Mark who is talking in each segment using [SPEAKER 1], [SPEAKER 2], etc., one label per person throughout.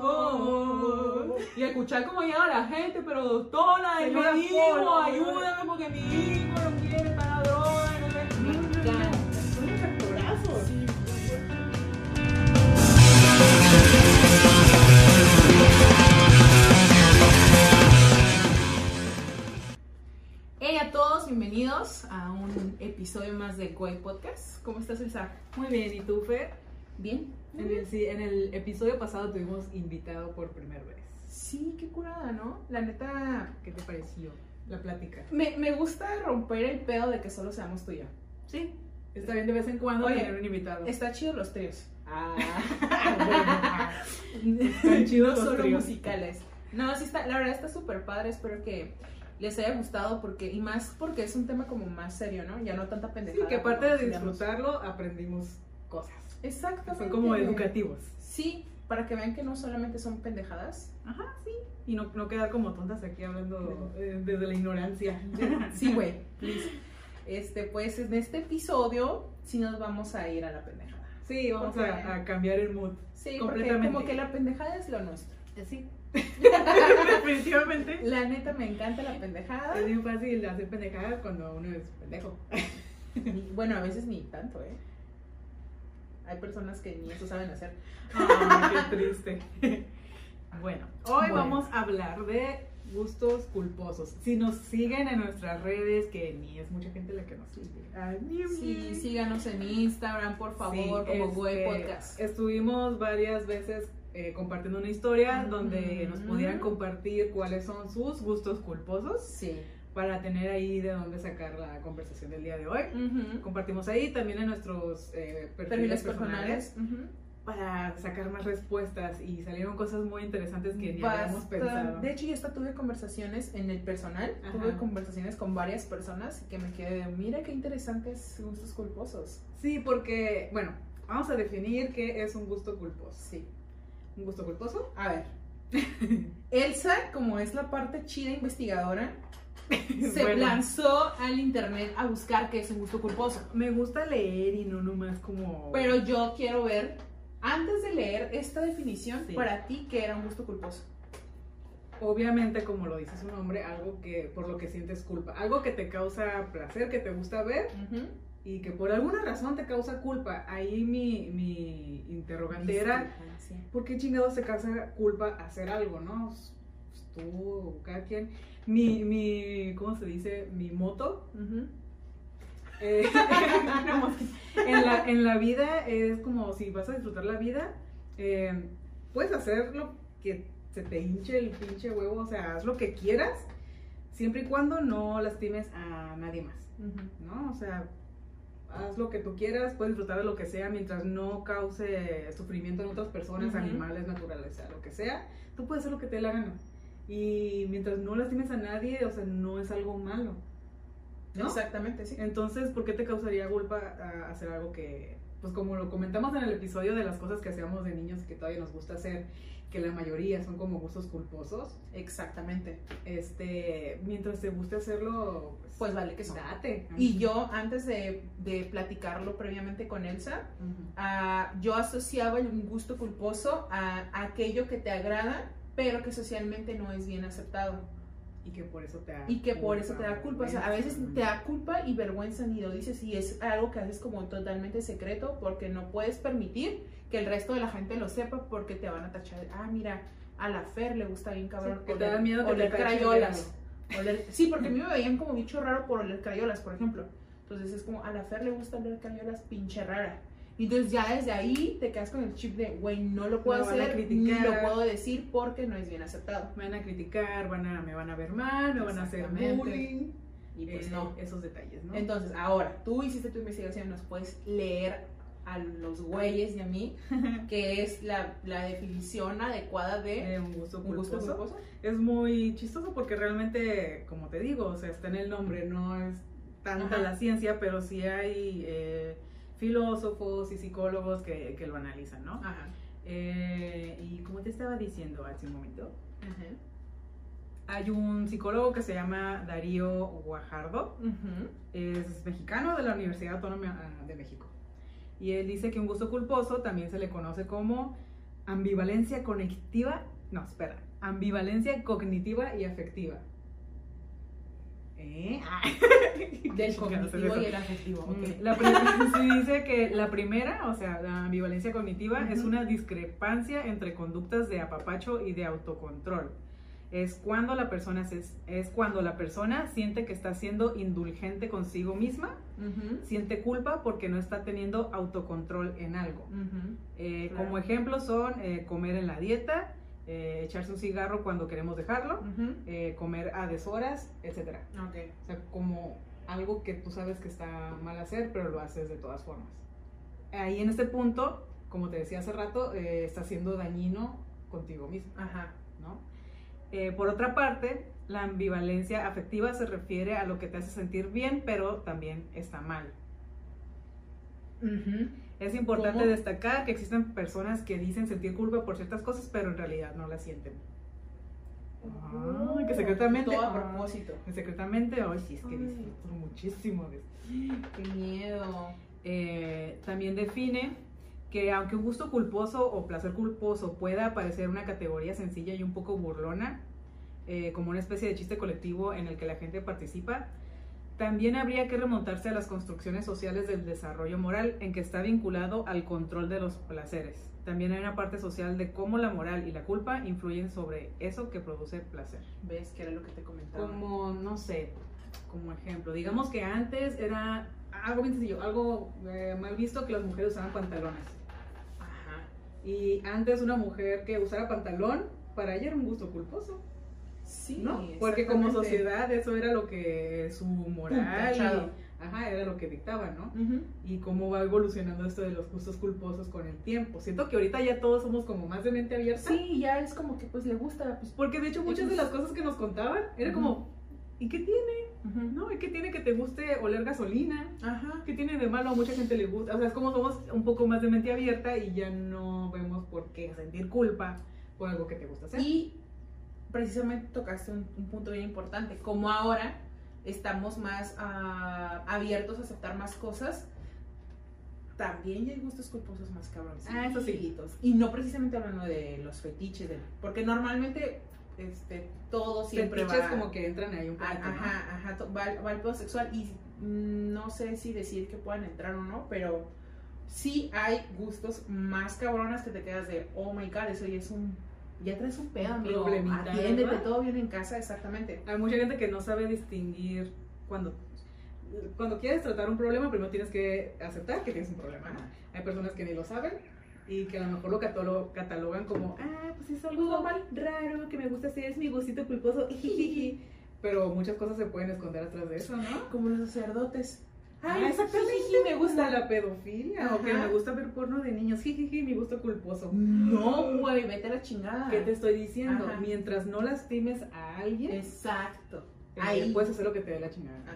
[SPEAKER 1] Oh. Y escuchar cómo llega la gente, pero doctora, y
[SPEAKER 2] Señora
[SPEAKER 1] mi hijo,
[SPEAKER 2] Polo.
[SPEAKER 1] ayúdame porque mi hijo no quiere para la droga. no le-
[SPEAKER 2] Me encanta. Son actorazos.
[SPEAKER 1] Hey a todos, bienvenidos a un episodio más de Coy Podcast. ¿Cómo estás, Elsa?
[SPEAKER 2] Muy bien, ¿y tú, Fer?
[SPEAKER 1] Bien.
[SPEAKER 2] En el, sí, en el episodio pasado tuvimos invitado por primera vez.
[SPEAKER 1] Sí, qué curada, ¿no? La neta,
[SPEAKER 2] ¿Qué te pareció la plática?
[SPEAKER 1] me, me gusta romper el pedo de que solo seamos tú y yo.
[SPEAKER 2] Sí. Está bien de vez en cuando
[SPEAKER 1] Oye,
[SPEAKER 2] tener un invitado.
[SPEAKER 1] Está chido los tríos.
[SPEAKER 2] Ah,
[SPEAKER 1] Están
[SPEAKER 2] chidos
[SPEAKER 1] no
[SPEAKER 2] los
[SPEAKER 1] solo
[SPEAKER 2] tríos.
[SPEAKER 1] musicales. No, sí está, la verdad está súper padre, espero que les haya gustado porque, y más porque es un tema como más serio, ¿no? Ya no tanta
[SPEAKER 2] bueno.
[SPEAKER 1] pendejada.
[SPEAKER 2] Sí, que aparte
[SPEAKER 1] como
[SPEAKER 2] de
[SPEAKER 1] digamos.
[SPEAKER 2] disfrutarlo, aprendimos cosas.
[SPEAKER 1] Exactamente.
[SPEAKER 2] Son como educativos.
[SPEAKER 1] Sí, para que vean que no solamente son pendejadas.
[SPEAKER 2] Ajá, sí. Y no, no quedar como tontas aquí hablando eh, desde la ignorancia.
[SPEAKER 1] Sí, güey, please. Este, pues en este episodio sí nos vamos a ir a la pendejada.
[SPEAKER 2] Sí, vamos a, a cambiar el mood.
[SPEAKER 1] Sí, porque
[SPEAKER 2] Completamente.
[SPEAKER 1] como que la pendejada es lo nuestro.
[SPEAKER 2] Eh, Sí. Definitivamente.
[SPEAKER 1] La neta me encanta la pendejada.
[SPEAKER 2] Es bien fácil hacer pendejadas cuando uno es pendejo.
[SPEAKER 1] Ni- Bueno, a veces ni tanto, ¿eh? Hay personas que ni eso saben hacer.
[SPEAKER 2] Ah, qué triste. Bueno, hoy
[SPEAKER 1] Bueno.
[SPEAKER 2] vamos a hablar de gustos culposos. Si nos siguen en nuestras redes, que ni es mucha gente la que nos sigue. Ay, ni-
[SPEAKER 1] Sí,
[SPEAKER 2] ni-
[SPEAKER 1] síganos en Instagram, por favor,
[SPEAKER 2] Sí,
[SPEAKER 1] como
[SPEAKER 2] este,
[SPEAKER 1] Güey Podcast.
[SPEAKER 2] Estuvimos varias veces eh, compartiendo una historia donde nos
[SPEAKER 1] Ujú.
[SPEAKER 2] pudieran compartir cuáles son sus gustos culposos
[SPEAKER 1] Sí.
[SPEAKER 2] para tener ahí de dónde sacar la conversación del día de hoy.
[SPEAKER 1] Ujú.
[SPEAKER 2] Compartimos ahí también en nuestros eh, perfiles,
[SPEAKER 1] Perfiles
[SPEAKER 2] personales
[SPEAKER 1] personales. ujú.
[SPEAKER 2] para sacar más respuestas y salieron cosas muy interesantes pues, que ni habíamos
[SPEAKER 1] Basta-
[SPEAKER 2] pensado.
[SPEAKER 1] De hecho, yo hasta tuve conversaciones en el personal.
[SPEAKER 2] Ajá.
[SPEAKER 1] Tuve conversaciones con varias personas que me quedé, mira qué interesantes gustos culposos.
[SPEAKER 2] Sí, porque, bueno, vamos a definir qué es un gusto culposo.
[SPEAKER 1] Sí.
[SPEAKER 2] ¿Un gusto culposo?
[SPEAKER 1] A ver. Elsa, como es la parte chida investigadora, se
[SPEAKER 2] Bueno,
[SPEAKER 1] lanzó al internet a buscar qué es un gusto culposo.
[SPEAKER 2] Me gusta leer y no nomás como...
[SPEAKER 1] Pero yo quiero ver, antes de leer esta definición,
[SPEAKER 2] Sí.
[SPEAKER 1] para ti, ¿qué era un gusto culposo?
[SPEAKER 2] Obviamente, como lo dice su nombre, algo que por lo que sientes culpa. Algo que te causa placer, que te gusta ver y que por alguna razón te causa culpa. Ahí mi, mi interrogante era...
[SPEAKER 1] Discrepancia.
[SPEAKER 2] ¿por qué chingados se causa culpa hacer algo, no? Pues tú, cada quien. Mi, mi, ¿cómo se dice? Mi moto.
[SPEAKER 1] Ujú.
[SPEAKER 2] eh, una mosquita. en, la, en la vida es como si vas a disfrutar la vida, eh, puedes hacer lo que se te hinche el pinche huevo, o sea, haz lo que quieras, siempre y cuando no lastimes a nadie más,
[SPEAKER 1] Ujú.
[SPEAKER 2] ¿no? O sea, haz lo que tú quieras, puedes disfrutar de lo que sea mientras no cause sufrimiento en otras personas,
[SPEAKER 1] Ujú.
[SPEAKER 2] animales, naturaleza, lo que sea. Tú puedes hacer lo que te dé la gana. Y mientras no lastimes a nadie, o sea, no es algo malo. ¿no?
[SPEAKER 1] Exactamente, sí.
[SPEAKER 2] Entonces, ¿por qué te causaría culpa a hacer algo que, pues como lo comentamos en el episodio de las cosas que hacíamos de niños que todavía nos gusta hacer, que la mayoría son como gustos culposos,
[SPEAKER 1] Exactamente.
[SPEAKER 2] este, mientras te guste hacerlo, pues,
[SPEAKER 1] Pues vale que son.
[SPEAKER 2] date.
[SPEAKER 1] Y yo, antes de, de platicarlo previamente con Elsa,
[SPEAKER 2] Ujú.
[SPEAKER 1] ah, yo asociaba el gusto culposo a aquello que te agrada, pero que socialmente no es bien aceptado.
[SPEAKER 2] Y que por eso te da
[SPEAKER 1] Y que por eso te da culpa. O sea, a veces
[SPEAKER 2] vergüenza.
[SPEAKER 1] te da culpa y vergüenza ni lo dices. Y es algo que haces como totalmente secreto porque no puedes permitir que el resto de la gente lo sepa porque te van a tachar. de, Ah, mira, a la Fer le gusta bien cabrón.
[SPEAKER 2] Sí, que te da miedo que te
[SPEAKER 1] oler
[SPEAKER 2] tachen de
[SPEAKER 1] crayolas. Oler- sí, porque a mí me veían como bicho raro por oler crayolas, por ejemplo. Entonces es como, a la Fer le gusta oler crayolas, pinche rara. Y entonces ya desde ahí te quedas con el chip de, güey, no lo puedo
[SPEAKER 2] Me van a
[SPEAKER 1] hacer, ni lo
[SPEAKER 2] criticar.
[SPEAKER 1] puedo decir porque no es bien aceptado.
[SPEAKER 2] Me van a criticar, van a, me van a ver mal, me van a hacer
[SPEAKER 1] Exactamente.
[SPEAKER 2] bullying.
[SPEAKER 1] Y pues
[SPEAKER 2] eh,
[SPEAKER 1] no.
[SPEAKER 2] Esos detalles, ¿no?
[SPEAKER 1] Entonces, ahora, tú hiciste tu investigación, nos puedes leer a los güeyes y a mí, que es la, la definición adecuada de
[SPEAKER 2] Eh, un gusto
[SPEAKER 1] un gusto
[SPEAKER 2] culposo.
[SPEAKER 1] culposo.
[SPEAKER 2] Es muy chistoso porque realmente, como te digo, o sea, está en el nombre, no es tanta
[SPEAKER 1] Ajá.
[SPEAKER 2] la ciencia, pero sí hay eh, filósofos y psicólogos que, que lo analizan, ¿no?
[SPEAKER 1] Ajá.
[SPEAKER 2] Eh, y como te estaba diciendo hace un momento, hay un psicólogo que se llama Darío Guajardo,
[SPEAKER 1] Ujú.
[SPEAKER 2] es mexicano de la Universidad Autónoma ah, de México. Y él dice que un gusto culposo también se le conoce como ambivalencia conectiva, no, espera, ambivalencia cognitiva y afectiva. ¿Eh? Ah.
[SPEAKER 1] Del
[SPEAKER 2] Chingados es
[SPEAKER 1] cognitivo
[SPEAKER 2] eso.
[SPEAKER 1] y el afectivo. ok.
[SPEAKER 2] Mm, La prim- sí dice que la primera, o sea, la ambivalencia cognitiva, es
[SPEAKER 1] Ujú.
[SPEAKER 2] una discrepancia entre conductas de apapacho y de autocontrol. Es cuando la persona se- es cuando la persona siente que está siendo indulgente consigo misma, Mm.
[SPEAKER 1] Ujú,
[SPEAKER 2] siente culpa porque no está teniendo autocontrol en algo.
[SPEAKER 1] ujú.
[SPEAKER 2] Eh,
[SPEAKER 1] Claro.
[SPEAKER 2] Como ejemplos son eh, comer en la dieta, eh, echarse un cigarro cuando queremos dejarlo,
[SPEAKER 1] Ujú.
[SPEAKER 2] eh, comer a deshoras, etcétera.
[SPEAKER 1] Ok.
[SPEAKER 2] O sea, como algo que tú sabes que está mal hacer, pero lo haces de todas formas. Ahí en este punto, como te decía hace rato, eh, está siendo dañino contigo mismo,
[SPEAKER 1] Ajá.
[SPEAKER 2] ¿no? Eh, por otra parte, la ambivalencia afectiva se refiere a lo que te hace sentir bien, pero también está mal.
[SPEAKER 1] Ujú.
[SPEAKER 2] Es importante
[SPEAKER 1] ¿Cómo?
[SPEAKER 2] destacar que existen personas que dicen sentir culpa por ciertas cosas, pero en realidad no la sienten. Ah, que secretamente-
[SPEAKER 1] Todo a
[SPEAKER 2] ah.
[SPEAKER 1] propósito.
[SPEAKER 2] Secretamente, hoy sí es que
[SPEAKER 1] Ay.
[SPEAKER 2] disfruto muchísimo de
[SPEAKER 1] Qué miedo.
[SPEAKER 2] Eh, también define que aunque un gusto culposo o placer culposo pueda parecer una categoría sencilla y un poco burlona, eh, como una especie de chiste colectivo en el que la gente participa, también habría que remontarse a las construcciones sociales del desarrollo moral en que está vinculado al control de los placeres. También hay una parte social de cómo la moral y la culpa influyen sobre eso que produce placer
[SPEAKER 1] ¿Ves que era lo que te comentaba?
[SPEAKER 2] como, no sé, como ejemplo, digamos que antes era algo bien sencillo, algo eh, mal visto que las mujeres usaban pantalones.
[SPEAKER 1] Ajá.
[SPEAKER 2] Y antes una mujer que usara pantalón, para ella era un gusto culposo,
[SPEAKER 1] Sí.
[SPEAKER 2] ¿no? Porque como
[SPEAKER 1] exactamente.
[SPEAKER 2] sociedad eso era lo que su moral,
[SPEAKER 1] tachado.
[SPEAKER 2] y- ajá, era lo que dictaba, ¿no?
[SPEAKER 1] Ujú.
[SPEAKER 2] Y cómo va evolucionando esto de los gustos culposos con el tiempo. Siento que ahorita ya todos somos como más de mente abierta.
[SPEAKER 1] Sí, ya es como que pues le gusta. Pues,
[SPEAKER 2] Porque de hecho muchas de las cosas que nos contaban era como, ¿y qué tiene? No, ¿y qué tiene que te guste oler gasolina?
[SPEAKER 1] Ajá.
[SPEAKER 2] ¿Qué tiene de malo? A mucha gente le gusta. O sea, es como somos un poco más de mente abierta y ya no vemos por qué sentir culpa por algo que te gusta hacer.
[SPEAKER 1] Y precisamente tocaste un, un punto bien importante, como ahora estamos más ah, abiertos a aceptar más cosas, también ya hay gustos culposos más cabrones.
[SPEAKER 2] Ah, eso sí.
[SPEAKER 1] Y no precisamente hablando de los fetiches, de- porque normalmente este, todo siempre
[SPEAKER 2] Fetiches
[SPEAKER 1] va...
[SPEAKER 2] como que entran ahí un
[SPEAKER 1] a-
[SPEAKER 2] poquito. ¿no?
[SPEAKER 1] Ah, Ajá, ajá, to- va, al- va al pedo sexual y mm, no sé si decir que puedan entrar o no, pero sí hay gustos más cabronas que te quedas de, oh my god, eso ya es un, ya traes un pedo, amigo,
[SPEAKER 2] Problemita,
[SPEAKER 1] atiéndete
[SPEAKER 2] ¿verdad?
[SPEAKER 1] todo bien en casa, exactamente.
[SPEAKER 2] Hay mucha gente que no sabe distinguir cuando. Cuando quieres tratar un problema, primero tienes que aceptar que tienes un problema. ¿no? Hay personas que ni lo saben y que a lo mejor lo catalo- catalogan como, ah, pues es algo
[SPEAKER 1] Normal.
[SPEAKER 2] raro que me gusta hacer, es mi gustito culposo. jijiji". Pero muchas cosas se pueden esconder atrás de eso, ¿no?
[SPEAKER 1] Como los sacerdotes.
[SPEAKER 2] Ah, exactamente.
[SPEAKER 1] jiji, me
[SPEAKER 2] gusta
[SPEAKER 1] gusta la...
[SPEAKER 2] la pedofilia o que
[SPEAKER 1] Ajá.
[SPEAKER 2] me gusta ver porno de niños. Jijiji, mi gusto culposo.
[SPEAKER 1] No, güey, vete a la chingada.
[SPEAKER 2] ¿Qué te estoy diciendo?
[SPEAKER 1] Ajá.
[SPEAKER 2] Mientras no lastimes a alguien,
[SPEAKER 1] Exacto.
[SPEAKER 2] eh,
[SPEAKER 1] ahí.
[SPEAKER 2] puedes hacer lo que te dé la chingada.
[SPEAKER 1] Ajá,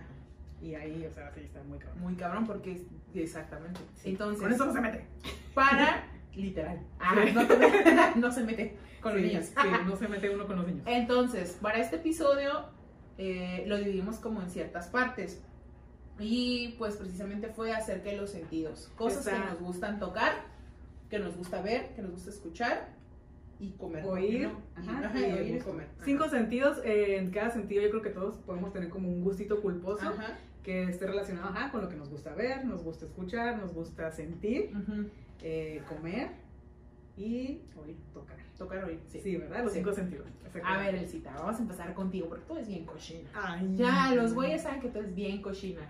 [SPEAKER 2] Y ahí, o sea, sí, está muy cabrón.
[SPEAKER 1] Muy cabrón porque es- exactamente. Entonces,
[SPEAKER 2] Con eso no se mete.
[SPEAKER 1] para literal. Ah,
[SPEAKER 2] Sí.
[SPEAKER 1] no, te- no se mete con los
[SPEAKER 2] Sí,
[SPEAKER 1] niños.
[SPEAKER 2] sí, no se mete uno con los niños.
[SPEAKER 1] Entonces, para este episodio eh, lo dividimos como en ciertas partes. Y pues precisamente fue acerca de los sentidos. Cosas que
[SPEAKER 2] Exacto.
[SPEAKER 1] nos gustan tocar, que nos gusta ver, que nos gusta escuchar y comer. ¿por qué
[SPEAKER 2] Oír,
[SPEAKER 1] no? Y-
[SPEAKER 2] ajá,
[SPEAKER 1] ajá,
[SPEAKER 2] y
[SPEAKER 1] y oír y
[SPEAKER 2] gusto.
[SPEAKER 1] comer. Ajá.
[SPEAKER 2] Cinco sentidos, eh, en cada sentido yo creo que todos podemos tener como un gustito culposo
[SPEAKER 1] Ajá.
[SPEAKER 2] que esté relacionado ajá, con lo que nos gusta ver, nos gusta escuchar, nos gusta sentir,
[SPEAKER 1] Ujú.
[SPEAKER 2] eh, comer y
[SPEAKER 1] Oír,
[SPEAKER 2] tocar.
[SPEAKER 1] tocar oír. Sí.
[SPEAKER 2] Sí, ¿verdad? Los
[SPEAKER 1] Sí.
[SPEAKER 2] cinco sentidos.
[SPEAKER 1] A ver, Elcita, vamos a empezar contigo porque tú eres bien cochina.
[SPEAKER 2] Ay.
[SPEAKER 1] Ya, los güeyes saben que tú eres bien cochina.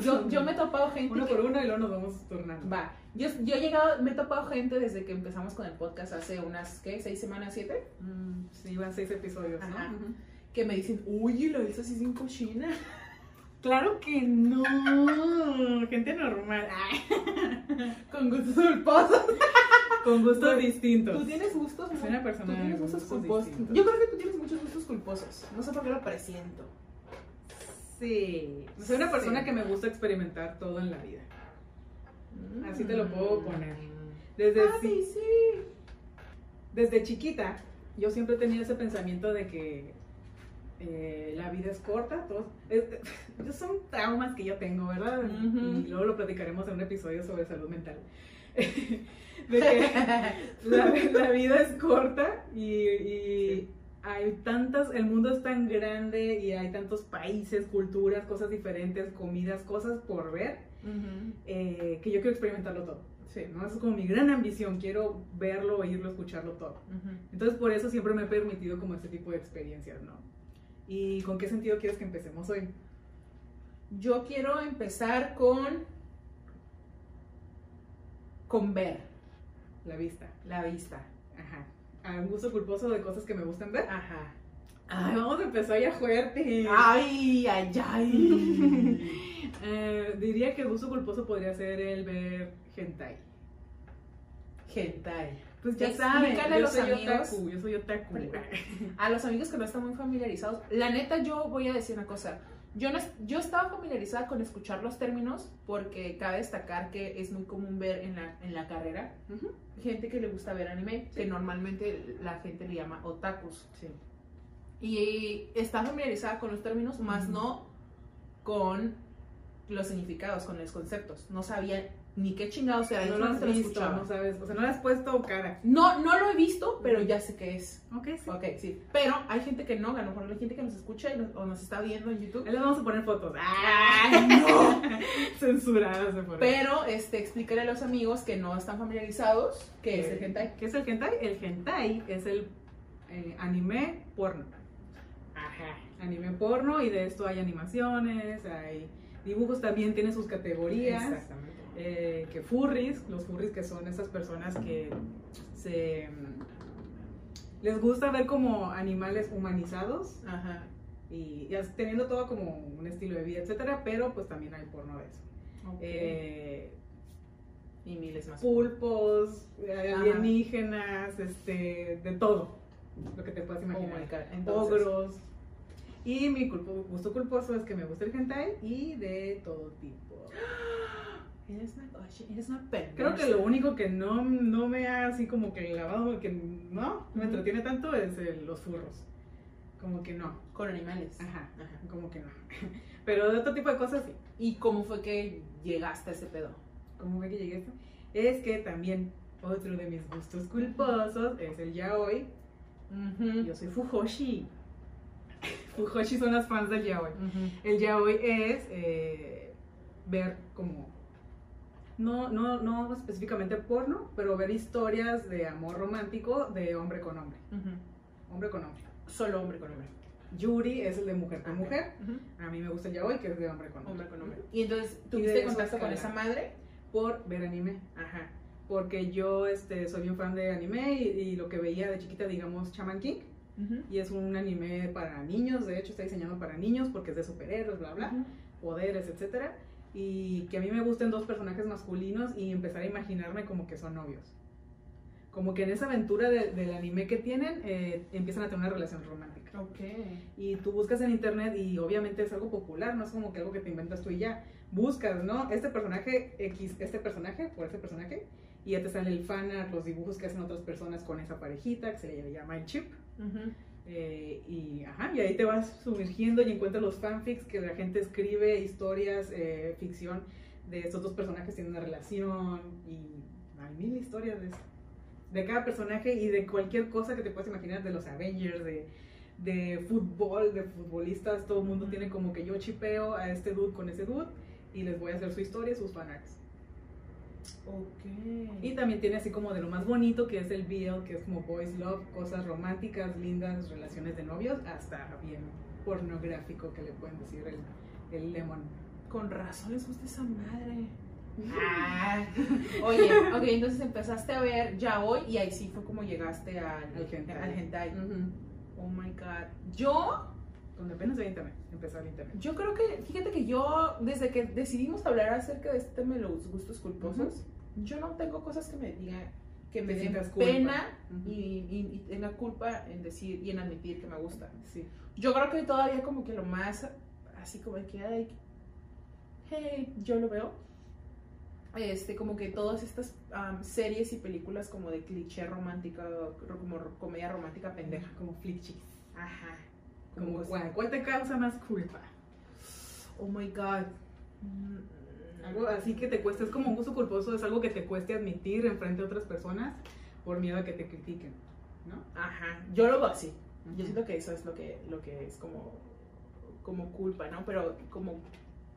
[SPEAKER 1] Yo, yo me he topado gente
[SPEAKER 2] Uno
[SPEAKER 1] que-
[SPEAKER 2] por uno y luego nos vamos turnando.
[SPEAKER 1] Va, yo, yo he llegado, me he topado gente desde que empezamos con el podcast hace unas, ¿qué? ¿Seis semanas, siete?
[SPEAKER 2] Mm, sí, van seis episodios, ¿no?
[SPEAKER 1] Ajá.
[SPEAKER 2] Ujú.
[SPEAKER 1] Que me dicen, uy, lo hizo así sin cochina.
[SPEAKER 2] Claro que no. Gente normal. Ay,
[SPEAKER 1] Con gustos culposos.
[SPEAKER 2] Con gustos
[SPEAKER 1] Güey,
[SPEAKER 2] distintos.
[SPEAKER 1] Tú tienes gustos
[SPEAKER 2] Soy
[SPEAKER 1] muy-
[SPEAKER 2] una
[SPEAKER 1] Tú
[SPEAKER 2] persona
[SPEAKER 1] tienes
[SPEAKER 2] de
[SPEAKER 1] gustos
[SPEAKER 2] gustos
[SPEAKER 1] culposos.
[SPEAKER 2] distintos.
[SPEAKER 1] Yo creo que tú tienes muchos gustos culposos. No sé por qué lo presiento.
[SPEAKER 2] Sí. Soy una persona
[SPEAKER 1] Sí.
[SPEAKER 2] que me gusta experimentar todo en la vida. Mm. Así te lo puedo poner. Desde,
[SPEAKER 1] Ah,
[SPEAKER 2] ci-
[SPEAKER 1] sí, sí.
[SPEAKER 2] desde chiquita, yo siempre tenía ese pensamiento de que eh, la vida es corta. Todos, es- son traumas que yo tengo, ¿verdad?
[SPEAKER 1] Ujú.
[SPEAKER 2] Y luego lo platicaremos en un episodio sobre salud mental. de que la, la vida es corta y, y
[SPEAKER 1] Sí.
[SPEAKER 2] hay tantas, el mundo es tan grande y hay tantos países, culturas, cosas diferentes, comidas, cosas por ver,
[SPEAKER 1] Ujú.
[SPEAKER 2] eh, que yo quiero experimentarlo todo.
[SPEAKER 1] Sí.
[SPEAKER 2] ¿no? Esa es como mi gran ambición, quiero verlo, oírlo, escucharlo todo.
[SPEAKER 1] Ujú.
[SPEAKER 2] Entonces por eso siempre me he permitido como este tipo de experiencias, ¿no? ¿Y con qué sentido quieres que empecemos hoy?
[SPEAKER 1] Yo quiero empezar con. con ver
[SPEAKER 2] La vista.
[SPEAKER 1] la vista.
[SPEAKER 2] Ajá. A un gusto culposo de cosas que me gustan ver.
[SPEAKER 1] Ajá.
[SPEAKER 2] Ay, vamos a empezar ya fuerte.
[SPEAKER 1] Ah. Ay, ay, ay.
[SPEAKER 2] Eh, diría que el gusto culposo podría ser el ver hentai.
[SPEAKER 1] Hentai.
[SPEAKER 2] Pues ya
[SPEAKER 1] Explícale
[SPEAKER 2] saben,
[SPEAKER 1] a
[SPEAKER 2] yo
[SPEAKER 1] los
[SPEAKER 2] soy
[SPEAKER 1] amigos.
[SPEAKER 2] otaku, yo soy otaku.
[SPEAKER 1] A los amigos que no están muy familiarizados, la neta yo voy a decir una cosa. Yo, no, es- yo estaba familiarizada con escuchar los términos porque cabe destacar que es muy común ver en la, en la carrera
[SPEAKER 2] Ujú.
[SPEAKER 1] gente que le gusta ver anime, que
[SPEAKER 2] Sí.
[SPEAKER 1] normalmente la gente le llama otakus.
[SPEAKER 2] Sí.
[SPEAKER 1] Y está familiarizada con los términos, más
[SPEAKER 2] Ujú.
[SPEAKER 1] no con los significados, con los conceptos. No sabía ni qué chingados era.
[SPEAKER 2] no
[SPEAKER 1] yo
[SPEAKER 2] lo has
[SPEAKER 1] solamente lo
[SPEAKER 2] visto,
[SPEAKER 1] escuchaba.
[SPEAKER 2] no sabes, o sea, no le has puesto cara.
[SPEAKER 1] No, no lo he visto, pero ya sé qué es.
[SPEAKER 2] Ok, sí.
[SPEAKER 1] Ok, sí. Pero hay gente que no, a lo mejor hay gente que nos escucha y nos- o nos está viendo en YouTube.
[SPEAKER 2] Ahí les vamos a poner fotos.
[SPEAKER 1] ¡Ay, no!
[SPEAKER 2] Censuradas de por ahí.
[SPEAKER 1] Pero este, explícale a los amigos que no están familiarizados que es el hentai.
[SPEAKER 2] ¿Qué es el hentai? El hentai es el eh, anime porno.
[SPEAKER 1] Ajá.
[SPEAKER 2] Anime porno y de esto hay animaciones, hay dibujos también, tiene sus categorías.
[SPEAKER 1] Exactamente.
[SPEAKER 2] eh, que furries, los furries que son esas personas que se les gusta ver como animales humanizados
[SPEAKER 1] Ajá.
[SPEAKER 2] y, y as- teniendo todo como un estilo de vida, etcétera, pero pues también hay porno de eso.
[SPEAKER 1] Ok.
[SPEAKER 2] Eh,
[SPEAKER 1] y miles más.
[SPEAKER 2] pulpos, eh,
[SPEAKER 1] Ajá.
[SPEAKER 2] alienígenas, este, de todo lo que te puedas
[SPEAKER 1] Oh
[SPEAKER 2] imaginar.
[SPEAKER 1] my God. Entonces,
[SPEAKER 2] Ogros. Y mi culpo- gusto culposo es que me gusta el hentai y de todo tipo.
[SPEAKER 1] eres una, oye, eres una perversa.
[SPEAKER 2] Creo que lo único que no, no me ha así como que lavado, que no me entretiene tanto es eh, los furros. Como que no,
[SPEAKER 1] Con animales.
[SPEAKER 2] ajá,
[SPEAKER 1] Ajá.
[SPEAKER 2] como que no. Pero de otro tipo de cosas sí.
[SPEAKER 1] ¿Y cómo fue que llegaste a ese pedo?
[SPEAKER 2] Como ve que llegué a esto? Es que también otro de mis gustos culposos es el yaoi. Yo soy Fujoshi. Fujoshi son las fans del yaoi.
[SPEAKER 1] Ujú.
[SPEAKER 2] El yaoi es eh, ver como, no, no, no específicamente porno, pero ver historias de amor romántico de hombre con hombre.
[SPEAKER 1] Ujú.
[SPEAKER 2] Hombre con hombre.
[SPEAKER 1] Solo hombre con hombre.
[SPEAKER 2] Yuri es el de mujer con mujer.
[SPEAKER 1] Ujú.
[SPEAKER 2] A mí me gusta el yaoi, que es de hombre con hombre.
[SPEAKER 1] Ah, Hombre con hombre. Y entonces,
[SPEAKER 2] de
[SPEAKER 1] ¿tuviste
[SPEAKER 2] eso
[SPEAKER 1] contacto con
[SPEAKER 2] escala.
[SPEAKER 1] esa madre?
[SPEAKER 2] Por ver anime.
[SPEAKER 1] Ajá.
[SPEAKER 2] Porque yo este, soy bien fan de anime y, y lo que veía de chiquita, digamos, Chaman King. Y es un anime para niños, de hecho está diseñado para niños porque es de superhéroes, bla, bla, poderes, etcétera Y que a mí me gusten dos personajes masculinos y empezar a imaginarme como que son novios. Como que en esa aventura de- del anime que tienen, eh, empiezan a tener una relación romántica.
[SPEAKER 1] Ok.
[SPEAKER 2] y tú buscas en internet y obviamente es algo popular, no es como que algo que te inventas tú y ya. Buscas, ¿no? Este personaje X, este personaje por este personaje y ya te sale el fanart, los dibujos que hacen otras personas con esa parejita que se le llama el chip. Eh, y, ajá, y ahí te vas sumergiendo y encuentras los fanfics que la gente escribe, historias, eh, ficción de estos dos personajes tienen una relación y hay mil historias de, eso. de cada personaje y de cualquier cosa que te puedas imaginar, de los Avengers, de, de fútbol, de futbolistas, todo el mundo
[SPEAKER 1] Ujú.
[SPEAKER 2] tiene como que yo chipeo a este dude con ese dude y les voy a hacer su historia y sus fanarts.
[SPEAKER 1] Ok.
[SPEAKER 2] Y también tiene así como de lo más bonito que es el BL, que es como boys love, cosas románticas, lindas, relaciones de novios, hasta bien pornográfico que le pueden decir el, el lemon.
[SPEAKER 1] con razón les gusta esa madre. Ah. Oye, ok, entonces empezaste a ver ya hoy y ahí sí fue como llegaste al,
[SPEAKER 2] Al hentai.
[SPEAKER 1] al hentai.
[SPEAKER 2] Ujú.
[SPEAKER 1] Oh my god. Yo,
[SPEAKER 2] Cuando apenas había internet, empezó el internet.
[SPEAKER 1] yo creo que, fíjate que yo, desde que decidimos hablar acerca de este tema de los gustos culposos, yo no tengo cosas que me digan, que me
[SPEAKER 2] Que
[SPEAKER 1] den
[SPEAKER 2] sientas culpa.
[SPEAKER 1] pena
[SPEAKER 2] Ujú.
[SPEAKER 1] y, y- y tenga culpa en decir y en admitir que me gusta.
[SPEAKER 2] Sí.
[SPEAKER 1] Yo creo que todavía como que lo más así como que ay, hey, yo lo veo. Este, como que todas estas am, series y películas como de cliché romántica, ro- como ro- comedia romántica pendeja.
[SPEAKER 2] Pendeja, como flichis.
[SPEAKER 1] Ajá.
[SPEAKER 2] Como,
[SPEAKER 1] Como
[SPEAKER 2] ¿cuál, ¿Cuál te causa más culpa?
[SPEAKER 1] Oh my god. Mm,
[SPEAKER 2] Algo así que te cueste, es como un gusto culposo, es algo que te cueste admitir enfrente a otras personas por miedo a que te critiquen, ¿no?
[SPEAKER 1] Ajá, yo lo veo así. Yo siento que eso es lo que, lo que es como, como culpa, ¿no? Pero como,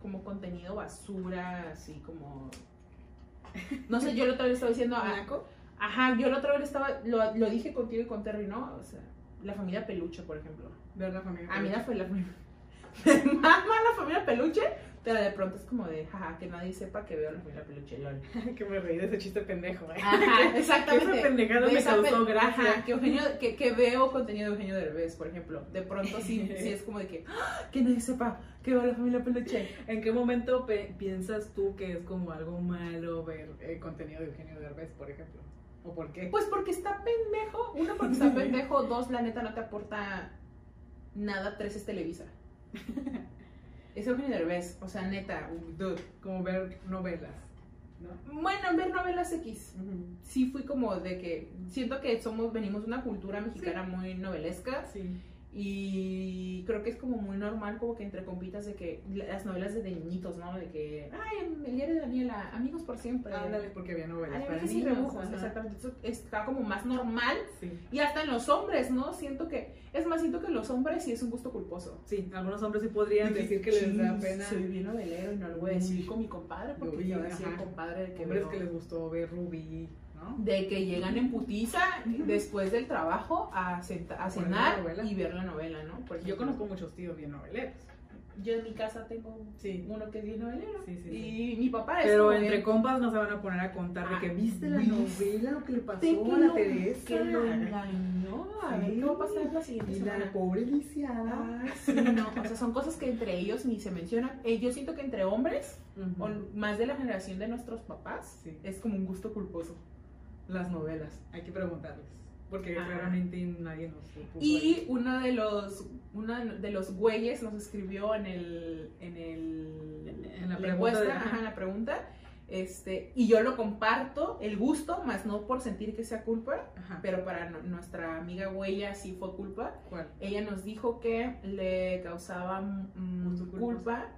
[SPEAKER 1] como contenido basura, así como... No sé, yo la otra vez estaba diciendo... ah,
[SPEAKER 2] ¿Naco?
[SPEAKER 1] Ajá, yo la otra vez estaba, lo, lo dije contigo y con Terry, ¿no? O sea, la familia peluche, por ejemplo.
[SPEAKER 2] Ver la familia.
[SPEAKER 1] A mí la, fue la me mama la familia peluche, pero de pronto es como de, jaja, que nadie sepa que veo la familia peluche, lol.
[SPEAKER 2] que me reí de ese chiste pendejo, eh.
[SPEAKER 1] Ajá, exactamente.
[SPEAKER 2] Esa pendejada
[SPEAKER 1] De
[SPEAKER 2] me
[SPEAKER 1] esa
[SPEAKER 2] causó
[SPEAKER 1] pe-
[SPEAKER 2] gracia.
[SPEAKER 1] Ajá, que, Eugenio, que, que veo contenido de Eugenio Derbez, por ejemplo. De pronto sí, sí es como de que, ¡Ah! que nadie sepa que veo la familia peluche.
[SPEAKER 2] ¿En qué momento pe- piensas tú que es como algo malo ver el contenido de Eugenio Derbez, por ejemplo? ¿O por qué?
[SPEAKER 1] Pues porque está pendejo. Uno, porque está pendejo. Dos, la neta no te aporta nada. Tres, es Televisa. Es Eugenio Derbez, o sea, neta, dude.
[SPEAKER 2] Como ver novelas, ¿no?
[SPEAKER 1] Bueno, ver novelas X. sí fui como de que siento que somos venimos de una cultura mexicana muy novelesca
[SPEAKER 2] Sí.
[SPEAKER 1] y creo que es como muy normal como que entre compitas de que las novelas de niñitos, ¿no? De que ay, el diario de Daniela, amigos por siempre. Pues,
[SPEAKER 2] Ándale, porque había novelas para
[SPEAKER 1] Alegrías y
[SPEAKER 2] niños,
[SPEAKER 1] rebujos,
[SPEAKER 2] ajá.
[SPEAKER 1] exactamente. Eso está como más normal
[SPEAKER 2] Sí.
[SPEAKER 1] y hasta en los hombres, ¿no? Siento que es más siento que los hombres sí es un gusto culposo.
[SPEAKER 2] Sí, algunos hombres sí podrían decir que les da
[SPEAKER 1] Sí,
[SPEAKER 2] pena.
[SPEAKER 1] Soy bien novelero y no lo voy a
[SPEAKER 2] Uy.
[SPEAKER 1] decir con mi compadre porque
[SPEAKER 2] Uy,
[SPEAKER 1] yo ahora sí
[SPEAKER 2] ajá.
[SPEAKER 1] el compadre de que
[SPEAKER 2] Hombres
[SPEAKER 1] veo-
[SPEAKER 2] que les gustó ver Ruby, ¿no?
[SPEAKER 1] de que llegan en putiza después del trabajo a, senta- a
[SPEAKER 2] Poner la
[SPEAKER 1] cenar
[SPEAKER 2] novela.
[SPEAKER 1] y ver la novela, ¿no? Por
[SPEAKER 2] Yo
[SPEAKER 1] ejemplo,
[SPEAKER 2] conozco muchos tíos bien noveleros.
[SPEAKER 1] Yo en mi casa tengo
[SPEAKER 2] Sí.
[SPEAKER 1] uno que es bien novelero.
[SPEAKER 2] Sí, sí,
[SPEAKER 1] Y mi papá es
[SPEAKER 2] Pero
[SPEAKER 1] como
[SPEAKER 2] entre
[SPEAKER 1] de-
[SPEAKER 2] compas no se van a poner a contar de
[SPEAKER 1] Ah,
[SPEAKER 2] que viste la
[SPEAKER 1] ¿viste
[SPEAKER 2] novela, lo que le pasó
[SPEAKER 1] "Te
[SPEAKER 2] a
[SPEAKER 1] lo-
[SPEAKER 2] la Teresa.
[SPEAKER 1] que lo engañó. A ver,
[SPEAKER 2] Sí.
[SPEAKER 1] ¿qué va a pasar la siguiente
[SPEAKER 2] Y
[SPEAKER 1] semana?
[SPEAKER 2] la pobre lisiada.
[SPEAKER 1] Ay, sí, no. O sea, son cosas que entre ellos ni se mencionan. Eh, yo siento que entre hombres,
[SPEAKER 2] Ujú.
[SPEAKER 1] o más de la generación de nuestros papás,
[SPEAKER 2] Sí.
[SPEAKER 1] es como un gusto culposo.
[SPEAKER 2] Las novelas, hay que preguntarles. Porque
[SPEAKER 1] Ajá.
[SPEAKER 2] claramente nadie nos puso ahí.
[SPEAKER 1] Y uno de los uno de los güeyes nos escribió en el en el
[SPEAKER 2] En la pregunta de-
[SPEAKER 1] encuesta, ajá, en la pregunta, este y yo lo comparto el gusto, más no por sentir que sea culpa,
[SPEAKER 2] Ajá,
[SPEAKER 1] pero para no- nuestra amiga huella sí fue culpa.
[SPEAKER 2] ¿cuál?
[SPEAKER 1] Ella nos dijo que le causaba mm,
[SPEAKER 2] Gusto culposo.
[SPEAKER 1] culpa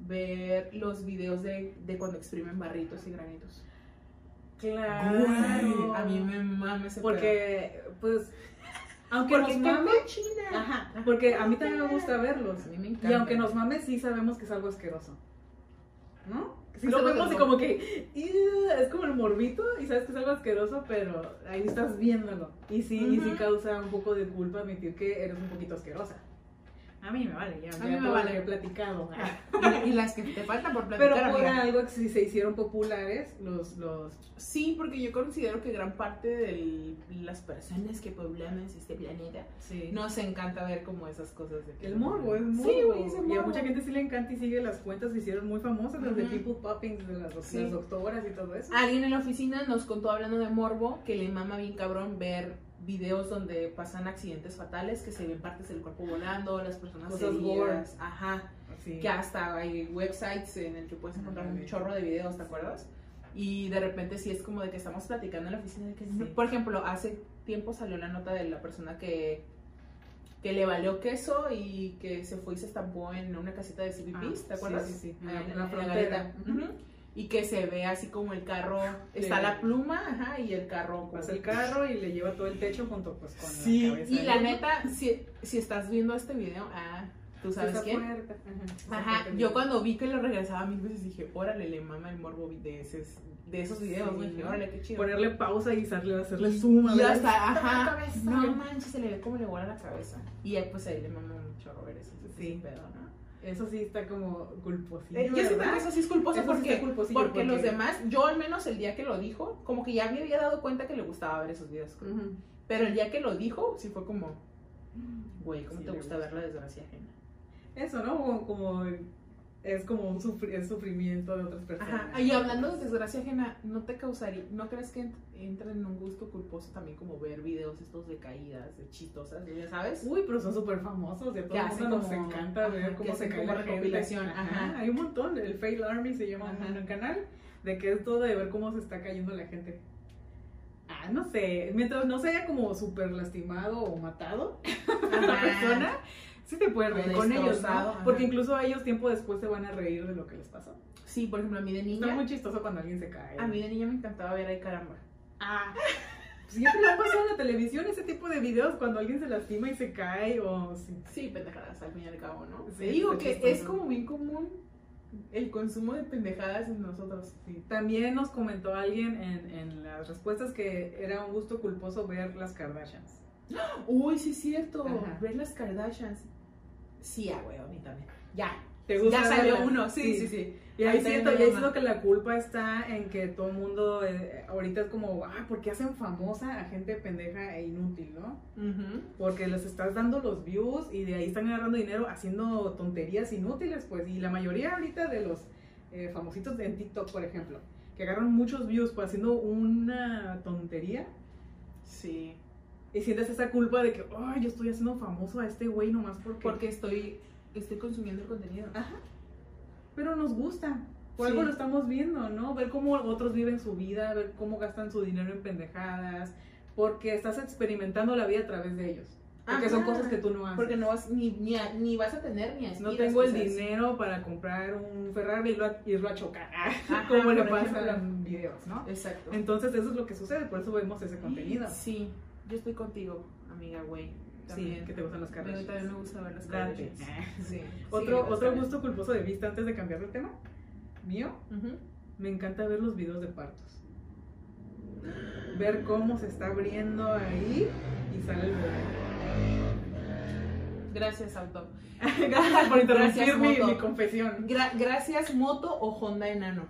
[SPEAKER 1] ver los videos de, de cuando exprimen barritos y granitos. Güey, a mí me mame ese pedo.
[SPEAKER 2] Porque, pues, aunque
[SPEAKER 1] porque
[SPEAKER 2] nos mame,
[SPEAKER 1] qué cochina.
[SPEAKER 2] ajá, porque a mí también me gusta
[SPEAKER 1] A
[SPEAKER 2] verlos.
[SPEAKER 1] mí me
[SPEAKER 2] Y
[SPEAKER 1] encanta.
[SPEAKER 2] aunque nos mame, sí sabemos que es algo asqueroso. ¿No? Sí
[SPEAKER 1] Lo
[SPEAKER 2] sabemos
[SPEAKER 1] vemos.
[SPEAKER 2] y como que "Ew", es como el morbito y sabes que es algo asqueroso, pero ahí estás viéndolo. Y sí, y sí
[SPEAKER 1] Ujú.
[SPEAKER 2] causa un poco de culpa admitir que eres un poquito asquerosa. A mí me vale, ya,
[SPEAKER 1] A
[SPEAKER 2] ya
[SPEAKER 1] mí me
[SPEAKER 2] todo lo
[SPEAKER 1] vale.
[SPEAKER 2] que he platicado.
[SPEAKER 1] y, y las que te faltan por platicar,
[SPEAKER 2] Pero por
[SPEAKER 1] amiga.
[SPEAKER 2] algo que si se hicieron populares los, los
[SPEAKER 1] Sí, porque yo considero que gran parte de las personas que poblamos este planeta
[SPEAKER 2] sí.
[SPEAKER 1] nos encanta ver como esas cosas de que-
[SPEAKER 2] el morbo, es morbo.
[SPEAKER 1] Sí, güey, es el
[SPEAKER 2] Y a
[SPEAKER 1] morbo.
[SPEAKER 2] mucha gente sí le encanta y sigue las cuentas, se hicieron muy famosas, las de
[SPEAKER 1] Ujú.
[SPEAKER 2] People Popping, de las, doc-
[SPEAKER 1] Sí.
[SPEAKER 2] las doctoras y todo eso.
[SPEAKER 1] Alguien en la oficina nos contó hablando de morbo que le mama bien cabrón ver videos donde pasan accidentes fatales, que se ven partes del cuerpo volando, las personas
[SPEAKER 2] Cosas
[SPEAKER 1] heridas, ajá.
[SPEAKER 2] Sí.
[SPEAKER 1] que hasta hay websites en el que puedes encontrar un
[SPEAKER 2] Ándale.
[SPEAKER 1] chorro de videos, ¿te acuerdas? Y de repente sí es como de que estamos platicando en la oficina de que,
[SPEAKER 2] Sí.
[SPEAKER 1] por ejemplo, hace tiempo salió la nota de la persona que que le valió queso y que se fue y se estampó en una caseta de
[SPEAKER 2] Ah,
[SPEAKER 1] CBPs, ¿te
[SPEAKER 2] sí,
[SPEAKER 1] acuerdas?
[SPEAKER 2] Sí, sí,
[SPEAKER 1] Ah,
[SPEAKER 2] en la- en la frontera.
[SPEAKER 1] galera.
[SPEAKER 2] Ujú.
[SPEAKER 1] Ujú. Y que se ve así como el carro,
[SPEAKER 2] Le-
[SPEAKER 1] está la pluma, ajá, y el carro como
[SPEAKER 2] Pasa el carro y le lleva todo el techo junto pues con
[SPEAKER 1] Sí,
[SPEAKER 2] la cabeza.
[SPEAKER 1] y
[SPEAKER 2] del
[SPEAKER 1] la
[SPEAKER 2] niño.
[SPEAKER 1] neta, si, si estás viendo este video, ah, tú
[SPEAKER 2] Se
[SPEAKER 1] sabes
[SPEAKER 2] está
[SPEAKER 1] quién.
[SPEAKER 2] puerta, ajá, se
[SPEAKER 1] Ajá,
[SPEAKER 2] está
[SPEAKER 1] yo cuando vi que lo regresaba mil veces dije, órale, le mama el morbo de, ese- de esos videos,
[SPEAKER 2] Sí.
[SPEAKER 1] güey, dije, órale, qué chido.
[SPEAKER 2] Ponerle pausa y hacerle, hacerle suma.
[SPEAKER 1] y
[SPEAKER 2] ¿verdad?
[SPEAKER 1] hasta, ajá,
[SPEAKER 2] cabeza.
[SPEAKER 1] no manches, se le ve como le vuela la cabeza. Y ahí, pues ahí le mama mucho Robert ese, ese
[SPEAKER 2] Sí.
[SPEAKER 1] pedo, ¿no?
[SPEAKER 2] Eso sí está como culposito.
[SPEAKER 1] Eh, yo siento que eso sí es culposo porque, porque, los
[SPEAKER 2] demás.
[SPEAKER 1] demás, yo al menos el día que lo dijo, como que ya me había dado cuenta que le gustaba ver esos videos. Pero el día que lo dijo, sí fue como, güey, ¿cómo
[SPEAKER 2] Sí,
[SPEAKER 1] te
[SPEAKER 2] le
[SPEAKER 1] gusta
[SPEAKER 2] gusta.
[SPEAKER 1] ver la desgracia ajena?
[SPEAKER 2] Eso, ¿no? Como, como es como un sufri- es sufrimiento de otras personas.
[SPEAKER 1] Ajá, y hablando de desgracia ajena, ¿no te causaría, no crees que ent- entra en un gusto culposo también como ver videos estos de caídas, de chistosas, de- ya sabes?
[SPEAKER 2] Uy, pero son súper famosos, de
[SPEAKER 1] Que
[SPEAKER 2] todo el
[SPEAKER 1] hacen
[SPEAKER 2] mundo nos
[SPEAKER 1] como-
[SPEAKER 2] encanta
[SPEAKER 1] ajá,
[SPEAKER 2] ver
[SPEAKER 1] que
[SPEAKER 2] cómo se
[SPEAKER 1] hacen
[SPEAKER 2] cae
[SPEAKER 1] como
[SPEAKER 2] la gente.
[SPEAKER 1] recopilación, ajá.
[SPEAKER 2] Hay un montón, el Fail Army se llama
[SPEAKER 1] Ajá.
[SPEAKER 2] en un canal, de que es todo de ver cómo se está cayendo la gente. Ah, no sé, mientras no se haya como súper lastimado o matado a la persona, sí te puedes
[SPEAKER 1] O
[SPEAKER 2] reír con ellos, ¿no?
[SPEAKER 1] destrozado, ajá.
[SPEAKER 2] Porque incluso ellos tiempo después se van a reír de lo que les pasó.
[SPEAKER 1] Sí, por ejemplo, a mí de
[SPEAKER 2] Está
[SPEAKER 1] niña.
[SPEAKER 2] muy chistoso cuando alguien se cae.
[SPEAKER 1] A mí de niña me encantaba ver a caramba.
[SPEAKER 2] Ah. Siempre le ha pasado en la televisión ese tipo de videos cuando alguien se lastima y se cae o sí.
[SPEAKER 1] Sí, pendejadas al fin y al cabo, ¿no?
[SPEAKER 2] Sí,
[SPEAKER 1] Te digo
[SPEAKER 2] está
[SPEAKER 1] que
[SPEAKER 2] chistoso.
[SPEAKER 1] es como bien común el consumo de pendejadas en nosotros.
[SPEAKER 2] Sí. También nos comentó alguien en, en las respuestas que era un gusto culposo ver las Kardashians.
[SPEAKER 1] Uy, sí es cierto.
[SPEAKER 2] Ajá.
[SPEAKER 1] Ver las Kardashians. Sí, ah, güey, a mí también. Ya.
[SPEAKER 2] ¿Te
[SPEAKER 1] Ya salió
[SPEAKER 2] verlas?
[SPEAKER 1] uno. Sí, sí, sí.
[SPEAKER 2] Y ahí
[SPEAKER 1] Ahí está
[SPEAKER 2] siento,
[SPEAKER 1] mi
[SPEAKER 2] y ahí
[SPEAKER 1] mamá.
[SPEAKER 2] siento que la culpa está en que todo el mundo eh, ahorita es como, ah, ¿por qué hacen famosa a gente pendeja e inútil, no?
[SPEAKER 1] Ujú.
[SPEAKER 2] Porque les estás dando los views y de ahí están agarrando dinero haciendo tonterías inútiles, pues. Y la mayoría ahorita de los eh, famositos en TikTok, por ejemplo, que agarran muchos views pues, haciendo una tontería
[SPEAKER 1] Sí.
[SPEAKER 2] y sientes esa culpa de que, ay, yo estoy haciendo famoso a este güey nomás porque...
[SPEAKER 1] Porque estoy, estoy consumiendo el contenido.
[SPEAKER 2] Ajá. Pero nos gusta. Por
[SPEAKER 1] Sí.
[SPEAKER 2] algo lo estamos viendo, ¿no? Ver cómo otros viven su vida, ver cómo gastan su dinero en pendejadas, porque estás experimentando la vida a través de ellos. Porque son
[SPEAKER 1] Ajá.
[SPEAKER 2] cosas que tú no haces.
[SPEAKER 1] Porque no vas, ni, ni, a- ni vas a tener ni a
[SPEAKER 2] No tengo el dinero para comprar un Ferrari y irlo a, irlo a chocar, como
[SPEAKER 1] Ah, por
[SPEAKER 2] le pasa en
[SPEAKER 1] ejemplo.
[SPEAKER 2] los videos, ¿no?
[SPEAKER 1] Exacto.
[SPEAKER 2] Entonces eso es lo que sucede, por eso vemos ese contenido.
[SPEAKER 1] Sí, yo estoy contigo, amiga, güey. También.
[SPEAKER 2] que te gustan las
[SPEAKER 1] Pero
[SPEAKER 2] Kardashians.
[SPEAKER 1] también me gusta ver las
[SPEAKER 2] Date. Ah.
[SPEAKER 1] Kardashians. Sí.
[SPEAKER 2] Otro,
[SPEAKER 1] sí,
[SPEAKER 2] otro
[SPEAKER 1] las
[SPEAKER 2] gusto culposo de vista antes de cambiar de tema, mío,
[SPEAKER 1] Ujú.
[SPEAKER 2] Me encanta ver los videos de partos. Ver cómo se está abriendo ahí y sale el bebé.
[SPEAKER 1] Gracias, auto.
[SPEAKER 2] Gracias por interrumpir
[SPEAKER 1] Gracias,
[SPEAKER 2] mi,
[SPEAKER 1] moto.
[SPEAKER 2] mi confesión.
[SPEAKER 1] Gra- gracias, moto o Honda enano.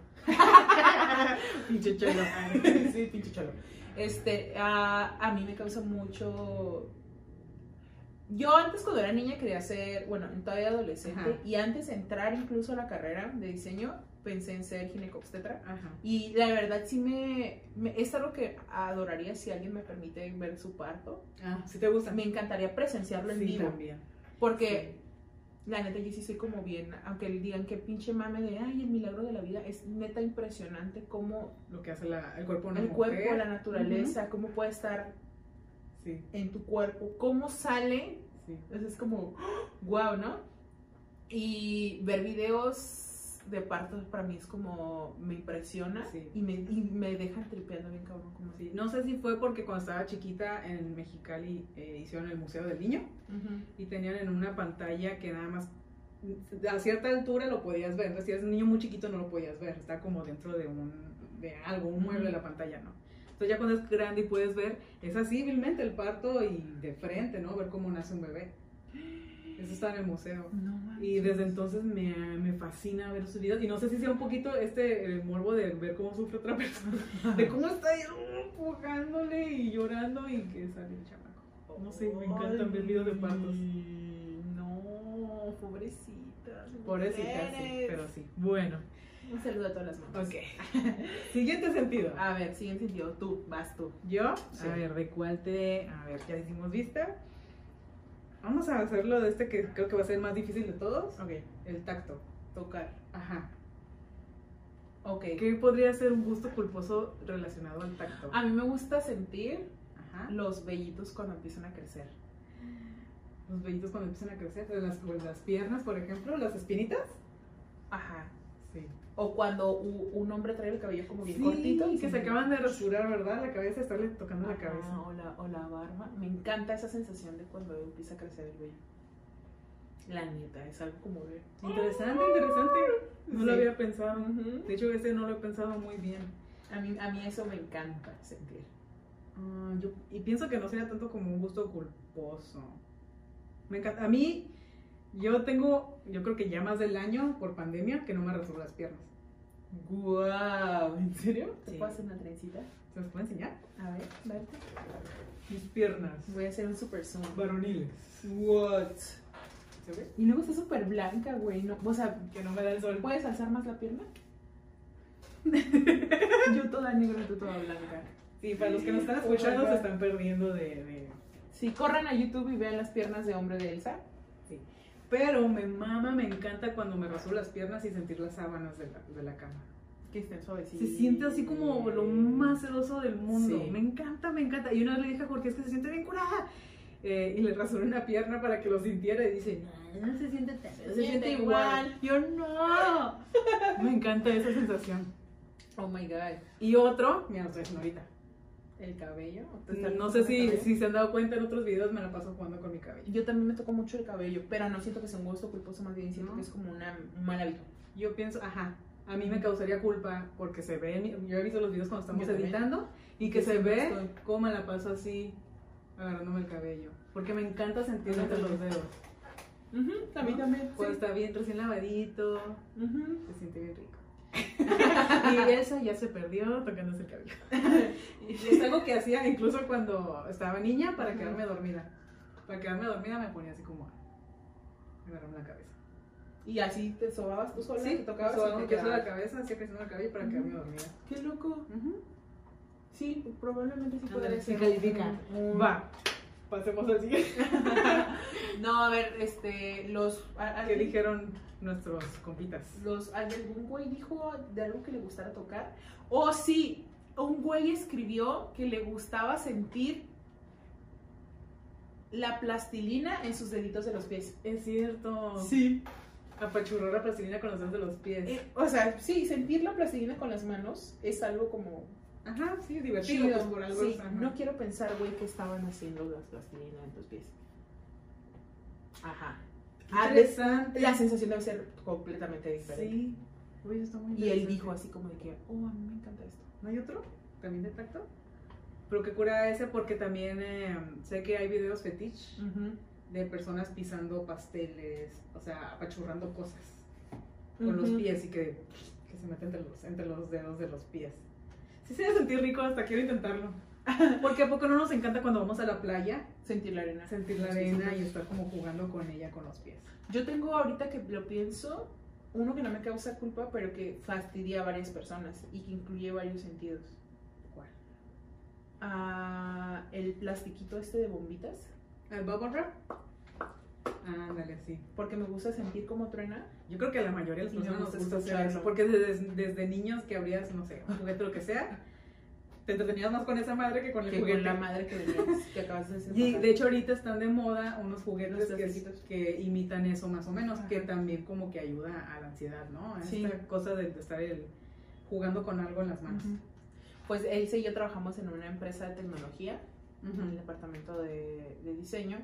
[SPEAKER 2] Pinche chelo.
[SPEAKER 1] sí, pinche cholo. Este, ah, a mí me causa mucho. Yo antes cuando era niña quería ser, bueno, todavía adolescente,
[SPEAKER 2] Ajá.
[SPEAKER 1] y antes de entrar incluso a la carrera de diseño, pensé en ser ginecobstetra.
[SPEAKER 2] Ajá.
[SPEAKER 1] Y la verdad sí me, me- es algo que adoraría si alguien me permite ver su parto.
[SPEAKER 2] Ah, si te gusta.
[SPEAKER 1] Me encantaría presenciarlo en
[SPEAKER 2] Sí,
[SPEAKER 1] vivo.
[SPEAKER 2] también.
[SPEAKER 1] Porque la neta yo sí soy como bien, aunque digan que pinche mame de, ay, el milagro de la vida, es neta impresionante cómo
[SPEAKER 2] Lo que hace la- el cuerpo de una
[SPEAKER 1] el
[SPEAKER 2] mujer.
[SPEAKER 1] cuerpo, la naturaleza, cómo puede estar
[SPEAKER 2] Sí,
[SPEAKER 1] en tu cuerpo, cómo sale,
[SPEAKER 2] sí.
[SPEAKER 1] entonces es como, wow, ¿no? Y ver videos de partos para mí es como, me impresiona
[SPEAKER 2] Sí.
[SPEAKER 1] y, me, y me dejan tripeando bien cabrón como así.
[SPEAKER 2] Sí. No sé si fue porque cuando estaba chiquita en Mexicali eh, hicieron el Museo del Niño.
[SPEAKER 1] Ujú.
[SPEAKER 2] y tenían en una pantalla que nada más a cierta altura lo podías ver. ¿no? Si eres un niño muy chiquito no lo podías ver, está como dentro de un de algo, un mueble de la pantalla, ¿no? Entonces ya cuando es grande y puedes ver, es así vilmente el parto y de frente, ¿no? Ver cómo nace un bebé. Eso está en el museo.
[SPEAKER 1] No manches.
[SPEAKER 2] Y desde entonces me, me fascina ver sus videos. Y no sé si sea un poquito este el morbo de ver cómo sufre otra persona. De cómo está ahí, uh, empujándole y llorando y que sale el chamaco. No sé, me encantan ver videos de partos.
[SPEAKER 1] Ay, No, pobrecitas.
[SPEAKER 2] Pobrecitas, sí,
[SPEAKER 1] mujeres.
[SPEAKER 2] pero sí. Bueno,
[SPEAKER 1] Un saludo a todas las mamás.
[SPEAKER 2] ok. Siguiente sentido.
[SPEAKER 1] A ver, siguiente sentido, tú, vas tú.
[SPEAKER 2] Yo,
[SPEAKER 1] Ah, Sí.
[SPEAKER 2] a ver, ¿de cuál te.? A ver, ya hicimos vista. Vamos a hacerlo de este que creo que va a ser el más difícil de todos:
[SPEAKER 1] Ok.
[SPEAKER 2] el tacto.
[SPEAKER 1] Tocar.
[SPEAKER 2] Ajá.
[SPEAKER 1] Ok.
[SPEAKER 2] ¿Qué podría ser un gusto culposo relacionado al tacto?
[SPEAKER 1] A mí me gusta sentir
[SPEAKER 2] Ajá.
[SPEAKER 1] los vellitos cuando empiezan a crecer.
[SPEAKER 2] Los vellitos cuando empiezan a crecer, en las, o en las piernas, por ejemplo, las espinitas.
[SPEAKER 1] Ajá.
[SPEAKER 2] Sí.
[SPEAKER 1] O cuando u- un hombre trae el cabello como bien
[SPEAKER 2] Bien
[SPEAKER 1] cortito.
[SPEAKER 2] y que se acaban de rasurar, ¿verdad? La cabeza, estarle tocando la
[SPEAKER 1] Ajá,
[SPEAKER 2] cabeza.
[SPEAKER 1] O la, o la barba. Me encanta esa sensación de cuando empieza a crecer el vello. La neta, es algo como de.
[SPEAKER 2] Interesante, interesante. No lo
[SPEAKER 1] Sí.
[SPEAKER 2] había pensado.
[SPEAKER 1] Ujú.
[SPEAKER 2] De hecho, ese no lo he pensado muy bien.
[SPEAKER 1] A mí, a mí eso me encanta sentir.
[SPEAKER 2] Ah, yo- y pienso que no sería tanto como un gusto culposo. Me encanta. A mí, yo tengo, yo creo que ya más del año por pandemia que no me rasuro las piernas.
[SPEAKER 1] ¡Guau! ¿En serio? ¿Te
[SPEAKER 2] Sí.
[SPEAKER 1] puedo hacer una trencita?
[SPEAKER 2] ¿Se los puedo enseñar?
[SPEAKER 1] A ver, vete.
[SPEAKER 2] Mis piernas.
[SPEAKER 1] Voy a hacer un super zoom.
[SPEAKER 2] Varoniles.
[SPEAKER 1] What?
[SPEAKER 2] ¿Se ve?
[SPEAKER 1] Y luego está súper blanca, güey. No, o sea,
[SPEAKER 2] Que no me da el sol.
[SPEAKER 1] ¿puedes alzar más la pierna? Yo toda negra, tú toda blanca.
[SPEAKER 2] Sí, para los que nos están escuchando
[SPEAKER 1] Oh my
[SPEAKER 2] se
[SPEAKER 1] God.
[SPEAKER 2] están perdiendo de, de-
[SPEAKER 1] Sí, corran a YouTube y vean las piernas de hombre de Elsa.
[SPEAKER 2] Pero me mama, me encanta cuando me rasuro las piernas y sentir las sábanas de la, de la cama.
[SPEAKER 1] Que estén suavecitas.
[SPEAKER 2] Se siente así como lo más celoso del mundo.
[SPEAKER 1] Sí.
[SPEAKER 2] Me encanta, me encanta. Y una vez le dije a Jorge, es que se siente bien curada. eh, y le rasuré una pierna para que lo sintiera y dice, no, no se siente tan, se, siente igual. Yo no. Me encanta esa sensación.
[SPEAKER 1] Oh my god.
[SPEAKER 2] Y otro, mira, ustedes no ahorita.
[SPEAKER 1] El cabello. ¿Te está
[SPEAKER 2] No sé
[SPEAKER 1] tocando el
[SPEAKER 2] si,
[SPEAKER 1] cabello?
[SPEAKER 2] si se han dado cuenta en otros videos, me la paso jugando con mi cabello.
[SPEAKER 1] Yo también me toco mucho el cabello, pero no siento que sea un gusto culposo, más bien siento
[SPEAKER 2] No.
[SPEAKER 1] que es como una, un mal hábito.
[SPEAKER 2] Yo pienso, ajá, a mí me causaría culpa porque se ve, en mi- yo he visto los videos cuando estamos
[SPEAKER 1] Yo también.
[SPEAKER 2] editando y que
[SPEAKER 1] Yo
[SPEAKER 2] se
[SPEAKER 1] siempre
[SPEAKER 2] ve
[SPEAKER 1] estoy-
[SPEAKER 2] cómo me la paso así agarrándome el cabello. Porque me encanta sentirlo entre los dedos.
[SPEAKER 1] A mí
[SPEAKER 2] ¿no?
[SPEAKER 1] también.
[SPEAKER 2] Cuando
[SPEAKER 1] sí.
[SPEAKER 2] está bien recién lavadito,
[SPEAKER 1] Ujú.
[SPEAKER 2] se siente bien rico. y esa ya se perdió tocándose el cabello. Y es algo que hacía incluso cuando estaba niña para
[SPEAKER 1] Ajá.
[SPEAKER 2] quedarme dormida. Para quedarme dormida me ponía así como agarrarme la cabeza.
[SPEAKER 1] Y así te sobabas tú sola, te tocabas
[SPEAKER 2] so-
[SPEAKER 1] y te
[SPEAKER 2] yo sola
[SPEAKER 1] quedabas.
[SPEAKER 2] la cabeza, siempre haciendo el cabello para
[SPEAKER 1] Ujú.
[SPEAKER 2] quedarme dormida.
[SPEAKER 1] Qué loco.
[SPEAKER 2] Ujú.
[SPEAKER 1] Sí, probablemente sí
[SPEAKER 2] Ándale,
[SPEAKER 1] podría
[SPEAKER 2] sí
[SPEAKER 1] ser.
[SPEAKER 2] califica.
[SPEAKER 1] un- un-
[SPEAKER 2] Va, pasemos al siguiente.
[SPEAKER 1] No, a ver, este, los. a-
[SPEAKER 2] ¿Qué
[SPEAKER 1] alguien-
[SPEAKER 2] dijeron nuestros compitas?
[SPEAKER 1] los algún güey dijo de algo que le gustara tocar. O sí, un güey escribió que le gustaba sentir la plastilina en sus deditos de los pies.
[SPEAKER 2] Es cierto.
[SPEAKER 1] Sí.
[SPEAKER 2] Apachurró la plastilina con los dedos de los pies.
[SPEAKER 1] Eh, o sea, sí, sentir la plastilina con las manos es algo como
[SPEAKER 2] Ajá, sí, divertido.
[SPEAKER 1] chido.
[SPEAKER 2] pues, por algo
[SPEAKER 1] Sí,
[SPEAKER 2] es, ajá.
[SPEAKER 1] no quiero pensar, güey, que estaban haciendo las plastilinas en tus pies. Ajá. Ah, de-
[SPEAKER 2] Interesante.
[SPEAKER 1] la sensación debe ser completamente diferente.
[SPEAKER 2] Sí. Uy, eso está muy
[SPEAKER 1] Y él
[SPEAKER 2] interesante.
[SPEAKER 1] dijo así como de que, oh, a mí me encanta esto.
[SPEAKER 2] ¿No hay otro? ¿También de tacto? Pero qué cura ese porque también eh, sé que hay videos fetiche
[SPEAKER 1] Mm.
[SPEAKER 2] de personas pisando pasteles, o sea, apachurrando cosas con los
[SPEAKER 1] Ujú.
[SPEAKER 2] pies y que, que se mete entre los, entre los dedos de los pies. Sí se debe sentir rico, hasta quiero intentarlo. Porque a poco no nos encanta cuando vamos a la playa
[SPEAKER 1] Sentir la arena.
[SPEAKER 2] sentir la arena y estar como jugando con ella con los pies.
[SPEAKER 1] Yo tengo ahorita que lo pienso, uno que no me causa culpa, pero que fastidia a varias personas y que incluye varios sentidos.
[SPEAKER 2] ¿Cuál?
[SPEAKER 1] Ah, el plastiquito este de bombitas,
[SPEAKER 2] ¿El bubble wrap? Ándale, sí.
[SPEAKER 1] porque me gusta sentir como truena.
[SPEAKER 2] Yo creo que a la mayoría de las
[SPEAKER 1] Y no
[SPEAKER 2] personas nos
[SPEAKER 1] nos
[SPEAKER 2] gusta
[SPEAKER 1] gusta
[SPEAKER 2] hacer
[SPEAKER 1] usarlo.
[SPEAKER 2] eso, porque desde, desde niños que abrías, no sé, un juguete o lo que sea, te entretenías más con esa madre que con el
[SPEAKER 1] Que
[SPEAKER 2] juguete.
[SPEAKER 1] con la madre que venías, que acabas de
[SPEAKER 2] y
[SPEAKER 1] desempacar.
[SPEAKER 2] de hecho ahorita están de moda unos
[SPEAKER 1] Los
[SPEAKER 2] juguetes que,
[SPEAKER 1] plastiquitos.
[SPEAKER 2] que imitan eso más o menos, que
[SPEAKER 1] Ajá.
[SPEAKER 2] también como que ayuda a la ansiedad, ¿no? A
[SPEAKER 1] Sí.
[SPEAKER 2] esta cosa de de estar el- jugando con algo en las manos.
[SPEAKER 1] Ujú. Pues Elsa y yo trabajamos en una empresa de tecnología
[SPEAKER 2] Ujú.
[SPEAKER 1] en el departamento de, de diseño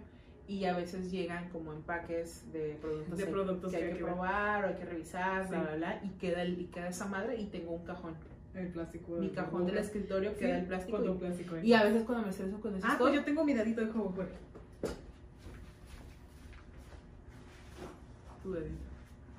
[SPEAKER 1] y a veces llegan como empaques de productos,
[SPEAKER 2] De
[SPEAKER 1] que-
[SPEAKER 2] productos
[SPEAKER 1] que, hay que,
[SPEAKER 2] ver.
[SPEAKER 1] probar o hay que revisar, bla,
[SPEAKER 2] Sí.
[SPEAKER 1] bla, bla, y queda, el- y queda esa madre y tengo un cajón.
[SPEAKER 2] El plástico.
[SPEAKER 1] Mi
[SPEAKER 2] de
[SPEAKER 1] cajón del
[SPEAKER 2] burbujas.
[SPEAKER 1] escritorio queda
[SPEAKER 2] Sí,
[SPEAKER 1] el plástico.
[SPEAKER 2] con
[SPEAKER 1] y-
[SPEAKER 2] tu plástico ahí.
[SPEAKER 1] Y a veces cuando me estreso con eso
[SPEAKER 2] Ah,
[SPEAKER 1] estoy-
[SPEAKER 2] pues yo tengo mi dadito de juego, pues. güey.
[SPEAKER 1] tu dedito,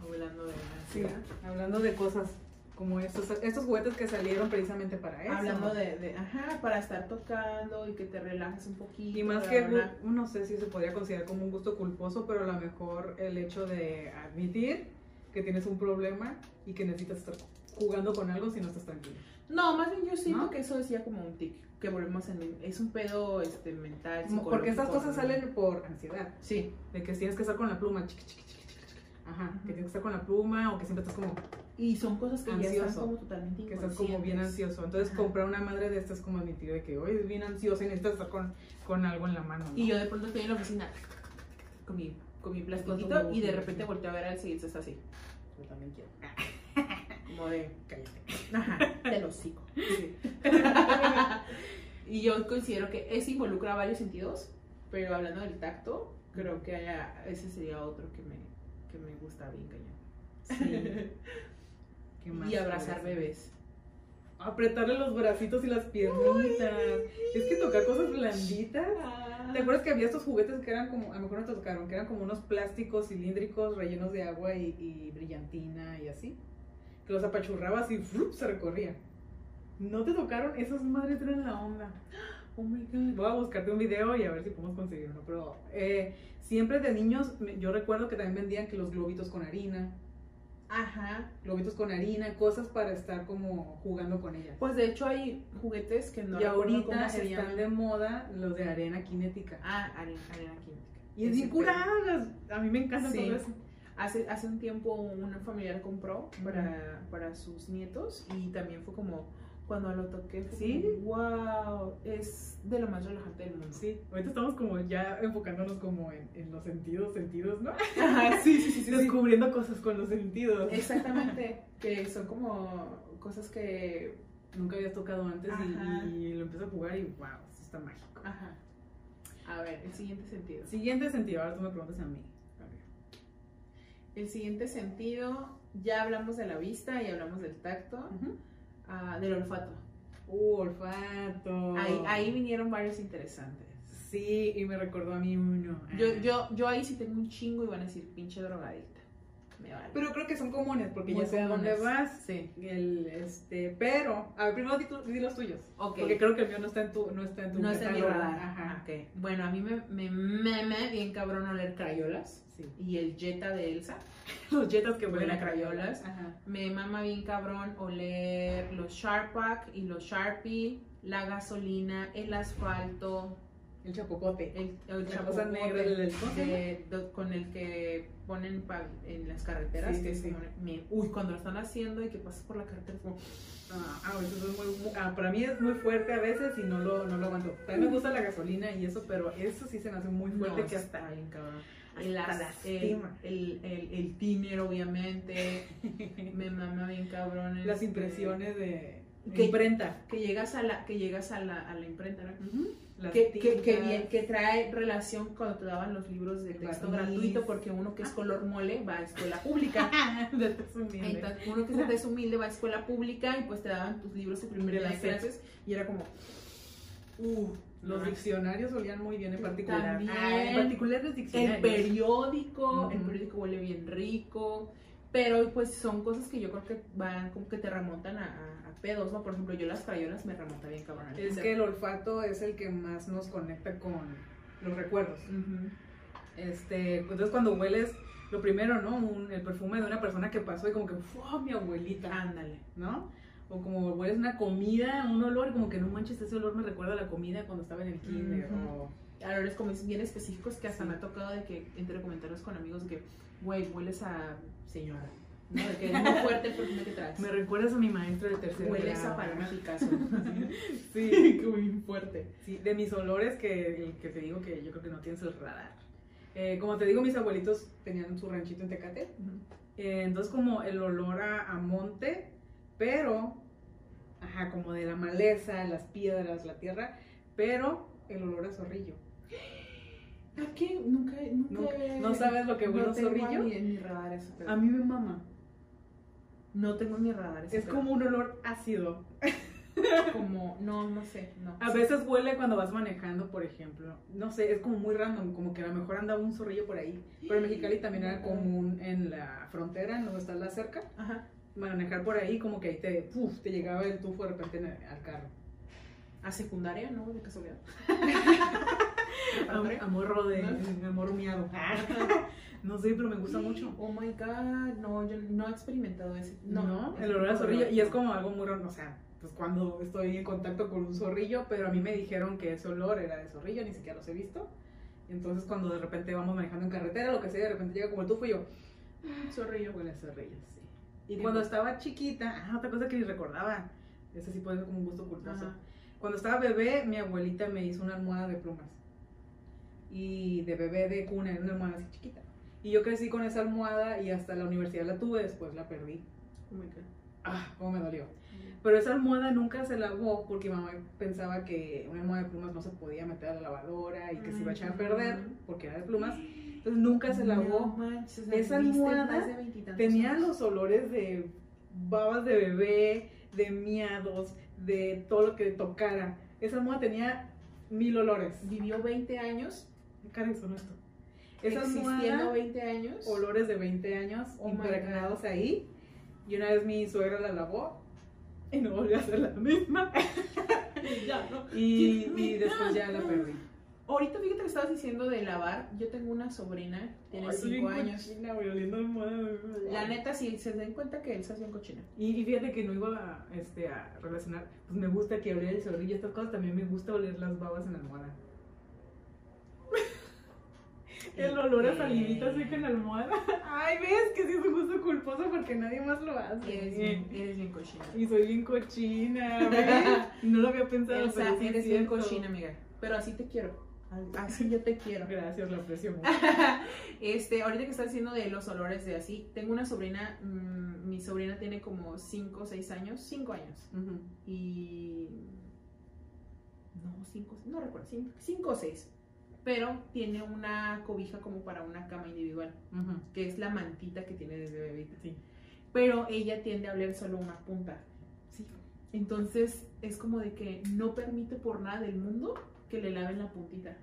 [SPEAKER 1] hablando de la
[SPEAKER 2] Sí,
[SPEAKER 1] ansiedad.
[SPEAKER 2] hablando de cosas como estos, estos juguetes que salieron precisamente para eso.
[SPEAKER 1] Hablando de, de, ajá, para estar tocando y que te relajes un poquito.
[SPEAKER 2] Y más
[SPEAKER 1] bla,
[SPEAKER 2] que,
[SPEAKER 1] bla, bla.
[SPEAKER 2] gu- no sé si se podría considerar como un gusto culposo, pero a lo mejor el hecho de admitir que tienes un problema y que necesitas estar jugando con algo si no estás tranquilo.
[SPEAKER 1] No, más bien yo siento
[SPEAKER 2] ¿No?
[SPEAKER 1] que eso decía como un tic, que volvemos en, es un pedo este, mental, psicológico.
[SPEAKER 2] Porque estas cosas
[SPEAKER 1] ¿no?
[SPEAKER 2] salen por ansiedad,
[SPEAKER 1] Sí,
[SPEAKER 2] de que tienes que estar con la pluma, chiqui, chiqui, chiqui, chiqui, chiqui. Ajá, que tienes que estar con la pluma o que siempre estás como,
[SPEAKER 1] y son cosas que ya
[SPEAKER 2] Ansioso.
[SPEAKER 1] están como totalmente
[SPEAKER 2] que estás como bien
[SPEAKER 1] inconscientes.
[SPEAKER 2] ansioso. Entonces
[SPEAKER 1] Ajá.
[SPEAKER 2] comprar una madre de estas es como admitir de que hoy es bien ansiosa y necesitas estar con, con algo en la mano. ¿no?
[SPEAKER 1] Y yo de pronto estoy en la oficina con mi, con mi plastiquito y de repente volteo a ver al siguiente, está así,
[SPEAKER 2] Yo también quiero.
[SPEAKER 1] como de...
[SPEAKER 2] Cállate.
[SPEAKER 1] Ajá, te lo sigo. y yo considero que es involucra varios sentidos, pero hablando del tacto, creo que haya- ese sería otro que me, que me gusta bien cañón.
[SPEAKER 2] Sí. ¿Qué más
[SPEAKER 1] Y abrazar
[SPEAKER 2] puede ser?
[SPEAKER 1] bebés.
[SPEAKER 2] Apretarle los bracitos y las piernitas. Es que tocar cosas blanditas. ¿Te acuerdas que había estos juguetes que eran como, a lo mejor no te tocaron, que eran como unos plásticos cilíndricos rellenos de agua y, y brillantina y así? Que los apachurrabas y ¡frup! se recorría. ¿No te tocaron? Esas madres eran la onda.
[SPEAKER 1] Oh my god.
[SPEAKER 2] Voy a buscarte un video y a ver si podemos conseguirlo. Pero eh, siempre de niños, me- yo recuerdo que también vendían que los globitos con harina.
[SPEAKER 1] Ajá.
[SPEAKER 2] globitos con harina, cosas para estar como jugando con ellas.
[SPEAKER 1] Pues de hecho hay juguetes que no
[SPEAKER 2] y
[SPEAKER 1] recuerdo
[SPEAKER 2] ahorita
[SPEAKER 1] cómo se
[SPEAKER 2] están
[SPEAKER 1] llaman.
[SPEAKER 2] de moda los de arena cinética.
[SPEAKER 1] Ah, arena, arena química.
[SPEAKER 2] y es bien
[SPEAKER 1] Ese
[SPEAKER 2] curada, las- a mí me encanta
[SPEAKER 1] Sí.
[SPEAKER 2] todo eso.
[SPEAKER 1] Hace, hace un tiempo una familiar compró para, para sus nietos y también fue como cuando lo toqué fue
[SPEAKER 2] ¿Sí?
[SPEAKER 1] como, wow es es de lo más relajante del mundo.
[SPEAKER 2] Sí, ahorita estamos como ya enfocándonos como en, en los sentidos, sentidos, ¿no?
[SPEAKER 1] Ajá, sí, sí, sí, sí, sí.
[SPEAKER 2] Descubriendo cosas con los sentidos.
[SPEAKER 1] Exactamente, que son como cosas que...
[SPEAKER 2] Nunca habías tocado antes
[SPEAKER 1] Ajá.
[SPEAKER 2] y, y lo empiezo a jugar y wow, esto está mágico.
[SPEAKER 1] Ajá. A ver, el siguiente sentido.
[SPEAKER 2] Siguiente sentido, ahora tú me preguntas a mí.
[SPEAKER 1] El siguiente sentido, ya hablamos de la vista y hablamos del tacto,
[SPEAKER 2] Ujú.
[SPEAKER 1] ah, del olfato.
[SPEAKER 2] Uh, olfato.
[SPEAKER 1] Ahí, ahí vinieron varios interesantes.
[SPEAKER 2] Sí, y me recordó a mí uno.
[SPEAKER 1] Yo,
[SPEAKER 2] Ah.
[SPEAKER 1] yo, yo ahí sí tengo un chingo y van a decir, pinche drogadita. Me vale.
[SPEAKER 2] Pero creo que son comunes porque
[SPEAKER 1] Muy
[SPEAKER 2] ya sé a dónde
[SPEAKER 1] comunes.
[SPEAKER 2] vas.
[SPEAKER 1] Sí.
[SPEAKER 2] El, este, pero, a ver, primero di, tu- di los tuyos.
[SPEAKER 1] Ok.
[SPEAKER 2] Porque creo que el mío no está en tu, no está en tu
[SPEAKER 1] No está en mi
[SPEAKER 2] catálogo.
[SPEAKER 1] radar.
[SPEAKER 2] Ajá.
[SPEAKER 1] Ok. Bueno, a mí me me meme bien cabrón oler crayolas.
[SPEAKER 2] Sí.
[SPEAKER 1] Y el Jetta de Elsa.
[SPEAKER 2] Los jetas que
[SPEAKER 1] Huelen
[SPEAKER 2] huelen
[SPEAKER 1] a crayolas.
[SPEAKER 2] Ajá.
[SPEAKER 1] Me mama bien cabrón oler los Sharpak y los Sharpie, la gasolina, el asfalto,
[SPEAKER 2] El chapopote.
[SPEAKER 1] el, el
[SPEAKER 2] La cosa
[SPEAKER 1] chapopote
[SPEAKER 2] negra, el- el- ¿cómo se
[SPEAKER 1] de- do- con el que ponen pa- en las carreteras.
[SPEAKER 2] Sí,
[SPEAKER 1] que
[SPEAKER 2] sí,
[SPEAKER 1] es
[SPEAKER 2] sí.
[SPEAKER 1] como- me- uy, cuando lo están haciendo y que pasas por la carretera es como,
[SPEAKER 2] Ah, ah, eso es muy, muy- ah, para mí es muy fuerte a veces y no lo, no lo aguanto. También me gusta la gasolina y eso, pero eso sí se me hace muy fuerte
[SPEAKER 1] No,
[SPEAKER 2] que
[SPEAKER 1] está
[SPEAKER 2] hasta...
[SPEAKER 1] bien cabrón.
[SPEAKER 2] hasta
[SPEAKER 1] El, as- el,
[SPEAKER 2] lastima.
[SPEAKER 1] el, el, el tíner, obviamente. Me mama bien cabrón.
[SPEAKER 2] Las
[SPEAKER 1] este,
[SPEAKER 2] impresiones de...
[SPEAKER 1] Que-
[SPEAKER 2] imprenta.
[SPEAKER 1] Que llegas a la, que llegas a la, a la imprenta, ¿no?
[SPEAKER 2] Las
[SPEAKER 1] Que, que, que,
[SPEAKER 2] tintas.
[SPEAKER 1] bien- que trae relación cuando te daban los libros de
[SPEAKER 2] El
[SPEAKER 1] texto
[SPEAKER 2] barniz.
[SPEAKER 1] gratuito, porque uno que
[SPEAKER 2] Ah.
[SPEAKER 1] es color mole va a escuela pública.
[SPEAKER 2] De atrás un meme.
[SPEAKER 1] Entonces, uno que es de humilde va a escuela pública y pues te daban tus libros el primer
[SPEAKER 2] De
[SPEAKER 1] día de
[SPEAKER 2] la SEP.
[SPEAKER 1] clases y era como, uh,
[SPEAKER 2] Los
[SPEAKER 1] no.
[SPEAKER 2] diccionarios olían muy bien en particular.
[SPEAKER 1] También.
[SPEAKER 2] Ah, en particular los
[SPEAKER 1] el
[SPEAKER 2] diccionarios.
[SPEAKER 1] periódico, el
[SPEAKER 2] Ujú.
[SPEAKER 1] periódico huele bien rico, pero pues son cosas que yo creo que van como que te remontan a, a- a pedos, ¿no? Por ejemplo, yo las crayolas me remonta bien cabrón. al
[SPEAKER 2] Es
[SPEAKER 1] kinder.
[SPEAKER 2] que el olfato es el que más nos conecta con los recuerdos.
[SPEAKER 1] Ujú.
[SPEAKER 2] Este, entonces cuando hueles lo primero, ¿no? Un- el perfume de una persona que pasó y como que, wow, mi abuelita,
[SPEAKER 1] Ándale.
[SPEAKER 2] ¿no? O como hueles una comida, un olor, como que no manches, ese olor me recuerda a la comida cuando estaba en el kinder.
[SPEAKER 1] Ujú.
[SPEAKER 2] o-
[SPEAKER 1] A es como bien específicos que hasta
[SPEAKER 2] Sí.
[SPEAKER 1] me ha tocado de que entre comentarios con amigos de que, güey, hueles a señora. ¿no? De que es muy fuerte el perfume que traes.
[SPEAKER 2] me recuerdas a mi maestra de tercero
[SPEAKER 1] hueles
[SPEAKER 2] grado.
[SPEAKER 1] a Paloma Picasso.
[SPEAKER 2] Sí,
[SPEAKER 1] como bien fuerte.
[SPEAKER 2] Sí, de mis olores que, que te digo que yo creo que no tienes el radar. Eh, como te digo, mis abuelitos tenían su ranchito en Tecate. Eh, entonces, como el olor a, a monte, pero, ajá, como de la maleza, las piedras, la tierra, pero el olor a zorrillo.
[SPEAKER 1] ¿A qué? Nunca, nunca.
[SPEAKER 2] Nunca- ¿no sabes lo que huele
[SPEAKER 1] no
[SPEAKER 2] un
[SPEAKER 1] tengo
[SPEAKER 2] zorrillo?
[SPEAKER 1] ni en mi radar eso, pero-
[SPEAKER 2] A mí me mama.
[SPEAKER 1] No tengo en mi radar eso,
[SPEAKER 2] Es
[SPEAKER 1] pero-
[SPEAKER 2] como un olor ácido.
[SPEAKER 1] como no no sé no
[SPEAKER 2] A veces huele cuando vas manejando, por ejemplo. No sé, es como muy random, como que a lo mejor andaba un zorrillo por ahí. Pero en Mexicali también era común en la frontera, en donde está la cerca.
[SPEAKER 1] Ajá.
[SPEAKER 2] manejar por ahí, como que ahí te, uf, te llegaba el tufo de repente en el- al carro.
[SPEAKER 1] a secundaria no de casualidad
[SPEAKER 2] Am- amorro de, amor miado. No sé, pero me gusta mucho.
[SPEAKER 1] oh my god no yo no he experimentado ese
[SPEAKER 2] No,
[SPEAKER 1] no, ese
[SPEAKER 2] el olor a
[SPEAKER 1] tipo de
[SPEAKER 2] zorrillo.
[SPEAKER 1] olor.
[SPEAKER 2] Y es como algo muy raro, o sea, pues cuando estoy en contacto con un zorrillo, pero a mí me dijeron que ese olor era de zorrillo, ni siquiera los he visto. Y entonces cuando de repente vamos manejando en carretera, lo que sea, de repente llega como el tufo y yo,
[SPEAKER 1] zorrillo
[SPEAKER 2] huele a zorrillo, sí. Y cuando estaba chiquita, ah, otra cosa que ni recordaba, ese sí puede ser como un gusto culposo.
[SPEAKER 1] Ajá.
[SPEAKER 2] Cuando estaba bebé, mi abuelita me hizo una almohada de plumas. Y de bebé de cuna, era una almohada así chiquita. Y yo crecí con esa almohada y hasta la universidad la tuve, después la perdí.
[SPEAKER 1] oh my god
[SPEAKER 2] Ah, cómo me dolió. Pero esa almohada nunca se lavó porque mamá pensaba que una almohada de plumas no se podía meter a la lavadora y que se iba a echar a perder porque era de plumas. Entonces nunca se
[SPEAKER 1] No
[SPEAKER 2] lavó.
[SPEAKER 1] manches, o sea,
[SPEAKER 2] Esa
[SPEAKER 1] viviste
[SPEAKER 2] almohada
[SPEAKER 1] más de veintitantos
[SPEAKER 2] Tenía
[SPEAKER 1] años.
[SPEAKER 2] los olores de babas de bebé, de miados, de todo lo que tocara. Esa almohada tenía mil olores.
[SPEAKER 1] vivió 20 años
[SPEAKER 2] Karen son esto. Esa
[SPEAKER 1] existiendo
[SPEAKER 2] almohada,
[SPEAKER 1] 20 años
[SPEAKER 2] olores de 20 años
[SPEAKER 1] Oh my
[SPEAKER 2] impregnados ahí. Y una vez mi suegra la lavó y no volvió a ser la misma.
[SPEAKER 1] Ya, no.
[SPEAKER 2] Y,
[SPEAKER 1] Dios
[SPEAKER 2] y
[SPEAKER 1] mío,
[SPEAKER 2] después ya la
[SPEAKER 1] no.
[SPEAKER 2] perdí.
[SPEAKER 1] ahorita fíjate que estabas diciendo de lavar yo tengo una sobrina tiene 5 años la neta si se den cuenta que él se hace un cochino
[SPEAKER 2] Y, y fíjate que no iba a, este, a relacionar. Pues me gusta que oler el zorrillo, estas cosas. También me gusta oler las babas en la almohada. El olor a salivita seca en la almohada. Ay, ves que sí es un gusto culposo porque nadie más lo hace. Eh,
[SPEAKER 1] Eres bien, eres bien cochina.
[SPEAKER 2] Y soy bien cochina, ¿ves? No lo había pensado.
[SPEAKER 1] Elsa,
[SPEAKER 2] pero sí es
[SPEAKER 1] eres bien
[SPEAKER 2] cierto.
[SPEAKER 1] cochina, amiga. Pero así te quiero. Así yo te quiero.
[SPEAKER 2] Gracias, lo aprecio mucho.
[SPEAKER 1] Este, ahorita que estás diciendo de los olores de así, tengo una sobrina, mm, mi sobrina tiene como 5 o 6 años, 5 años.
[SPEAKER 2] Ujú.
[SPEAKER 1] Y. No, 5, no recuerdo, 5 o 6. Pero tiene una cobija como para una cama individual,
[SPEAKER 2] Ujú.
[SPEAKER 1] que es la mantita que tiene desde bebita.
[SPEAKER 2] Sí.
[SPEAKER 1] Pero ella tiende a oler solo una punta.
[SPEAKER 2] Sí.
[SPEAKER 1] Entonces es como de que no permite por nada del mundo que le laven la puntita.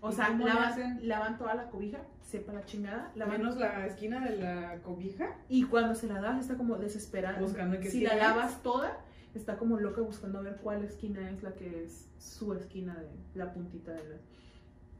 [SPEAKER 1] O
[SPEAKER 2] ¿Y
[SPEAKER 1] sea,
[SPEAKER 2] cómo le
[SPEAKER 1] lavan,
[SPEAKER 2] hacen?
[SPEAKER 1] lavan toda la cobija, sepa la chingada, lavan
[SPEAKER 2] Menos la esquina de la cobija.
[SPEAKER 1] y cuando se la das está como desesperada.
[SPEAKER 2] Buscando que
[SPEAKER 1] si la
[SPEAKER 2] sí.
[SPEAKER 1] lavas toda, está como loca buscando a ver cuál esquina es la que es su esquina de la puntita de la...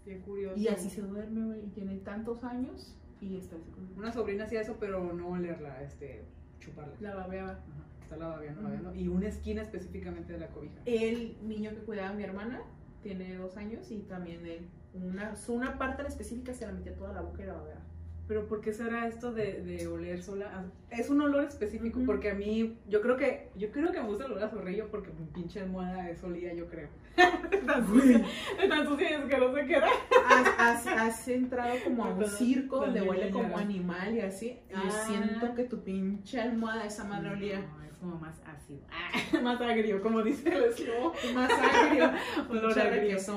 [SPEAKER 2] Qué curioso.
[SPEAKER 1] Y así se duerme, güey, y tiene tantos años y está así como...
[SPEAKER 2] Una sobrina hacía eso, pero no olerla, este, chuparla.
[SPEAKER 1] La babeaba.
[SPEAKER 2] Ajá, Está la babeando, babeando. Y una esquina específicamente de la cobija.
[SPEAKER 1] El niño que cuidaba a mi hermana tiene dos años y también él, una, una parte en específica se la metía toda la boca y la babeaba.
[SPEAKER 2] Pero ¿por qué será esto de, de oler sola? Ah, Es un olor específico,
[SPEAKER 1] Ujú.
[SPEAKER 2] porque a mí, yo creo que, yo creo que me gusta el olor a zorrillo porque mi pinche almohada es olía, yo creo. tan sucia, tan sucia y asquerosa que era.
[SPEAKER 1] Has, has- has entrado como a un
[SPEAKER 2] Cuando-
[SPEAKER 1] circo donde
[SPEAKER 2] cuando
[SPEAKER 1] huele
[SPEAKER 2] niña.
[SPEAKER 1] como animal y así. Y
[SPEAKER 2] Ah.
[SPEAKER 1] siento que tu pinche almohada, esa madre olía
[SPEAKER 2] No, es como más ácido. Ah, más agrio, como dice el slow.
[SPEAKER 1] más agrio.
[SPEAKER 2] Olor agrio.
[SPEAKER 1] así.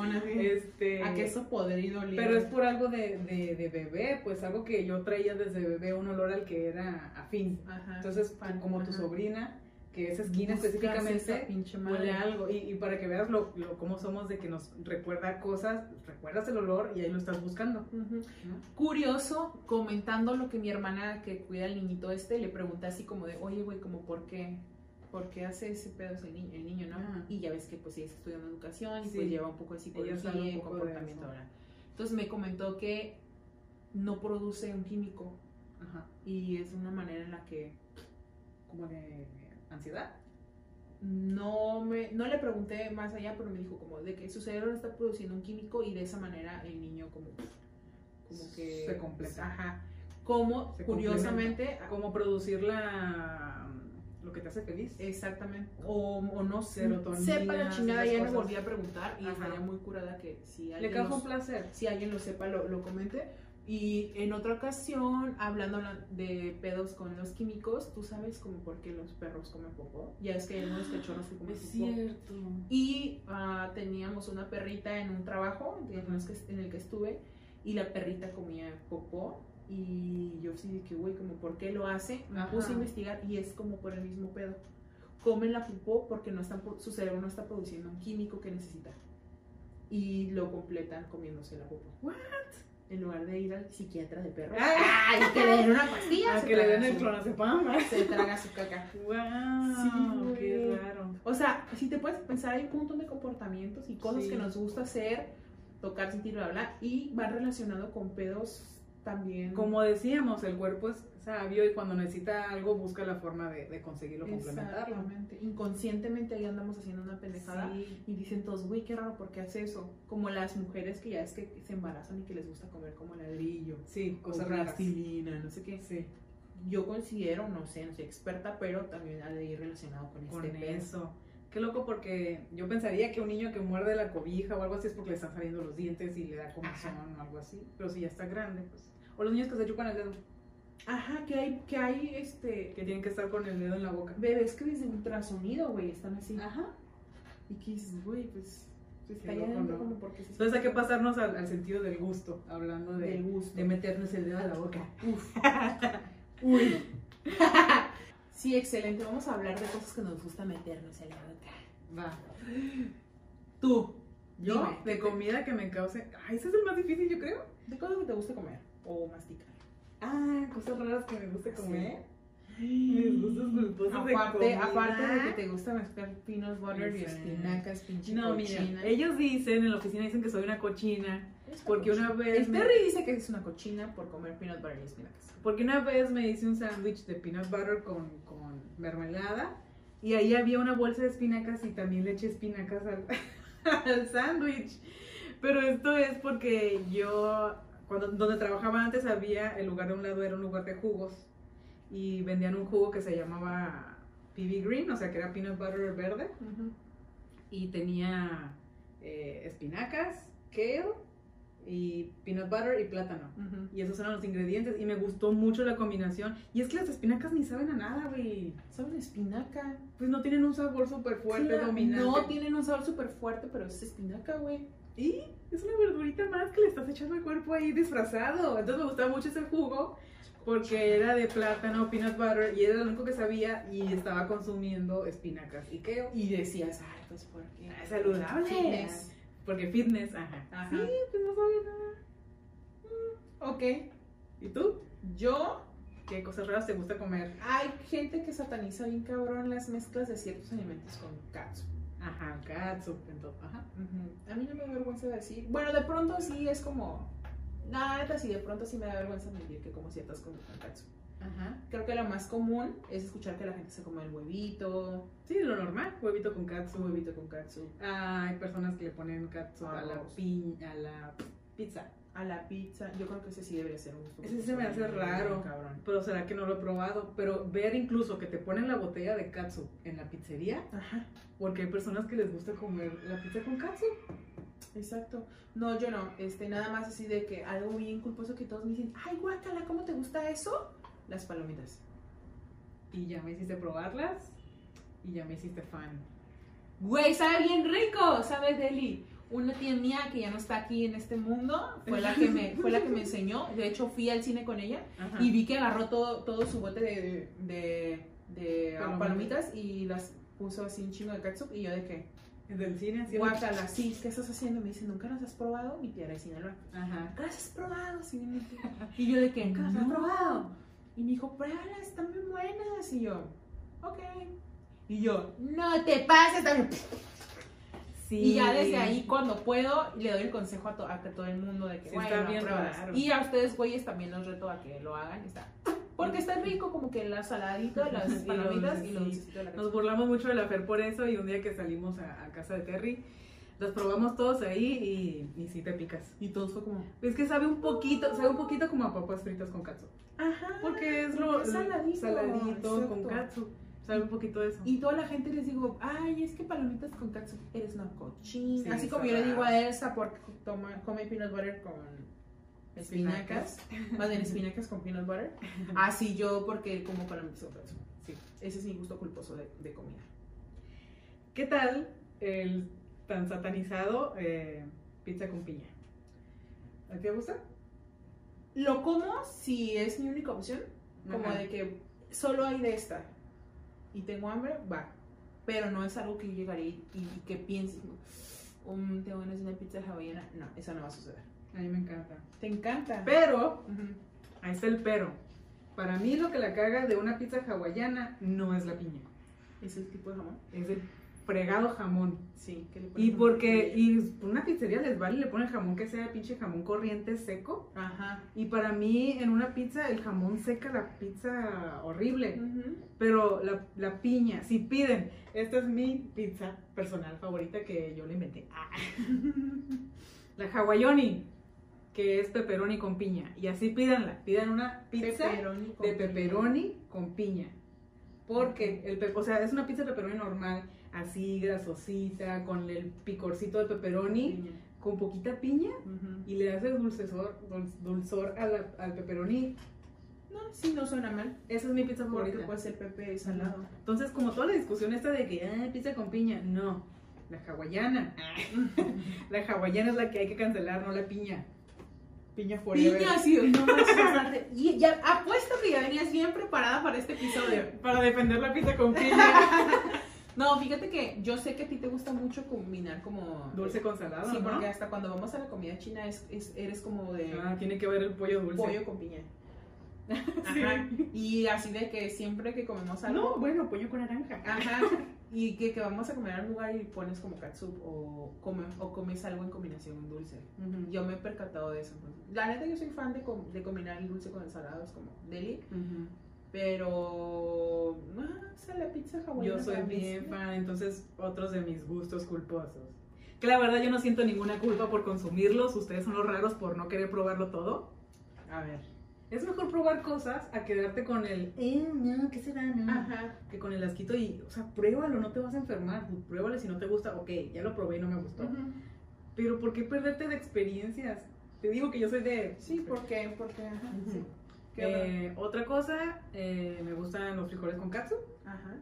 [SPEAKER 2] Este,
[SPEAKER 1] A queso podrido olía.
[SPEAKER 2] Pero es por algo de, de, de bebé, pues algo que yo traía desde bebé, un olor al que era afín.
[SPEAKER 1] Ajá.
[SPEAKER 2] Entonces,
[SPEAKER 1] Pan,
[SPEAKER 2] como tu
[SPEAKER 1] ajá.
[SPEAKER 2] sobrina, que esa esquina
[SPEAKER 1] Buscas esa
[SPEAKER 2] específicamente
[SPEAKER 1] pinche madre.
[SPEAKER 2] huele a algo. Y, y para que veas lo, lo- cómo somos de que nos recuerda cosas, recuerdas el olor y ahí lo estás buscando.
[SPEAKER 1] Ujú.
[SPEAKER 2] ¿no?
[SPEAKER 1] Curioso, comentando lo que mi hermana que cuida al niñito este, le pregunta así como de, oye, güey, como por qué, por qué hace ese pedo ese ni- el niño, ¿no?
[SPEAKER 2] Ajá.
[SPEAKER 1] Y ya ves que pues ella está estudiando educación y
[SPEAKER 2] Sí.
[SPEAKER 1] pues lleva un poco de psicología
[SPEAKER 2] sabe un
[SPEAKER 1] y
[SPEAKER 2] poco de
[SPEAKER 1] comportamiento
[SPEAKER 2] eso.
[SPEAKER 1] ¿verdad? Entonces me comentó que no produce un químico
[SPEAKER 2] Ajá.
[SPEAKER 1] y es una manera en la que
[SPEAKER 2] Como de ansiedad.
[SPEAKER 1] no me no le pregunté más allá, pero me dijo como de que su cerebro está produciendo un químico y de esa manera el niño como como que
[SPEAKER 2] Se completa.
[SPEAKER 1] Ajá. Como
[SPEAKER 2] Se
[SPEAKER 1] curiosamente
[SPEAKER 2] Como producir la mm, lo que te hace feliz.
[SPEAKER 1] Eh, Exactamente. O, o no sé.
[SPEAKER 2] Serotonina,
[SPEAKER 1] Sepa la chingada,
[SPEAKER 2] esas
[SPEAKER 1] ya no
[SPEAKER 2] cosas.
[SPEAKER 1] volví a preguntar y
[SPEAKER 2] Ajá.
[SPEAKER 1] estaría muy curada que si
[SPEAKER 2] Le
[SPEAKER 1] alguien,
[SPEAKER 2] causa un
[SPEAKER 1] los-
[SPEAKER 2] placer.
[SPEAKER 1] si alguien lo sepa, lo, lo comente. Y en otra ocasión, hablando la- de pedos con los químicos, ¿tú sabes como por qué los perros comen popó? Ya es que hay unos cachorros que comen popó.
[SPEAKER 2] cierto.
[SPEAKER 1] Y ah, teníamos una perrita en un trabajo en, los que- en el que estuve y la perrita comía popó. Y yo sí dije, güey, como por qué lo hace, me
[SPEAKER 2] Ajá.
[SPEAKER 1] puse a investigar y es como por el mismo pedo. Comen la popó porque no están, pro- su cerebro no está produciendo un químico que necesita. Y lo completan comiéndose la popó.
[SPEAKER 2] What?
[SPEAKER 1] En lugar de ir al psiquiatra de perro.
[SPEAKER 2] Ah.
[SPEAKER 1] ¡Ay! Que le den una pastilla.
[SPEAKER 2] A
[SPEAKER 1] se
[SPEAKER 2] Ah, que le
[SPEAKER 1] traga
[SPEAKER 2] den el
[SPEAKER 1] su-
[SPEAKER 2] clonazepam. ¿eh?
[SPEAKER 1] Se traga su caca.
[SPEAKER 2] Wow,
[SPEAKER 1] Sí,
[SPEAKER 2] qué
[SPEAKER 1] güey.
[SPEAKER 2] raro.
[SPEAKER 1] O sea, si te puedes pensar, hay un montón de comportamientos y cosas
[SPEAKER 2] Sí.
[SPEAKER 1] que nos gusta hacer, tocar, sentir, bla, bla, y van relacionado con pedos también.
[SPEAKER 2] Como decíamos, el cuerpo es sabio y cuando necesita algo busca la forma de, de conseguirlo, complementarlo.
[SPEAKER 1] Exactamente. Inconscientemente ahí andamos haciendo una pendejada.
[SPEAKER 2] Sí.
[SPEAKER 1] Y dicen todos, güey, qué raro, ¿por qué hace eso? Como las mujeres que ya es que se embarazan y que les gusta comer como ladrillo.
[SPEAKER 2] Sí, cosas
[SPEAKER 1] o
[SPEAKER 2] raras.
[SPEAKER 1] plastilina, no sé qué.
[SPEAKER 2] Sí,
[SPEAKER 1] Yo considero, no sé, no soy experta, pero también ha de ir relacionado con,
[SPEAKER 2] con
[SPEAKER 1] este pedo.
[SPEAKER 2] eso. Qué loco porque yo pensaría que un niño que muerde la cobija o algo así es porque le están saliendo los dientes y le da comezón o algo así. Pero si ya está grande, pues. O los niños que se chupan el dedo,
[SPEAKER 1] Ajá, que hay, que hay este,
[SPEAKER 2] que tienen que estar con el dedo en la boca.
[SPEAKER 1] bebés que desde ultrasonido, güey, están así.
[SPEAKER 2] Ajá.
[SPEAKER 1] Y que dices, güey, pues, pues
[SPEAKER 2] Qué
[SPEAKER 1] está ya
[SPEAKER 2] loco,
[SPEAKER 1] dentro
[SPEAKER 2] ¿no?
[SPEAKER 1] como porque se
[SPEAKER 2] Entonces hay que pasarnos al, al sentido del gusto, hablando
[SPEAKER 1] del
[SPEAKER 2] de,
[SPEAKER 1] gusto.
[SPEAKER 2] de meternos el dedo a la boca.
[SPEAKER 1] Uf. Uy. sí, excelente. Vamos a hablar de cosas que nos gusta meternos en la boca.
[SPEAKER 2] Va.
[SPEAKER 1] Tú,
[SPEAKER 2] Yo,
[SPEAKER 1] Dime, ¿qué
[SPEAKER 2] de
[SPEAKER 1] te-
[SPEAKER 2] comida que me cause. Ay, ese es el más difícil, yo creo.
[SPEAKER 1] ¿de cosas que te gusta comer o masticar?
[SPEAKER 2] Ah, cosas raras que me gusta comer.
[SPEAKER 1] Mis
[SPEAKER 2] gustos culposos de
[SPEAKER 1] aparte,
[SPEAKER 2] comida.
[SPEAKER 1] Aparte de que te gusta mezclar pinos, butter y
[SPEAKER 2] Sí.
[SPEAKER 1] espinacas, pinche
[SPEAKER 2] No,
[SPEAKER 1] cochina.
[SPEAKER 2] mira, ellos dicen, en la oficina dicen que soy una cochina,
[SPEAKER 1] Es
[SPEAKER 2] porque
[SPEAKER 1] cochina.
[SPEAKER 2] una vez,
[SPEAKER 1] El
[SPEAKER 2] me-
[SPEAKER 1] Terry dice que es una cochina por comer peanut butter y espinacas.
[SPEAKER 2] porque una vez me hice un sándwich de peanut butter con, con mermelada y ahí había una bolsa de espinacas y también le eché espinacas al, al sándwich. Pero esto es porque yo Cuando, donde trabajaba antes había, el lugar de un lado era un lugar de jugos y vendían un jugo que se llamaba PB Green, o sea que era peanut butter verde
[SPEAKER 1] Ujú.
[SPEAKER 2] y tenía eh, espinacas, kale y peanut butter y plátano.
[SPEAKER 1] Ujú.
[SPEAKER 2] Y esos eran los ingredientes y me gustó mucho la combinación. Y es que las espinacas ni saben a nada, güey.
[SPEAKER 1] Saben a espinaca.
[SPEAKER 2] Pues no tienen un sabor súper fuerte,
[SPEAKER 1] Claro,
[SPEAKER 2] dominante.
[SPEAKER 1] No tienen un sabor súper fuerte, pero es espinaca, güey.
[SPEAKER 2] Y es una verdurita más que le estás echando al cuerpo ahí disfrazado. Entonces me gustaba mucho ese jugo porque era de plátano, peanut butter y era lo único que sabía y estaba consumiendo espinacas y kale.
[SPEAKER 1] Y decías, ay, pues porque.
[SPEAKER 2] Ah, saludables.
[SPEAKER 1] Fitness.
[SPEAKER 2] Porque fitness, ajá.
[SPEAKER 1] Ajá.
[SPEAKER 2] Sí, pues no sabía nada.
[SPEAKER 1] Ok.
[SPEAKER 2] ¿Y tú?
[SPEAKER 1] Yo,
[SPEAKER 2] ¿Qué cosas raras te gusta comer?
[SPEAKER 1] hay gente que sataniza bien cabrón las mezclas de ciertos alimentos con katsu.
[SPEAKER 2] Ajá, catsup, entonces, ajá.
[SPEAKER 1] A mí no me da vergüenza decir. Bueno, de pronto sí es como. Nada, neta, sí, de pronto sí me da vergüenza admitir que como ciertas cosas con katsu.
[SPEAKER 2] Ajá.
[SPEAKER 1] Creo que lo más común es escuchar que la gente se come el huevito,
[SPEAKER 2] Sí, lo normal, huevito con
[SPEAKER 1] su
[SPEAKER 2] catsup,
[SPEAKER 1] huevito con katsu,
[SPEAKER 2] Ah, hay personas que le ponen catsup a la
[SPEAKER 1] Arroz.
[SPEAKER 2] piña, a la pizza.
[SPEAKER 1] a la pizza. Yo creo que ese sí debería ser un gusto.
[SPEAKER 2] Ese se me hace raro.
[SPEAKER 1] Cabrón.
[SPEAKER 2] Pero será que no lo he probado. Pero ver incluso que te ponen la botella de catsup en la pizzería,
[SPEAKER 1] Ajá,
[SPEAKER 2] porque hay personas que les gusta comer la pizza con catsup.
[SPEAKER 1] exacto. No, yo no. Este, nada más así de que algo bien culposo que todos me dicen, ay, guácala, ¿cómo te gusta eso? Las palomitas.
[SPEAKER 2] Y ya me hiciste probarlas y ya me hiciste fan.
[SPEAKER 1] Güey, sabe bien rico, ¿sabes, Deli? Una tía mía que ya no está aquí en este mundo fue la que me, fue la que me enseñó. De hecho, fui al cine con ella
[SPEAKER 2] Ajá.
[SPEAKER 1] y vi que agarró todo, todo su bote de, de, de, ah,
[SPEAKER 2] Palomitas.
[SPEAKER 1] palomitas y las puso así un chingo de ketchup. Y yo de que,
[SPEAKER 2] Del cine haciendo-
[SPEAKER 1] guácala, sí, ¿qué estás haciendo? Me dice, ¿nunca las has probado? Mi tía era de Sinaloa.
[SPEAKER 2] Ajá.
[SPEAKER 1] ¿Nunca las has probado? Sí, mi tía. Y yo de que, ¿nunca las has
[SPEAKER 2] No.
[SPEAKER 1] probado? Y me dijo, pruébalas, están muy buenas. Y yo, ok. Y yo, no te pases, también.
[SPEAKER 2] Sí.
[SPEAKER 1] Y ya desde ahí, cuando puedo, le doy el consejo a, to- a que todo el mundo de que,
[SPEAKER 2] Sí,
[SPEAKER 1] bueno,
[SPEAKER 2] está bien
[SPEAKER 1] pruébala".
[SPEAKER 2] raro.
[SPEAKER 1] Y a ustedes, güeyes, también los reto a que lo hagan. y Está. Porque está rico como que la saladita, las
[SPEAKER 2] Y los
[SPEAKER 1] palomitas y los
[SPEAKER 2] dulcecitos.
[SPEAKER 1] dulcecitos de la
[SPEAKER 2] Nos
[SPEAKER 1] leche.
[SPEAKER 2] burlamos mucho de la Fer por eso y un día que salimos a, a casa de Terry, las probamos todos ahí y, y sí te picas.
[SPEAKER 1] Y todo fue como,
[SPEAKER 2] Es que sabe un poquito, sabe un poquito como a papas fritas con catsup.
[SPEAKER 1] ajá.
[SPEAKER 2] Porque es lo
[SPEAKER 1] es saladito,
[SPEAKER 2] saladito
[SPEAKER 1] exacto.
[SPEAKER 2] con katsu. Sabe un poquito de eso.
[SPEAKER 1] Y toda la gente les digo, ay, es que palomitas con catsup, eres una cochina.
[SPEAKER 2] Sí,
[SPEAKER 1] Así como yo
[SPEAKER 2] está
[SPEAKER 1] le digo a
[SPEAKER 2] raro.
[SPEAKER 1] Elsa, porque toma, come peanut butter con espinacas, más bien espinacas con peanut butter. Así yo, porque como palomitas con catsup.
[SPEAKER 2] Sí.
[SPEAKER 1] Ese es mi gusto culposo de, de comida.
[SPEAKER 2] ¿Qué tal el tan satanizado eh, pizza con piña? ¿A ti te gusta?
[SPEAKER 1] Lo como si es mi única opción, como
[SPEAKER 2] Ajá.
[SPEAKER 1] de que solo hay de esta y tengo hambre, va. Pero no es algo que yo llegaré y, y que piense, um, tengo ganas de una pizza hawaiana. No, eso no va a suceder.
[SPEAKER 2] A mí me encanta.
[SPEAKER 1] Te encanta.
[SPEAKER 2] Pero,
[SPEAKER 1] Ujú.
[SPEAKER 2] ahí está el pero. Para mí lo que la caga de una pizza hawaiana no es la piña,
[SPEAKER 1] ¿Es el tipo de jamón?
[SPEAKER 2] es el fregado jamón.
[SPEAKER 1] Sí, que le ponen
[SPEAKER 2] Y
[SPEAKER 1] jamón
[SPEAKER 2] porque
[SPEAKER 1] y-
[SPEAKER 2] y una pizzería les vale, le ponen jamón que sea pinche jamón corriente seco.
[SPEAKER 1] Ajá.
[SPEAKER 2] Y para mí en una pizza el jamón seca la pizza horrible.
[SPEAKER 1] Ujú.
[SPEAKER 2] Pero la, la piña, si piden, esta es mi pizza personal favorita que yo le inventé. Ah. La hawaioni, que es pepperoni con piña. Y así pídanla, pidan una pizza
[SPEAKER 1] Pepperoni con
[SPEAKER 2] de
[SPEAKER 1] piña.
[SPEAKER 2] pepperoni con piña. Porque, el pe- o sea, es una pizza de pepperoni normal, así grasosita, con el picorcito de pepperoni,
[SPEAKER 1] Piña.
[SPEAKER 2] con poquita piña,
[SPEAKER 1] Ujú.
[SPEAKER 2] y le das el dulcesor, dul- dulzor a la- al pepperoni.
[SPEAKER 1] No, sí, no suena mal.
[SPEAKER 2] Esa es mi pizza
[SPEAKER 1] Porque
[SPEAKER 2] favorita. pues.
[SPEAKER 1] puede ser pepe salado.
[SPEAKER 2] Entonces, como toda la discusión esta de que "Ah, pizza con piña, no, la hawaiana. la hawaiana es la que hay que cancelar, no la piña. Piña forever.
[SPEAKER 1] Piña, sí, no manches, bastante. Y ya apuesto que ya venías bien preparada para este episodio.
[SPEAKER 2] Para defender la pizza con piña.
[SPEAKER 1] No, fíjate que yo sé que a ti te gusta mucho combinar como... eh,
[SPEAKER 2] dulce con salado,
[SPEAKER 1] Sí,
[SPEAKER 2] ¿no?
[SPEAKER 1] porque hasta cuando vamos a la comida china es, es- eres como de
[SPEAKER 2] Ah, tiene que ver el pollo dulce.
[SPEAKER 1] pollo con piña. Ajá. Y así de que siempre que comemos algo...
[SPEAKER 2] No, bueno, pollo con naranja.
[SPEAKER 1] Ajá. Y que, que vamos a comer a un lugar y pones como katsup o, come- o comes algo en combinación con dulce.
[SPEAKER 2] Ujú.
[SPEAKER 1] Yo me he percatado de eso. entonces. La neta yo soy fan de, com- de combinar el dulce con el salado, es como deli.
[SPEAKER 2] Ujú.
[SPEAKER 1] Pero... No, o sea, la pizza hawaiana
[SPEAKER 2] Yo soy
[SPEAKER 1] para mí
[SPEAKER 2] bien
[SPEAKER 1] sí.
[SPEAKER 2] fan, entonces otros de mis gustos culposos. Que la verdad yo no siento ninguna culpa por consumirlos, ustedes son los raros por no querer probarlo todo.
[SPEAKER 1] A ver.
[SPEAKER 2] Es mejor probar cosas a quedarte con el, eh, no, ¿qué será? No.
[SPEAKER 1] Ajá.
[SPEAKER 2] Que con el asquito y, o sea, pruébalo, no te vas a enfermar, pruébalo y si no te gusta, ok, ya lo probé y no me gustó. Pero ¿por qué perderte de experiencias? Te digo que yo soy de...
[SPEAKER 1] Sí, porque, porque, ajá, sí.
[SPEAKER 2] Ujú.
[SPEAKER 1] ¿Qué otra?
[SPEAKER 2] Eh, otra cosa, eh, me gustan los frijoles con katsu,
[SPEAKER 1] Ajá.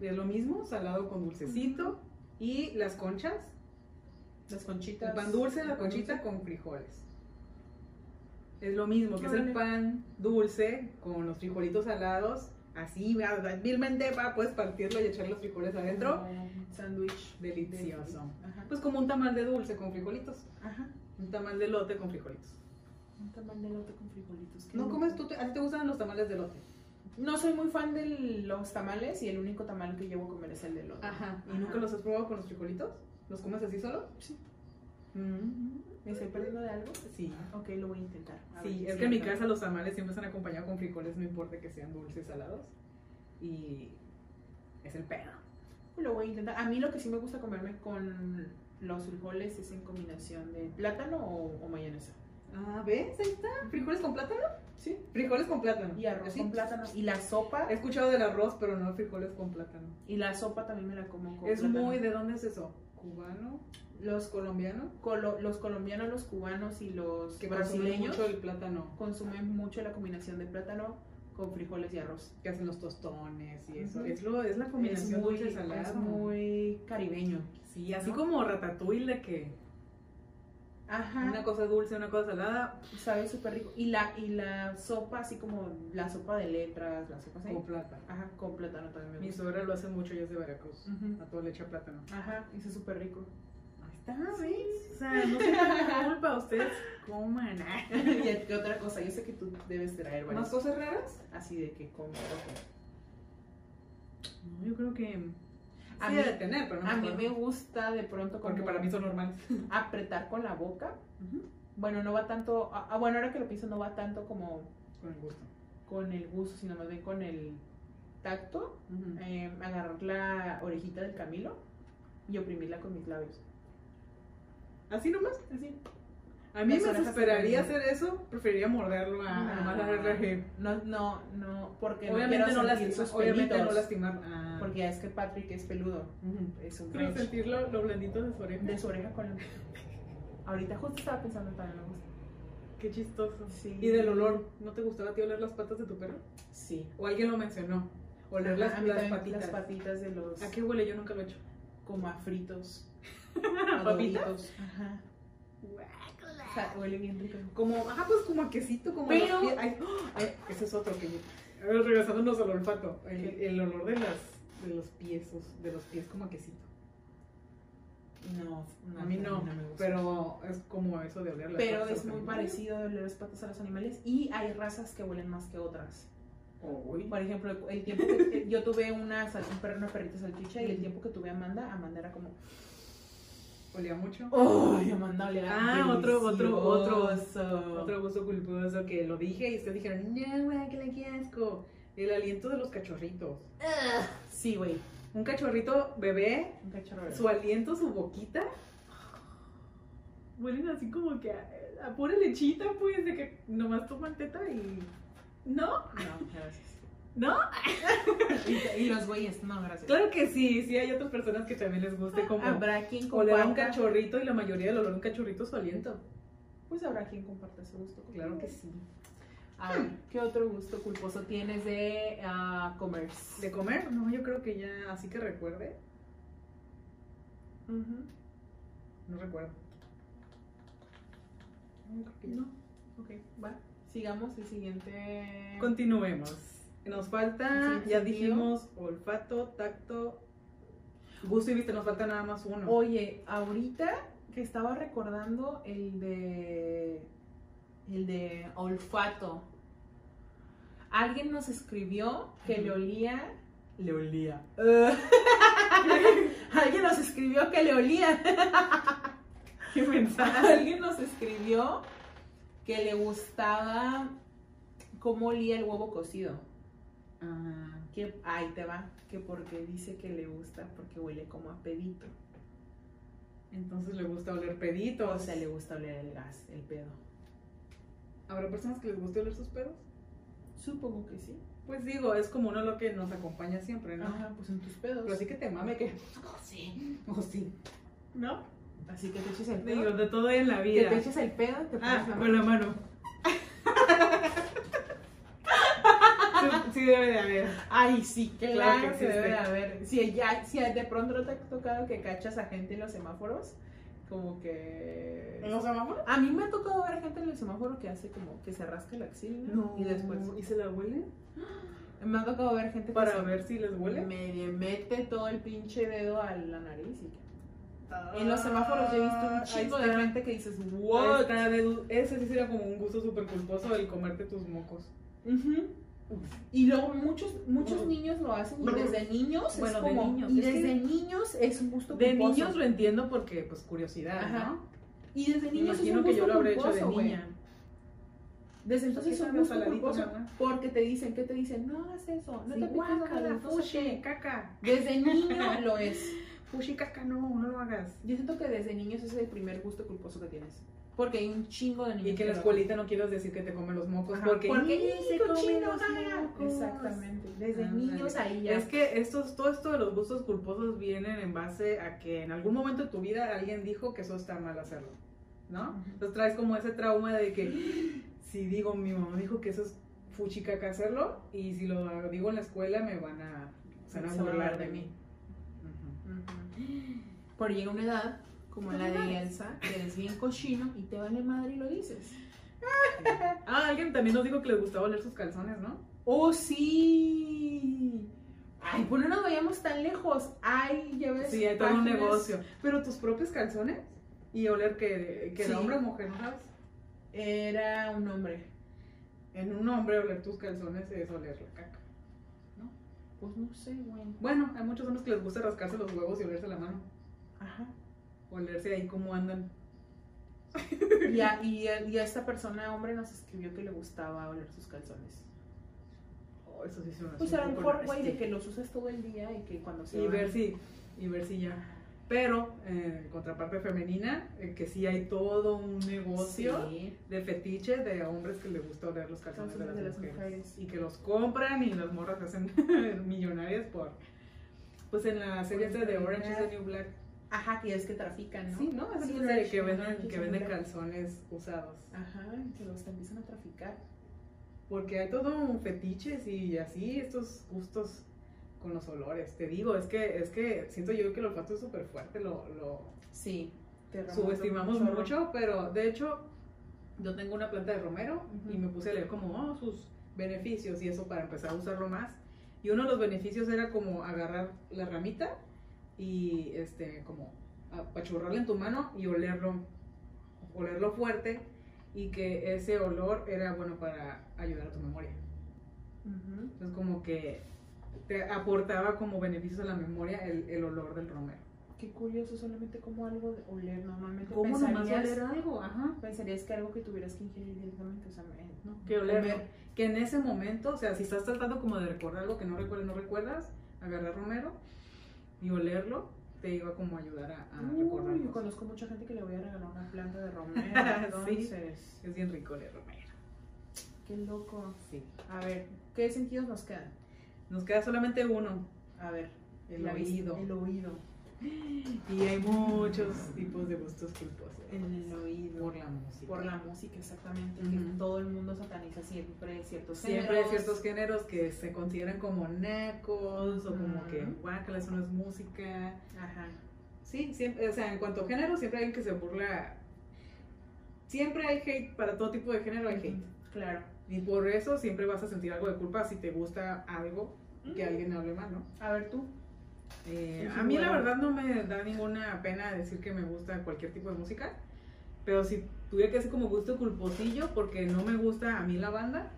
[SPEAKER 2] es lo mismo, salado con dulcecito. Y las conchas,
[SPEAKER 1] Las conchitas.
[SPEAKER 2] el pan dulce, la
[SPEAKER 1] El pan dulce.
[SPEAKER 2] conchita con frijoles. Es lo mismo, que es
[SPEAKER 1] Órale.
[SPEAKER 2] el pan dulce con los frijolitos salados, así, va- va- vilmente va, puedes partirlo y echar los frijoles adentro.
[SPEAKER 1] Un sándwich.
[SPEAKER 2] Delicioso.
[SPEAKER 1] Ajá.
[SPEAKER 2] Pues como un tamal de dulce con frijolitos,
[SPEAKER 1] Ajá.
[SPEAKER 2] un tamal de lote con frijolitos. Mm.
[SPEAKER 1] Un tamal de lote con frijolitos. qué
[SPEAKER 2] ¿No
[SPEAKER 1] rico.
[SPEAKER 2] comes tú? te- ¿A ti te gustan los tamales de lote?
[SPEAKER 1] No soy muy fan de los tamales y el único tamal que llevo a comer es el de lote.
[SPEAKER 2] Ajá. ¿Y
[SPEAKER 1] Ajá.
[SPEAKER 2] nunca los has probado con los frijolitos? ¿Los comes así solo?
[SPEAKER 1] Sí.
[SPEAKER 2] Mm,
[SPEAKER 1] ¿Me estoy perdiendo de algo?
[SPEAKER 2] Sí.
[SPEAKER 1] Ok, lo voy a intentar. A ver
[SPEAKER 2] Sí,
[SPEAKER 1] si
[SPEAKER 2] es que en mi
[SPEAKER 1] cierto.
[SPEAKER 2] casa los tamales siempre están acompañados con frijoles, no importa que sean dulces, salados. Y es el pedo.
[SPEAKER 1] Lo voy a intentar. A mí lo que sí me gusta comerme con los frijoles es en combinación de plátano o, o mayonesa.
[SPEAKER 2] Ah, ¿ves? Ahí está. ¿Frijoles con plátano?
[SPEAKER 1] Sí.
[SPEAKER 2] Frijoles con plátano.
[SPEAKER 1] Y arroz
[SPEAKER 2] Así.
[SPEAKER 1] con plátano. Y la sopa.
[SPEAKER 2] He escuchado del arroz, pero no frijoles con plátano.
[SPEAKER 1] Y la sopa también me la como con
[SPEAKER 2] es
[SPEAKER 1] plátano.
[SPEAKER 2] muy... ¿De dónde es eso? ¿Cubano?
[SPEAKER 1] Los,
[SPEAKER 2] ¿Colombiano?
[SPEAKER 1] colo- los colombianos, los cubanos y los
[SPEAKER 2] Que consumen
[SPEAKER 1] brasileños
[SPEAKER 2] mucho el plátano.
[SPEAKER 1] consumen mucho la combinación de plátano con frijoles y arroz.
[SPEAKER 2] Que hacen los tostones y eso.
[SPEAKER 1] Ujú.
[SPEAKER 2] es, lo, es la
[SPEAKER 1] Es
[SPEAKER 2] combinación
[SPEAKER 1] muy,
[SPEAKER 2] dulce salado.
[SPEAKER 1] es muy caribeño.
[SPEAKER 2] Sí, así
[SPEAKER 1] ¿no?
[SPEAKER 2] como ratatouille de que
[SPEAKER 1] Ajá.
[SPEAKER 2] una cosa dulce, una cosa salada,
[SPEAKER 1] Sabe súper rico. Y la, y la sopa, así como la sopa de letras, la sopa así.
[SPEAKER 2] con plátano.
[SPEAKER 1] Ajá, con plátano también me
[SPEAKER 2] Mi
[SPEAKER 1] gusta.
[SPEAKER 2] suegra lo hace mucho, ella es de Veracruz.
[SPEAKER 1] Ujú.
[SPEAKER 2] A todo le echa plátano.
[SPEAKER 1] Ajá, eso es súper rico.
[SPEAKER 2] Ahí está, ¿ves? O sea, no tengan culpa, ustedes coman.
[SPEAKER 1] ¿Y qué otra cosa? Yo sé que tú debes traer
[SPEAKER 2] ¿Más
[SPEAKER 1] varias
[SPEAKER 2] cosas raras?
[SPEAKER 1] así de que como.
[SPEAKER 2] No, yo creo que.
[SPEAKER 1] A
[SPEAKER 2] sí,
[SPEAKER 1] mí-
[SPEAKER 2] de tener, pero no.
[SPEAKER 1] A mí me
[SPEAKER 2] acuerdo.
[SPEAKER 1] gusta de pronto como
[SPEAKER 2] Porque para mí son normales.
[SPEAKER 1] apretar con la boca. Bueno, no va tanto, ah, ah, bueno, ahora que lo pienso, no va tanto como
[SPEAKER 2] Con el gusto.
[SPEAKER 1] con el gusto, sino más bien con el tacto. Eh, agarrar la orejita del Camilo y oprimirla con mis labios.
[SPEAKER 2] Así nomás.
[SPEAKER 1] Así.
[SPEAKER 2] A mí
[SPEAKER 1] Las
[SPEAKER 2] me
[SPEAKER 1] orejas
[SPEAKER 2] desesperaría
[SPEAKER 1] también.
[SPEAKER 2] hacer eso, preferiría morderlo a a nomás hacerle reír.
[SPEAKER 1] No, no, no, porque
[SPEAKER 2] Obviamente Ah. no,
[SPEAKER 1] no quiero sentir
[SPEAKER 2] lastimar.
[SPEAKER 1] sus
[SPEAKER 2] Obviamente no
[SPEAKER 1] pelitos,
[SPEAKER 2] lastimar. Ah.
[SPEAKER 1] Porque ya es que Patrick es peludo.
[SPEAKER 2] Ujú.
[SPEAKER 1] Es un
[SPEAKER 2] Quiero
[SPEAKER 1] crush.
[SPEAKER 2] sentir lo, lo blandito de su oreja.
[SPEAKER 1] De su oreja con la... Ahorita justo estaba pensando también me gusta.
[SPEAKER 2] Qué chistoso.
[SPEAKER 1] Sí.
[SPEAKER 2] Y del olor, ¿no te gustaba a ti oler las patas de tu perro?
[SPEAKER 1] Sí.
[SPEAKER 2] O alguien lo mencionó. Oler
[SPEAKER 1] Ajá,
[SPEAKER 2] las,
[SPEAKER 1] a mí
[SPEAKER 2] las
[SPEAKER 1] también
[SPEAKER 2] patitas.
[SPEAKER 1] Las patitas de los...
[SPEAKER 2] ¿A qué huele? Yo nunca lo he hecho.
[SPEAKER 1] Como a fritos.
[SPEAKER 2] ¿Papitas?
[SPEAKER 1] adoritos. Ajá. O sea, huele bien rico.
[SPEAKER 2] Como, ah, pues como a quesito, como a
[SPEAKER 1] Pero-
[SPEAKER 2] los pies. Ay, ¡oh! ay, ese es otro que yo. A ver, regresándonos al olfato. El, el olor de las de los pies, os- de los pies como a quesito.
[SPEAKER 1] No,
[SPEAKER 2] A mí no,
[SPEAKER 1] me gusta.
[SPEAKER 2] pero es como eso de oler las
[SPEAKER 1] Pero
[SPEAKER 2] patas de
[SPEAKER 1] es
[SPEAKER 2] los
[SPEAKER 1] muy
[SPEAKER 2] animales.
[SPEAKER 1] parecido de oler las patas a los animales y hay razas que huelen más que otras.
[SPEAKER 2] Uy.
[SPEAKER 1] Por ejemplo, el tiempo que yo tuve una, sal- un perro, una perrita salchicha y el tiempo que tuve a Amanda, Amanda era como,
[SPEAKER 2] Olía mucho.
[SPEAKER 1] Oh. ¡ay, Amanda olía
[SPEAKER 2] Ah, otro- otro- otro-
[SPEAKER 1] delicioso".
[SPEAKER 2] Otro gusto culposo que lo dije y ustedes dijeron, no, güey, que le qué asco. El aliento de los cachorritos.
[SPEAKER 1] Sí, güey,
[SPEAKER 2] Un cachorrito bebé
[SPEAKER 1] un cachorro. bebé.
[SPEAKER 2] su aliento, su boquita. Huelen así como que a, a pura lechita, pues, de que nomás toman teta y. ¿No?
[SPEAKER 1] No, gracias.
[SPEAKER 2] ¿No?
[SPEAKER 1] Y, y los güeyes, no, gracias.
[SPEAKER 2] Claro que sí, sí hay otras personas que también les guste como
[SPEAKER 1] Habrá quien
[SPEAKER 2] oler a un
[SPEAKER 1] comparta.
[SPEAKER 2] cachorrito y la mayoría del olor a un cachorrito es su aliento.
[SPEAKER 1] Pues habrá quien comparta ese gusto. contigo.
[SPEAKER 2] Claro que sí.
[SPEAKER 1] A ver, ¿qué otro gusto culposo tienes de ah, comer?
[SPEAKER 2] ¿De comer? No, yo creo que ya, así que recuerde.
[SPEAKER 1] Ujú.
[SPEAKER 2] No recuerdo. No, creo que ya.
[SPEAKER 1] No. Ok, va. Sigamos el siguiente.
[SPEAKER 2] Continuemos. Nos falta,
[SPEAKER 1] Sí,
[SPEAKER 2] ya
[SPEAKER 1] sentido.
[SPEAKER 2] dijimos, olfato, tacto, gusto y vista. Nos falta nada más uno.
[SPEAKER 1] Oye, ahorita que estaba recordando el de. El de olfato. Alguien nos escribió que le
[SPEAKER 2] Ujú.
[SPEAKER 1] olía.
[SPEAKER 2] le olía.
[SPEAKER 1] Alguien nos escribió que le olía.
[SPEAKER 2] ¿Qué mensaje?
[SPEAKER 1] Alguien nos escribió que le gustaba cómo olía el huevo cocido.
[SPEAKER 2] Ah,
[SPEAKER 1] Que, ahí te va. Que porque dice que le gusta porque huele como a pedito.
[SPEAKER 2] Entonces le gusta oler peditos.
[SPEAKER 1] O sea, le gusta oler el gas, el pedo.
[SPEAKER 2] ¿Habrá personas que les guste oler sus pedos?
[SPEAKER 1] Supongo que sí.
[SPEAKER 2] Pues digo, es como uno lo que nos acompaña siempre, ¿no?
[SPEAKER 1] Ajá, pues en tus pedos.
[SPEAKER 2] Pero sí que te mame que.
[SPEAKER 1] "Oh, Sí.
[SPEAKER 2] O sí. ¿No?
[SPEAKER 1] Así que te eches el
[SPEAKER 2] Digo,
[SPEAKER 1] pedo.
[SPEAKER 2] de todo en la
[SPEAKER 1] Que
[SPEAKER 2] vida.
[SPEAKER 1] te eches el pedo, te pones
[SPEAKER 2] Ah,
[SPEAKER 1] la
[SPEAKER 2] con la
[SPEAKER 1] mano.
[SPEAKER 2] mano. Sí, sí debe de haber.
[SPEAKER 1] Ay, sí,
[SPEAKER 2] Claro
[SPEAKER 1] claro,
[SPEAKER 2] que
[SPEAKER 1] que se debe de
[SPEAKER 2] existe.
[SPEAKER 1] haber. Si, ya, si de pronto no te ha tocado que cachas a gente en los semáforos, como que...
[SPEAKER 2] semáforos?
[SPEAKER 1] A mí me ha tocado ver a gente en el semáforo que hace como que se rasca la axila
[SPEAKER 2] No.
[SPEAKER 1] y después...
[SPEAKER 2] ¿Y se la huelen?
[SPEAKER 1] Me ha tocado ver gente que
[SPEAKER 2] Para
[SPEAKER 1] se
[SPEAKER 2] ver si les huele.
[SPEAKER 1] medio mete todo el pinche dedo a la nariz y que- En los semáforos yo he visto
[SPEAKER 2] Ah,
[SPEAKER 1] un chico de gente que dices,
[SPEAKER 2] Ahí
[SPEAKER 1] what?
[SPEAKER 2] está, de- Ese sí sería como un gusto súper culposo el comerte tus mocos.
[SPEAKER 1] Ujú. Y luego muchos muchos niños lo hacen y
[SPEAKER 2] Brr.
[SPEAKER 1] desde niños
[SPEAKER 2] Bueno,
[SPEAKER 1] es
[SPEAKER 2] de
[SPEAKER 1] como
[SPEAKER 2] niños,
[SPEAKER 1] y
[SPEAKER 2] es que-
[SPEAKER 1] desde niños es un gusto
[SPEAKER 2] De
[SPEAKER 1] culposo.
[SPEAKER 2] niños lo entiendo porque, pues, curiosidad,
[SPEAKER 1] Ajá.
[SPEAKER 2] ¿no?
[SPEAKER 1] y desde
[SPEAKER 2] Me
[SPEAKER 1] niños es
[SPEAKER 2] imagino
[SPEAKER 1] un
[SPEAKER 2] que yo
[SPEAKER 1] gusto
[SPEAKER 2] lo habré hecho de
[SPEAKER 1] culposo, güey.
[SPEAKER 2] niña.
[SPEAKER 1] Desde
[SPEAKER 2] Porque
[SPEAKER 1] entonces es un
[SPEAKER 2] sabe
[SPEAKER 1] gusto
[SPEAKER 2] saladito,
[SPEAKER 1] culposo
[SPEAKER 2] ¿verdad?
[SPEAKER 1] porque te dicen, ¿qué te dicen? No hagas eso, no te piques la fushi.
[SPEAKER 2] caca.
[SPEAKER 1] Desde niño lo es.
[SPEAKER 2] Fushi, caca, no, no lo hagas.
[SPEAKER 1] Yo siento que desde niños ese es el primer gusto culposo que tienes. Porque hay un chingo de niños.
[SPEAKER 2] Y que en la
[SPEAKER 1] lo-
[SPEAKER 2] escuelita no quieras decir que te comen los mocos
[SPEAKER 1] Ajá,
[SPEAKER 2] porque,
[SPEAKER 1] porque
[SPEAKER 2] ¡Ih,
[SPEAKER 1] se
[SPEAKER 2] cochino,
[SPEAKER 1] comen los
[SPEAKER 2] caga!
[SPEAKER 1] mocos. Exactamente. Desde
[SPEAKER 2] Ah,
[SPEAKER 1] niños ahí ya.
[SPEAKER 2] Es que estos, todo esto de los gustos culposos vienen en base a que en algún momento de tu vida alguien dijo que eso está mal hacerlo, ¿no?
[SPEAKER 1] Ujú.
[SPEAKER 2] Entonces traes como ese trauma de que si digo, mi mamá dijo que eso es fuchicaca hacerlo y si lo digo en la escuela me van a, se van a burlar de mí. Ujú.
[SPEAKER 1] Ujú. Pues Pero llega una edad como la de Elsa, que eres bien cochino y te vale madre y lo dices.
[SPEAKER 2] Ah, alguien también nos dijo que les gustaba oler sus calzones, ¿no?
[SPEAKER 1] ¡Oh, sí! Ay, pues no nos vayamos tan lejos. Ay, ya ves.
[SPEAKER 2] Sí, hay todo un
[SPEAKER 1] páginas-
[SPEAKER 2] negocio. Pero tus propios calzones y oler que, que
[SPEAKER 1] Sí.
[SPEAKER 2] de hombre o mujer, ¿no sabes?
[SPEAKER 1] Era un hombre.
[SPEAKER 2] En un hombre oler tus calzones es oler la caca.
[SPEAKER 1] Pues no sé, güey.
[SPEAKER 2] Bueno, hay muchos hombres que les gusta rascarse los huevos y olerse la mano.
[SPEAKER 1] Ajá.
[SPEAKER 2] Olerse ahí cómo andan.
[SPEAKER 1] Y a, y a- y a esta persona, hombre, nos escribió que le gustaba oler sus calzones.
[SPEAKER 2] Oh, eso sí suena
[SPEAKER 1] Pues
[SPEAKER 2] un
[SPEAKER 1] a lo
[SPEAKER 2] poco
[SPEAKER 1] mejor, güey,
[SPEAKER 2] nasty.
[SPEAKER 1] de que los usas todo el día y que cuando se
[SPEAKER 2] Y
[SPEAKER 1] van-
[SPEAKER 2] ver si, y ver si ya. Pero, eh, en contraparte femenina, eh, que sí hay todo un negocio
[SPEAKER 1] Sí.
[SPEAKER 2] de fetiche de hombres que les gusta oler los calzones de las,
[SPEAKER 1] Calzones de las
[SPEAKER 2] mujeres.
[SPEAKER 1] mujeres.
[SPEAKER 2] Y que los compran y las morras se hacen millonarias por... Pues en la serie esta de Orange is the New Black.
[SPEAKER 1] Ajá, que es que trafican, ¿no?
[SPEAKER 2] Sí, ¿no? Es
[SPEAKER 1] Sí,
[SPEAKER 2] una serie que
[SPEAKER 1] Orange is the
[SPEAKER 2] venden, que
[SPEAKER 1] New
[SPEAKER 2] venden
[SPEAKER 1] Black. Ah.
[SPEAKER 2] calzones usados.
[SPEAKER 1] Ajá, y que los empiezan a traficar.
[SPEAKER 2] Porque hay todo un fetiches y así estos gustos con los olores. Te digo, es que, es que siento yo que el olfato es súper fuerte, lo, lo
[SPEAKER 1] Sí. te remonta
[SPEAKER 2] subestimamos
[SPEAKER 1] un chorro.
[SPEAKER 2] mucho, pero de hecho yo tengo una planta de romero y
[SPEAKER 1] Ujú.
[SPEAKER 2] me puse a leer como oh, sus beneficios y eso para empezar a usarlo más. Y uno de los beneficios era como agarrar la ramita y este como apachurrarla en tu mano y olerlo, olerlo fuerte y que ese olor era bueno para ayudar a tu memoria.
[SPEAKER 1] Ujú.
[SPEAKER 2] Entonces como que te aportaba como beneficios a la memoria el, el olor del romero.
[SPEAKER 1] Qué curioso, solamente como algo de oler. Normalmente
[SPEAKER 2] ¿Cómo nomás
[SPEAKER 1] pensarías,
[SPEAKER 2] oler algo? Ajá.
[SPEAKER 1] pensarías que algo que tuvieras que ingerir directamente, o sea, eh,
[SPEAKER 2] ¿no? Que oler,
[SPEAKER 1] Comer.
[SPEAKER 2] ¿no? que en ese momento, o sea, si estás tratando como de recordar algo que no recuerdas, no recuerdas, agarrar romero y olerlo te iba como a ayudar a, a recordar.
[SPEAKER 1] Uy, yo
[SPEAKER 2] cosas.
[SPEAKER 1] conozco mucha gente que le voy a regalar una planta de romero, entonces.
[SPEAKER 2] Es bien rico oler romero.
[SPEAKER 1] Qué loco.
[SPEAKER 2] Sí.
[SPEAKER 1] A ver, ¿qué sentidos nos quedan?
[SPEAKER 2] Nos queda solamente uno,
[SPEAKER 1] A ver,
[SPEAKER 2] el
[SPEAKER 1] la vis-
[SPEAKER 2] oído.
[SPEAKER 1] El oído.
[SPEAKER 2] Y hay muchos tipos de gustos culposos.
[SPEAKER 1] El oído.
[SPEAKER 2] Por la música.
[SPEAKER 1] Por la música, exactamente.
[SPEAKER 2] Ujú.
[SPEAKER 1] Que todo el mundo sataniza siempre ciertos
[SPEAKER 2] Siempre hay
[SPEAKER 1] géneros.
[SPEAKER 2] ciertos géneros que se consideran como nacos o como
[SPEAKER 1] Ujú.
[SPEAKER 2] que, guácala, eso no es música.
[SPEAKER 1] Ajá.
[SPEAKER 2] Sí, siempre, o sea, en cuanto a género, siempre hay alguien que se burla. Siempre hay hate, para todo tipo de género hay hate.
[SPEAKER 1] Claro.
[SPEAKER 2] Y por eso siempre vas a sentir algo de culpa si te gusta algo que
[SPEAKER 1] Mm.
[SPEAKER 2] alguien hable mal, ¿no?
[SPEAKER 1] A ver tú.
[SPEAKER 2] Eh,
[SPEAKER 1] Ujú,
[SPEAKER 2] a mí la
[SPEAKER 1] bueno.
[SPEAKER 2] verdad no me da ninguna pena decir que me gusta cualquier tipo de música, pero si tuviera que hacer como gusto culposillo, porque no me gusta a mí la banda,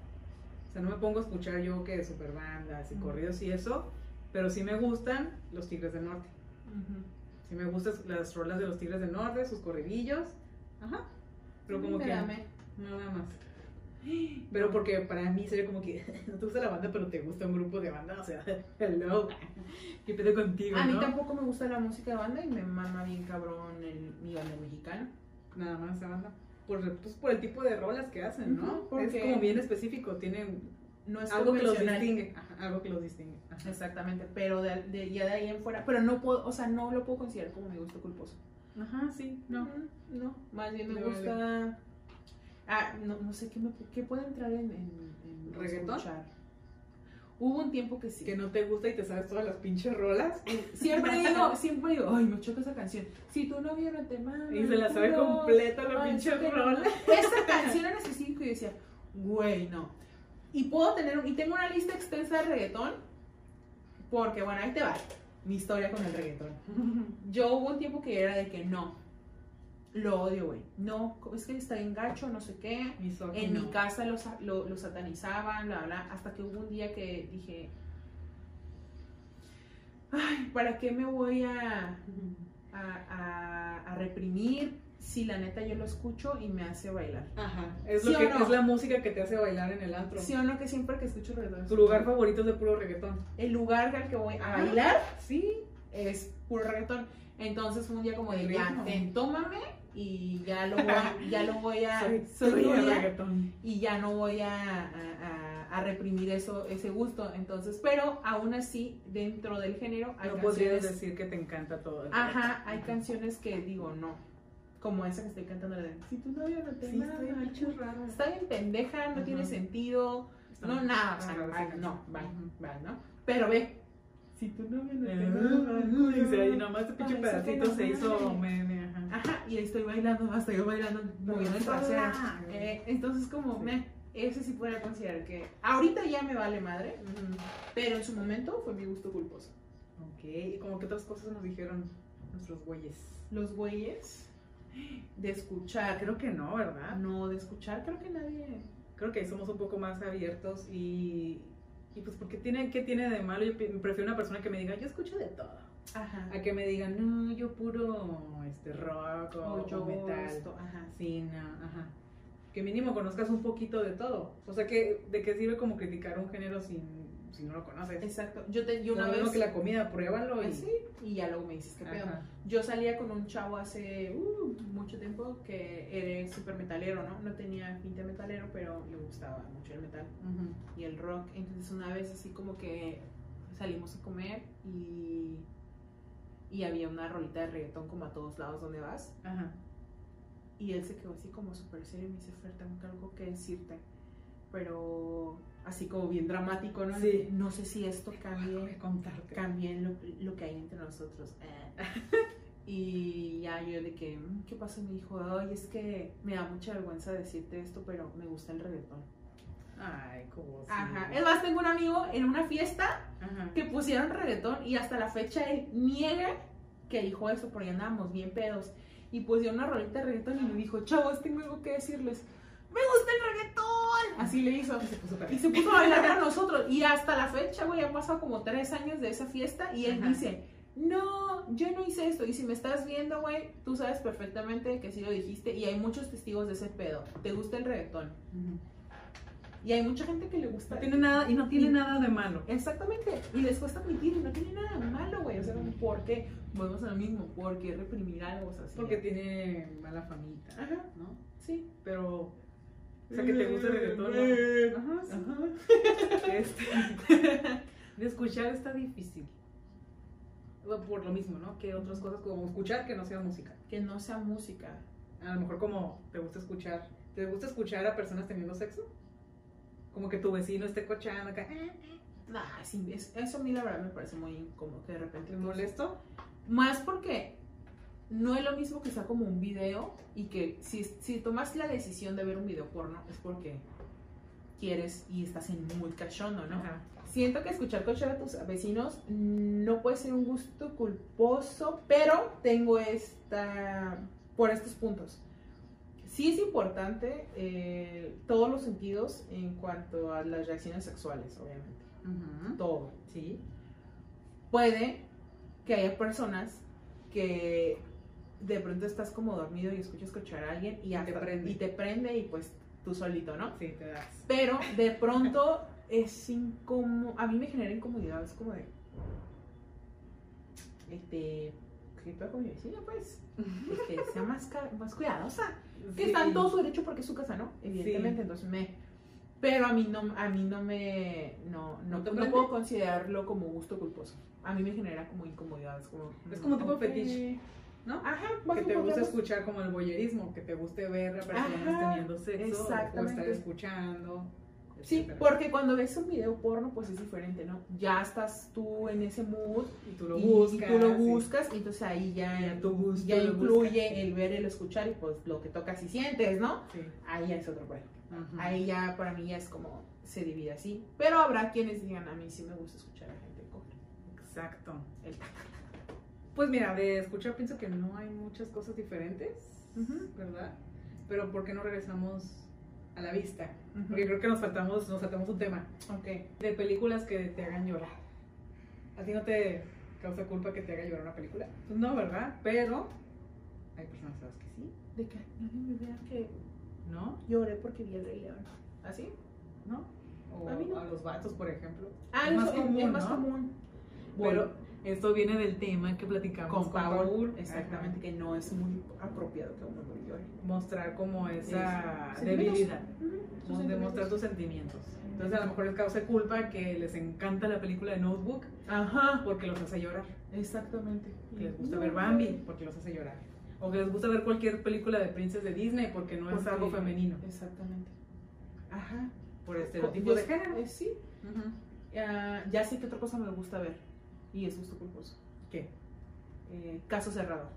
[SPEAKER 2] o sea, no me pongo a escuchar yo que super bandas y
[SPEAKER 1] Ujú.
[SPEAKER 2] corridos y eso, pero sí me gustan los Tigres del Norte. Sí me gustan las rolas de los Tigres del Norte, sus corridillos. Ajá. Pero como que
[SPEAKER 1] Espérame.
[SPEAKER 2] nada más. Pero porque para mí sería como que no te gusta la banda, pero te gusta un grupo de banda, o sea, hello, ¿qué pedo contigo?
[SPEAKER 1] A mí
[SPEAKER 2] no?
[SPEAKER 1] tampoco me gusta la música de banda y me mama bien cabrón el, mi banda mexicana.
[SPEAKER 2] Nada más esa banda. Por, pues, por el tipo de rolas que hacen, ¿no?
[SPEAKER 1] Ujú, porque-
[SPEAKER 2] Es como bien específico, tienen
[SPEAKER 1] No es
[SPEAKER 2] algo que los
[SPEAKER 1] convencional.
[SPEAKER 2] distingue. Ajá, algo que los distingue. Ajá.
[SPEAKER 1] Exactamente, pero de, de- ya de ahí en fuera, pero no puedo, o sea, no lo puedo considerar como mi gusto culposo.
[SPEAKER 2] Ajá, sí,
[SPEAKER 1] No,
[SPEAKER 2] no.
[SPEAKER 1] no, más bien me
[SPEAKER 2] Me vale.
[SPEAKER 1] gusta. Ah, no, no sé qué, me- qué puede entrar en, en, en
[SPEAKER 2] ¿Reggaetón?
[SPEAKER 1] escuchar. Hubo un tiempo que sí.
[SPEAKER 2] Que no te gusta y te sabes todas las pinches rolas.
[SPEAKER 1] Siempre digo, siempre digo, ay, me choca esa canción. Si tu novio no te mama.
[SPEAKER 2] Y se la
[SPEAKER 1] tú
[SPEAKER 2] sabe
[SPEAKER 1] no".
[SPEAKER 2] completa la
[SPEAKER 1] Ay,
[SPEAKER 2] pinche
[SPEAKER 1] sí que no.
[SPEAKER 2] rola.
[SPEAKER 1] Esa canción en específico y decía, güey, no. Y puedo tener, y tengo una lista extensa de reggaetón, porque bueno, ahí te va mi historia con el reggaetón. Yo hubo un tiempo que era de que no, lo odio, güey. No, es que está bien gacho, no sé qué.
[SPEAKER 2] Misógino.
[SPEAKER 1] En mi casa lo, sa- lo, lo satanizaban, bla, bla, hasta que hubo un día que dije, ay, ¿para qué me voy a, a, a- a reprimir si la neta yo lo escucho y me hace bailar?
[SPEAKER 2] Ajá, es,
[SPEAKER 1] ¿Sí
[SPEAKER 2] lo
[SPEAKER 1] o
[SPEAKER 2] que,
[SPEAKER 1] no?
[SPEAKER 2] es la música que te hace bailar en el antro.
[SPEAKER 1] ¿Sí o no que siempre que escucho reggaetón?
[SPEAKER 2] Tu lugar favorito es de puro reggaetón.
[SPEAKER 1] El lugar al que voy a bailar
[SPEAKER 2] Sí.
[SPEAKER 1] es puro reggaetón. Entonces fue un día como de,
[SPEAKER 2] El
[SPEAKER 1] ya,
[SPEAKER 2] ritmo.
[SPEAKER 1] ten, tómame y ya lo voy, ya lo voy a...
[SPEAKER 2] Soy,
[SPEAKER 1] soy
[SPEAKER 2] soy el
[SPEAKER 1] tuya.
[SPEAKER 2] reggaetón.
[SPEAKER 1] y ya no voy a, a- a- a reprimir eso, ese gusto. Entonces, pero aún así, dentro del género hay
[SPEAKER 2] No podrías
[SPEAKER 1] canciones.
[SPEAKER 2] decir que te encanta todo. el
[SPEAKER 1] Ajá,
[SPEAKER 2] reggaetón.
[SPEAKER 1] hay canciones que digo no. Como esa que estoy cantando la de Si tu novio no te
[SPEAKER 2] Sí,
[SPEAKER 1] mama,
[SPEAKER 2] está bien pinche
[SPEAKER 1] chu-
[SPEAKER 2] rara.
[SPEAKER 1] está bien pendeja, no
[SPEAKER 2] Ajá.
[SPEAKER 1] tiene sentido.
[SPEAKER 2] Está
[SPEAKER 1] no,
[SPEAKER 2] muy-
[SPEAKER 1] nada, o
[SPEAKER 2] está
[SPEAKER 1] sea,
[SPEAKER 2] rara
[SPEAKER 1] va,
[SPEAKER 2] esa
[SPEAKER 1] no,
[SPEAKER 2] canción.
[SPEAKER 1] va,
[SPEAKER 2] Ujú.
[SPEAKER 1] va, ¿no? Pero ve. Si tu novio no te mama,
[SPEAKER 2] Uy, sí, Ah, ahí nomás este pinche
[SPEAKER 1] Ay, eso que
[SPEAKER 2] pedacito
[SPEAKER 1] no
[SPEAKER 2] se hizo
[SPEAKER 1] mames.
[SPEAKER 2] meme, ajá.
[SPEAKER 1] Ajá, y ahí estoy bailando, hasta yo bailando, moviendo el trasero. Eh, entonces, como,
[SPEAKER 2] Sí.
[SPEAKER 1] me, ese sí podría considerar que ahorita ya me vale madre,
[SPEAKER 2] Ujú.
[SPEAKER 1] pero en su momento fue mi gusto culposo.
[SPEAKER 2] Ok, ¿y como que otras cosas nos dijeron nuestros güeyes?
[SPEAKER 1] Los güeyes, de escuchar, creo
[SPEAKER 2] Creo que no, ¿verdad?
[SPEAKER 1] no, de escuchar, creo que nadie.
[SPEAKER 2] creo que somos un poco más abiertos y, y pues porque tiene, ¿qué tiene de malo? Yo pi- prefiero una persona que me diga, yo escucho de todo,
[SPEAKER 1] Ajá.
[SPEAKER 2] a que me diga, no, yo puro este, rock o,
[SPEAKER 1] O yo
[SPEAKER 2] o metal,
[SPEAKER 1] esto, ajá.
[SPEAKER 2] sí, no, ajá. Que mínimo conozcas un poquito de todo. O sea, que, ¿de qué sirve como criticar un género si, si no lo conoces?
[SPEAKER 1] Exacto. Yo, te, yo
[SPEAKER 2] Lo
[SPEAKER 1] una
[SPEAKER 2] mismo
[SPEAKER 1] vez.
[SPEAKER 2] que la comida, pruébalo y...
[SPEAKER 1] Ah, sí, y ya luego me dices qué pedo.
[SPEAKER 2] Ajá.
[SPEAKER 1] Yo salía con un chavo hace uh, mucho tiempo que era súper metalero, ¿no? No tenía pinta de metalero, pero le gustaba mucho el metal.
[SPEAKER 2] Ujú.
[SPEAKER 1] y el rock. Entonces una vez así como que salimos a comer y, y había una rolita de reggaetón como a todos lados donde vas.
[SPEAKER 2] Ajá.
[SPEAKER 1] Y él se quedó así como súper serio y me dice, Fer, tengo algo que decirte. Pero así como bien dramático, ¿no?
[SPEAKER 2] Sí.
[SPEAKER 1] No sé si esto
[SPEAKER 2] Algo
[SPEAKER 1] cambie,
[SPEAKER 2] que contarte.
[SPEAKER 1] cambie lo, lo que hay entre nosotros. Eh. Y ya yo de que, "Mm, ¿qué pasó? Y Me dijo, ay, es que me da mucha vergüenza decirte esto, pero me gusta el reggaetón.
[SPEAKER 2] Ay, como si-
[SPEAKER 1] Ajá. Es más, tengo un amigo en una fiesta
[SPEAKER 2] Ajá.
[SPEAKER 1] que pusieron reggaetón y hasta la fecha él niega que dijo eso porque andábamos bien pedos. Y pusieron una rolita de reggaetón y me dijo, chavos, tengo algo que decirles. ¡Me gusta el reggaetón! Así le hizo.
[SPEAKER 2] Y se puso para-
[SPEAKER 1] Y se puso a bailar con nosotros. Y hasta la fecha, güey, han pasado como tres años de esa fiesta y él
[SPEAKER 2] Ajá.
[SPEAKER 1] dice, no, yo no hice esto. Y si me estás viendo, güey, tú sabes perfectamente que sí lo dijiste y hay muchos testigos de ese pedo. ¿Te gusta el reggaetón?
[SPEAKER 2] Ujú.
[SPEAKER 1] Y hay mucha gente que le gusta.
[SPEAKER 2] No tiene nada, y no tiene
[SPEAKER 1] Y-
[SPEAKER 2] nada de malo.
[SPEAKER 1] Exactamente, y les cuesta admitir, y no tiene nada de malo, güey. O sea, como, ¿por qué? Volvemos a lo mismo, ¿por qué reprimir algo? O sea, sí.
[SPEAKER 2] Porque tiene mala famita,
[SPEAKER 1] Ajá,
[SPEAKER 2] ¿no?
[SPEAKER 1] sí.
[SPEAKER 2] Pero, o sea, que te gusta el reggaetón,
[SPEAKER 1] reggaetón.
[SPEAKER 2] ¿no? Ajá, sí.
[SPEAKER 1] Ajá.
[SPEAKER 2] Este, de escuchar está difícil. Bueno, Por lo mismo, ¿no? Que otras cosas como escuchar que no sea música.
[SPEAKER 1] Que no sea música.
[SPEAKER 2] A lo mejor como te gusta escuchar, ¿te gusta escuchar a personas teniendo sexo? Como que tu vecino esté cochando "Eh, acá,
[SPEAKER 1] Nah, sí, es- eso a mí la verdad me parece muy incómodo, que de repente
[SPEAKER 2] ¿te molesto?
[SPEAKER 1] Más porque no es lo mismo que sea como un video y que si, si tomas la decisión de ver un video porno es porque quieres y estás en muy cachondo, ¿no?
[SPEAKER 2] Ajá.
[SPEAKER 1] Siento que escuchar cochar a tus vecinos no puede ser un gusto culposo, pero tengo esta. por estos puntos. Sí es importante eh, todos los sentidos en cuanto a las reacciones sexuales, obviamente.
[SPEAKER 2] Ujú.
[SPEAKER 1] Todo.
[SPEAKER 2] Sí.
[SPEAKER 1] Puede que haya personas que de pronto estás como dormido y escuchas cochar a alguien y,
[SPEAKER 2] te
[SPEAKER 1] hasta-
[SPEAKER 2] prende.
[SPEAKER 1] y te prende y pues tú solito, ¿no?
[SPEAKER 2] Sí, te das.
[SPEAKER 1] Pero de pronto es incómodo. A mí me genera incomodidad, es como de. Este. ¿Qué pedo con mi vecina, pues? Este, sea más, ca- más cuidadosa. Que está en todo su derecho porque es su casa, ¿no? Evidentemente,
[SPEAKER 2] Sí.
[SPEAKER 1] entonces me. Pero a mí no, a mí no me. No, no,
[SPEAKER 2] ¿No te
[SPEAKER 1] no
[SPEAKER 2] prende?
[SPEAKER 1] puedo considerarlo como gusto culposo. A mí me genera como incomodidad. Es como,
[SPEAKER 2] Es como tipo
[SPEAKER 1] ok.
[SPEAKER 2] fetiche, ¿no?
[SPEAKER 1] Ajá,
[SPEAKER 2] Que te gusta
[SPEAKER 1] escuchar.
[SPEAKER 2] escuchar como el voyerismo, que te guste ver a personas
[SPEAKER 1] Ajá,
[SPEAKER 2] teniendo sexo o estar
[SPEAKER 1] exactamente.
[SPEAKER 2] escuchando.
[SPEAKER 1] Sí,
[SPEAKER 2] etcétera.
[SPEAKER 1] porque cuando ves un video porno, pues es diferente, ¿no? Ya estás tú en ese mood
[SPEAKER 2] Y tú lo
[SPEAKER 1] y
[SPEAKER 2] buscas.
[SPEAKER 1] tú lo
[SPEAKER 2] sí.
[SPEAKER 1] buscas, y entonces ahí ya,
[SPEAKER 2] Y a tu gusto
[SPEAKER 1] ya
[SPEAKER 2] lo
[SPEAKER 1] incluye
[SPEAKER 2] buscas.
[SPEAKER 1] el ver, el escuchar y pues lo que tocas y sientes, ¿no?
[SPEAKER 2] Sí.
[SPEAKER 1] Ahí ya es otro juego.
[SPEAKER 2] Ajá.
[SPEAKER 1] Ahí ya para mí ya es como se divide así. Pero habrá quienes digan, a mí sí me gusta escuchar a la gente coger.
[SPEAKER 2] Exacto.
[SPEAKER 1] El
[SPEAKER 2] Pues mira, de escuchar pienso que no hay muchas cosas diferentes,
[SPEAKER 1] Ujú.
[SPEAKER 2] ¿verdad? Pero ¿por qué no regresamos a la vista? Porque
[SPEAKER 1] Ujú.
[SPEAKER 2] creo que nos saltamos, nos saltamos un tema.
[SPEAKER 1] Ok.
[SPEAKER 2] De películas que te hagan llorar. A ti no te causa culpa que te haga llorar una película. Pues no, ¿verdad? Pero hay personas a las que sí.
[SPEAKER 1] De que nadie me vea que
[SPEAKER 2] ¿No?
[SPEAKER 1] lloré porque vi el Rey León. ¿Así?
[SPEAKER 2] ¿No? O
[SPEAKER 1] A
[SPEAKER 2] a,
[SPEAKER 1] mí no.
[SPEAKER 2] los vatos, por ejemplo.
[SPEAKER 1] Ah,
[SPEAKER 2] Es
[SPEAKER 1] eso
[SPEAKER 2] más
[SPEAKER 1] es es más común.
[SPEAKER 2] común, ¿no? Pero
[SPEAKER 1] Pero
[SPEAKER 2] esto viene del tema que platicamos
[SPEAKER 1] con Paul,
[SPEAKER 2] Paul.
[SPEAKER 1] exactamente, que no es muy apropiado que uno lo llore.
[SPEAKER 2] Ajá. Mostrar como esa
[SPEAKER 1] Sí.
[SPEAKER 2] debilidad.
[SPEAKER 1] Ujú, pues,
[SPEAKER 2] Como
[SPEAKER 1] sus
[SPEAKER 2] demostrar tus sentimientos. Entonces a lo mejor les causa culpa que les encanta la película de Notebook
[SPEAKER 1] Ajá,
[SPEAKER 2] porque los hace llorar.
[SPEAKER 1] exactamente.
[SPEAKER 2] Que les gusta ver Bambi porque los hace llorar. O que les gusta ver cualquier película de princesas de Disney porque no es
[SPEAKER 1] Porque-
[SPEAKER 2] algo femenino.
[SPEAKER 1] Exactamente. Ajá.
[SPEAKER 2] Por estereotipos de género.
[SPEAKER 1] Eh, sí.
[SPEAKER 2] Ujú.
[SPEAKER 1] Ah, ya sé que otra cosa me gusta ver. Y es gusto culposo.
[SPEAKER 2] ¿Qué?
[SPEAKER 1] Eh, caso cerrado.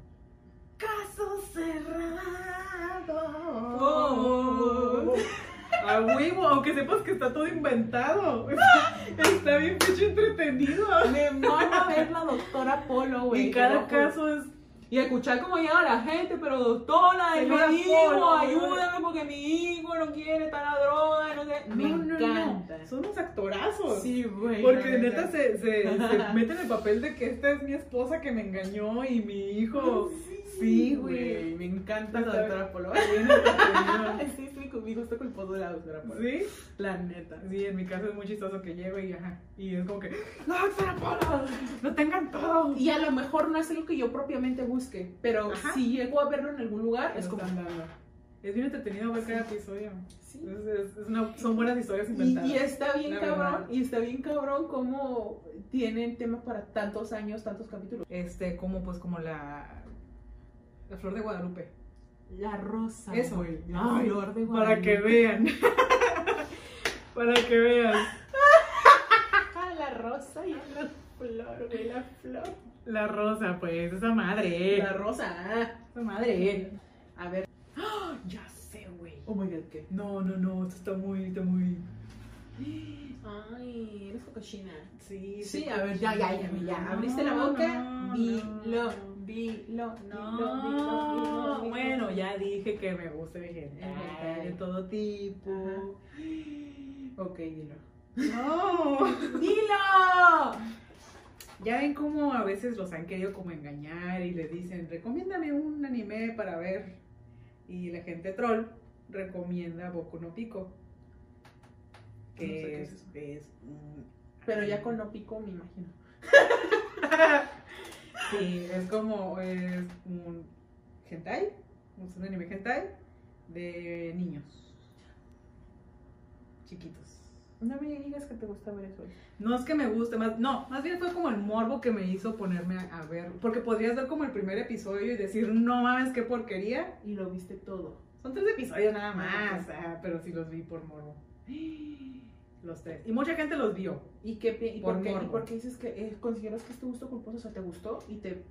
[SPEAKER 2] Caso cerrado.
[SPEAKER 1] Oh.
[SPEAKER 2] A huevo, aunque sepas que está todo inventado. Está bien hecho entretenido.
[SPEAKER 1] Me mola ver la doctora Polo, güey.
[SPEAKER 2] y
[SPEAKER 1] te
[SPEAKER 2] cada
[SPEAKER 1] lo juro.
[SPEAKER 2] caso es
[SPEAKER 1] Y escuchar cómo llama la gente, pero doctora, el
[SPEAKER 2] Señora
[SPEAKER 1] hijo,
[SPEAKER 2] Polo,
[SPEAKER 1] ayúdame porque mi hijo no quiere estar a droga, no sé. Me
[SPEAKER 2] No, no, no.
[SPEAKER 1] encanta.
[SPEAKER 2] Son unos actorazos.
[SPEAKER 1] Sí, güey.
[SPEAKER 2] Porque
[SPEAKER 1] la
[SPEAKER 2] neta
[SPEAKER 1] verdad.
[SPEAKER 2] se, se, se mete en el papel de que esta es mi esposa que me engañó y mi hijo.
[SPEAKER 1] Sí, güey. Me encanta la
[SPEAKER 2] Está-
[SPEAKER 1] doctora Polo.
[SPEAKER 2] Bien entretenido.
[SPEAKER 1] Sí, sí, mi gusto culposo de la doctora Polo.
[SPEAKER 2] ¿Sí?
[SPEAKER 1] La neta.
[SPEAKER 2] Sí, en mi caso es muy chistoso que llego y ajá. Y es como que, ¡No, Sara Polo! ¡No tengan todo!
[SPEAKER 1] Y a lo mejor no es algo que yo propiamente busque, pero
[SPEAKER 2] Ajá.
[SPEAKER 1] si llego a verlo en algún lugar, es
[SPEAKER 2] Es
[SPEAKER 1] como.
[SPEAKER 2] Es bien entretenido ver cada episodio.
[SPEAKER 1] Sí.
[SPEAKER 2] Es, es- es una- son buenas historias
[SPEAKER 1] Y,
[SPEAKER 2] inventadas.
[SPEAKER 1] y está bien
[SPEAKER 2] La
[SPEAKER 1] cabrón,
[SPEAKER 2] verdad.
[SPEAKER 1] y está bien cabrón cómo tienen tema para tantos años, tantos capítulos.
[SPEAKER 2] Este, como pues como la. La flor de Guadalupe.
[SPEAKER 1] La rosa.
[SPEAKER 2] Eso.
[SPEAKER 1] güey.
[SPEAKER 2] Ay,
[SPEAKER 1] flor de
[SPEAKER 2] Para que vean. Para que vean.
[SPEAKER 1] Ah, la rosa y la flor, güey, la flor.
[SPEAKER 2] La rosa, pues, esa madre.
[SPEAKER 1] La rosa. ah.
[SPEAKER 2] esa madre.
[SPEAKER 1] A ver.
[SPEAKER 2] Ya sé, güey.
[SPEAKER 1] Oh my god, ¿qué?
[SPEAKER 2] No, no, no, esto está muy, está muy.
[SPEAKER 1] Ay, eres cochina.
[SPEAKER 2] Sí,
[SPEAKER 1] Sí, a ver, ya, ya, ya, ya. Abriste la boca,
[SPEAKER 2] No,
[SPEAKER 1] dilo,
[SPEAKER 2] no.
[SPEAKER 1] dilo, dilo, dilo,
[SPEAKER 2] No,
[SPEAKER 1] dilo.
[SPEAKER 2] bueno, ya dije que me gusta vegetar
[SPEAKER 1] Vegetal.
[SPEAKER 2] de todo tipo.
[SPEAKER 1] Ajá. Ok, dilo.
[SPEAKER 2] No,
[SPEAKER 1] ¡Dilo!
[SPEAKER 2] ya ven cómo a veces los han querido como engañar y les dicen, recomiéndame un anime para ver. Y la gente troll recomienda Boku no Pico. Que
[SPEAKER 1] No sé qué
[SPEAKER 2] es,
[SPEAKER 1] es
[SPEAKER 2] es un-
[SPEAKER 1] Pero ya con lo pico, me imagino.
[SPEAKER 2] Sí, es como es un hentai, es un anime hentai de niños chiquitos.
[SPEAKER 1] No me digas que te gusta ver eso.
[SPEAKER 2] No es que me guste más, no, más bien fue como el morbo que me hizo ponerme a, a ver, porque podrías ver como el primer episodio y decir, no mames, qué porquería.
[SPEAKER 1] Y lo viste todo.
[SPEAKER 2] Son tres episodios nada más, ah, pero sí los vi por morbo. Los tres. Y mucha gente los vio.
[SPEAKER 1] ¿Y, qué, pi- y
[SPEAKER 2] Por
[SPEAKER 1] por, qué, y
[SPEAKER 2] morbo.
[SPEAKER 1] por qué dices que eh, consideras que es tu gusto culposo? O sea, ¿te gustó? Y te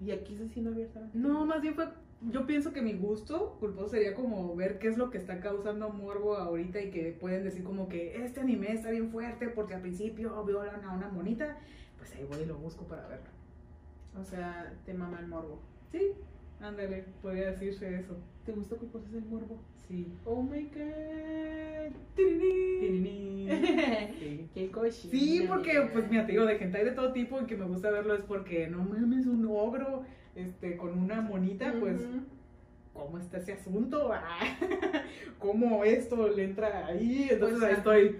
[SPEAKER 1] y aquí estás diciendo abiertamente.
[SPEAKER 2] No, más bien fue. Yo pienso que mi gusto culposo sería como ver qué es lo que está causando morbo ahorita y que pueden decir como que este anime está bien fuerte porque al principio violan a una monita. Pues ahí voy y lo busco para verlo.
[SPEAKER 1] O sea, te mama el morbo.
[SPEAKER 2] Sí, ándale, podría decirse eso.
[SPEAKER 1] ¿Te gusta culposo es el morbo?
[SPEAKER 2] Sí.
[SPEAKER 1] Oh my god.
[SPEAKER 2] Sí.
[SPEAKER 1] qué cochina.
[SPEAKER 2] Sí, porque pues mira, te digo, de gente hay de todo tipo y que me gusta verlo es porque no mames un ogro este con una monita, pues
[SPEAKER 1] Ujú.
[SPEAKER 2] ¿cómo está ese asunto? Ah, ¿Cómo esto le entra ahí? Entonces
[SPEAKER 1] Pues,
[SPEAKER 2] ahí
[SPEAKER 1] ah.
[SPEAKER 2] estoy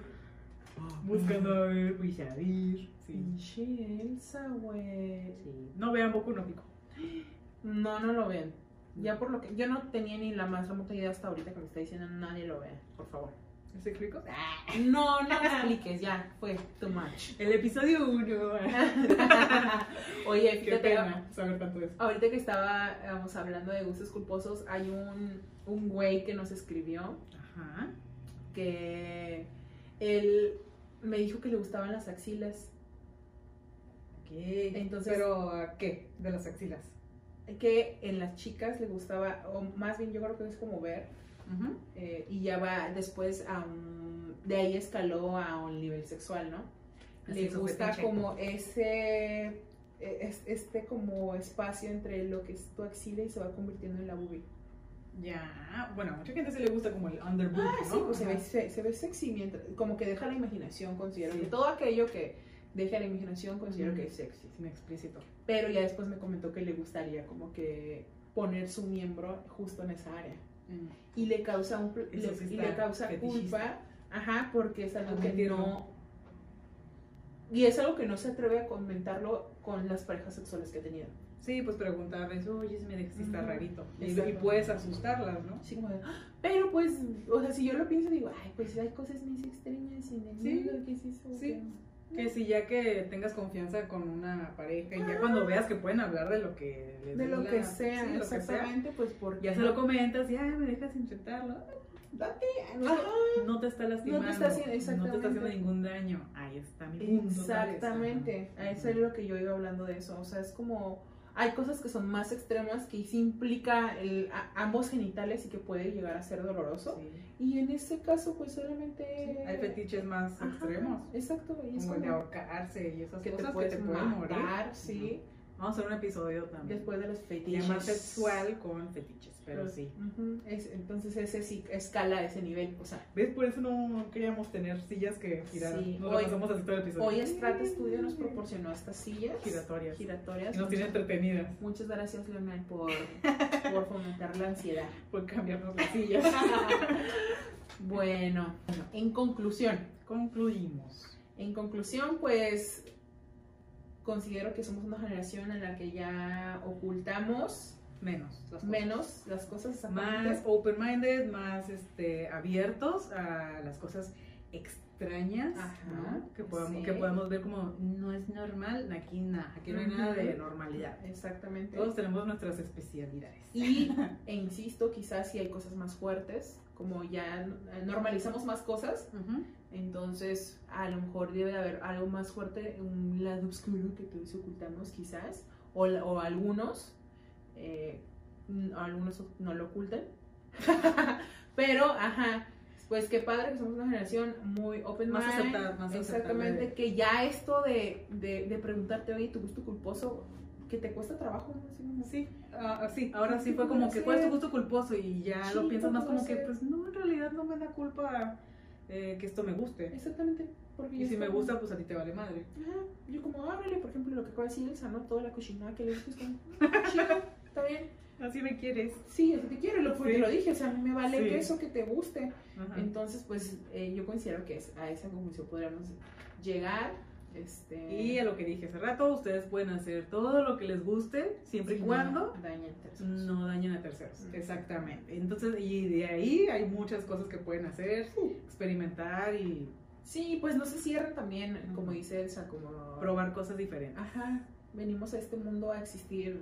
[SPEAKER 2] buscando a ver, pues, a ver, sí.
[SPEAKER 1] Pinche Elsa, güey.
[SPEAKER 2] Sí. No vean Boku no Pico.
[SPEAKER 1] No, no lo ven. Ya por lo que. Yo no tenía ni la más remota idea hasta ahorita que me está diciendo nadie lo vea, por favor.
[SPEAKER 2] ¿Ese clico? Ah,
[SPEAKER 1] No, no me expliques, ya, fue too much.
[SPEAKER 2] El episodio 1.
[SPEAKER 1] Oye,
[SPEAKER 2] Qué
[SPEAKER 1] fíjate,
[SPEAKER 2] pena saber tanto de eso.
[SPEAKER 1] ahorita que estábamos hablando de gustos culposos, hay un, un güey que nos escribió
[SPEAKER 2] Ajá.
[SPEAKER 1] que él me dijo que le gustaban las axilas,
[SPEAKER 2] Ok.
[SPEAKER 1] Entonces-
[SPEAKER 2] ¿Pero ¿a qué? De las axilas.
[SPEAKER 1] que en las chicas le gustaba, o más bien yo creo que es como ver,
[SPEAKER 2] Ajá.
[SPEAKER 1] eh, y ya va después a un, de ahí escaló a un nivel sexual, ¿no?
[SPEAKER 2] Así
[SPEAKER 1] le
[SPEAKER 2] es,
[SPEAKER 1] gusta
[SPEAKER 2] objeto
[SPEAKER 1] como ese e- es- este como espacio entre lo que es tu axila y se va convirtiendo en la boobie.
[SPEAKER 2] Ya. Bueno, a mucha gente se le gusta como el underboob,
[SPEAKER 1] Ah,
[SPEAKER 2] ¿no?
[SPEAKER 1] sí, pues se
[SPEAKER 2] Ajá.
[SPEAKER 1] ve, se, se ve sexy mientras, como que deja la imaginación, considero
[SPEAKER 2] Sí.
[SPEAKER 1] que todo aquello que deja la imaginación considero
[SPEAKER 2] Ujú.
[SPEAKER 1] que es sexy.
[SPEAKER 2] Sin explícito.
[SPEAKER 1] Pero ya después me comentó que le gustaría como que poner su miembro justo en esa área. y le causa un pl-
[SPEAKER 2] Eso
[SPEAKER 1] le-
[SPEAKER 2] sí
[SPEAKER 1] y
[SPEAKER 2] está
[SPEAKER 1] le causa
[SPEAKER 2] fetichista.
[SPEAKER 1] culpa, ajá, porque es algo que
[SPEAKER 2] Admitirlo.
[SPEAKER 1] no y es algo que no se atreve a comentarlo con las parejas sexuales que ha tenido.
[SPEAKER 2] Sí, pues preguntarles, oye, si me dejas, está
[SPEAKER 1] Ujú.
[SPEAKER 2] rarito. Y,
[SPEAKER 1] Exacto.
[SPEAKER 2] y puedes asustarlas, ¿no?
[SPEAKER 1] Así como de, "Ah", pero pues, o sea, si yo lo pienso digo, ay, pues hay cosas más extrañas en el
[SPEAKER 2] Sí,
[SPEAKER 1] mundo que sí son-
[SPEAKER 2] sí.
[SPEAKER 1] Mm.
[SPEAKER 2] Que si ya que tengas confianza con una pareja y ya cuando veas que pueden hablar de lo que les
[SPEAKER 1] Ah. de
[SPEAKER 2] dé
[SPEAKER 1] lo
[SPEAKER 2] la-
[SPEAKER 1] que sea,
[SPEAKER 2] sí, lo que sea,
[SPEAKER 1] exactamente, pues porque
[SPEAKER 2] ya se lo comentas y ay, me dejas intentarlo. Date, no,
[SPEAKER 1] Ajá.
[SPEAKER 2] no te está lastimando.
[SPEAKER 1] está haciendo-
[SPEAKER 2] no te está haciendo
[SPEAKER 1] exactamente.
[SPEAKER 2] ningún daño. Ahí está mi punto.
[SPEAKER 1] Exactamente,
[SPEAKER 2] tal
[SPEAKER 1] a
[SPEAKER 2] vez.
[SPEAKER 1] eso es lo que yo iba hablando de eso, o sea, es como, hay cosas que son más extremas que sí implica el, a- ambos genitales y que puede llegar a ser doloroso,
[SPEAKER 2] Sí.
[SPEAKER 1] y en este caso pues solamente...
[SPEAKER 2] Sí, Hay fetiches más
[SPEAKER 1] Ajá,
[SPEAKER 2] extremos.
[SPEAKER 1] Exacto, y es
[SPEAKER 2] Como el de
[SPEAKER 1] como
[SPEAKER 2] ahorcarse y esas
[SPEAKER 1] que te
[SPEAKER 2] cosas que
[SPEAKER 1] puedes
[SPEAKER 2] te pueden morir.
[SPEAKER 1] matar, sí,
[SPEAKER 2] Vamos a hacer un episodio también.
[SPEAKER 1] después de los
[SPEAKER 2] Ya
[SPEAKER 1] fetiches.
[SPEAKER 2] más sexual con fetiches, pero
[SPEAKER 1] Los-
[SPEAKER 2] sí.
[SPEAKER 1] Ujú, es- entonces ese sí escala ese nivel, o sea,
[SPEAKER 2] ¿Ves? Por eso no queríamos tener sillas que giraran.
[SPEAKER 1] Sí,
[SPEAKER 2] Nos
[SPEAKER 1] hoy-
[SPEAKER 2] la pasamos así todo el episodio.
[SPEAKER 1] hoy Estrata Studio nos proporcionó estas sillas
[SPEAKER 2] Giratorias.
[SPEAKER 1] giratorias.
[SPEAKER 2] Y nos tiene entretenidas
[SPEAKER 1] Muchas gracias, Leonel, por, por fomentar la ansiedad.
[SPEAKER 2] por cambiarnos las sillas.
[SPEAKER 1] bueno, en conclusión,
[SPEAKER 2] Concluimos.
[SPEAKER 1] en conclusión, pues considero que somos una generación en la que ya ocultamos
[SPEAKER 2] Menos. las cosas.
[SPEAKER 1] menos las cosas exactamente.
[SPEAKER 2] Más open-minded, más este, abiertos a las cosas extrañas
[SPEAKER 1] Ajá,
[SPEAKER 2] ¿no? que, podamos,
[SPEAKER 1] sí.
[SPEAKER 2] que podamos ver como no es normal, aquí nada, aquí no hay nada de
[SPEAKER 1] Ujú.
[SPEAKER 2] normalidad.
[SPEAKER 1] Exactamente.
[SPEAKER 2] Todos tenemos nuestras especialidades.
[SPEAKER 1] Y, e insisto, quizás si hay cosas más fuertes, como ya eh, normalizamos más cosas,
[SPEAKER 2] Ujú.
[SPEAKER 1] entonces a lo mejor debe de haber algo más fuerte, un lado oscuro que todos ocultamos quizás, o, la- o algunos, eh, mm, algunos no lo ocultan, pero ajá. Pues qué padre que somos una generación muy open
[SPEAKER 2] Más
[SPEAKER 1] mind,
[SPEAKER 2] aceptada, más aceptable.
[SPEAKER 1] exactamente, que ya esto de, de, de preguntarte, oye, tu gusto culposo, que te cuesta trabajo, ¿no? Así como-
[SPEAKER 2] Sí, ah, sí, ahora sí
[SPEAKER 1] Sí,
[SPEAKER 2] fue
[SPEAKER 1] puede
[SPEAKER 2] como que
[SPEAKER 1] ser.
[SPEAKER 2] cuál es tu gusto culposo y ya
[SPEAKER 1] Sí,
[SPEAKER 2] lo piensas más
[SPEAKER 1] puede
[SPEAKER 2] como que
[SPEAKER 1] ser.
[SPEAKER 2] pues no, en realidad no me da culpa eh, que esto me guste.
[SPEAKER 1] Exactamente. Porque
[SPEAKER 2] Y
[SPEAKER 1] yo
[SPEAKER 2] si me
[SPEAKER 1] como-
[SPEAKER 2] gusta, pues a ti te vale madre.
[SPEAKER 1] Ajá, Yo como, ábrele, por ejemplo, lo que acaba de decir Elsa, ¿no? Toda la cochinada que le gusta. es como, "Ah, chido, está bien.
[SPEAKER 2] Así me quieres.
[SPEAKER 1] Sí, es que te quiero, lo, porque
[SPEAKER 2] Sí.
[SPEAKER 1] lo dije, o sea, a mí me vale
[SPEAKER 2] Sí.
[SPEAKER 1] que eso que te guste.
[SPEAKER 2] Ajá.
[SPEAKER 1] Entonces, pues, eh, yo considero que es- a esa conclusión podríamos llegar. Este,
[SPEAKER 2] Y a lo que dije hace rato, ustedes pueden hacer todo lo que les guste, siempre y
[SPEAKER 1] no
[SPEAKER 2] cuando
[SPEAKER 1] dañen terceros.
[SPEAKER 2] no dañen a terceros.
[SPEAKER 1] Ujú.
[SPEAKER 2] Exactamente. Entonces, y de ahí hay muchas cosas que pueden hacer,
[SPEAKER 1] Sí.
[SPEAKER 2] experimentar y
[SPEAKER 1] Sí, pues no se cierren también,
[SPEAKER 2] Ujú.
[SPEAKER 1] como dice Elsa, como...
[SPEAKER 2] probar cosas diferentes.
[SPEAKER 1] Ajá, venimos a este mundo a existir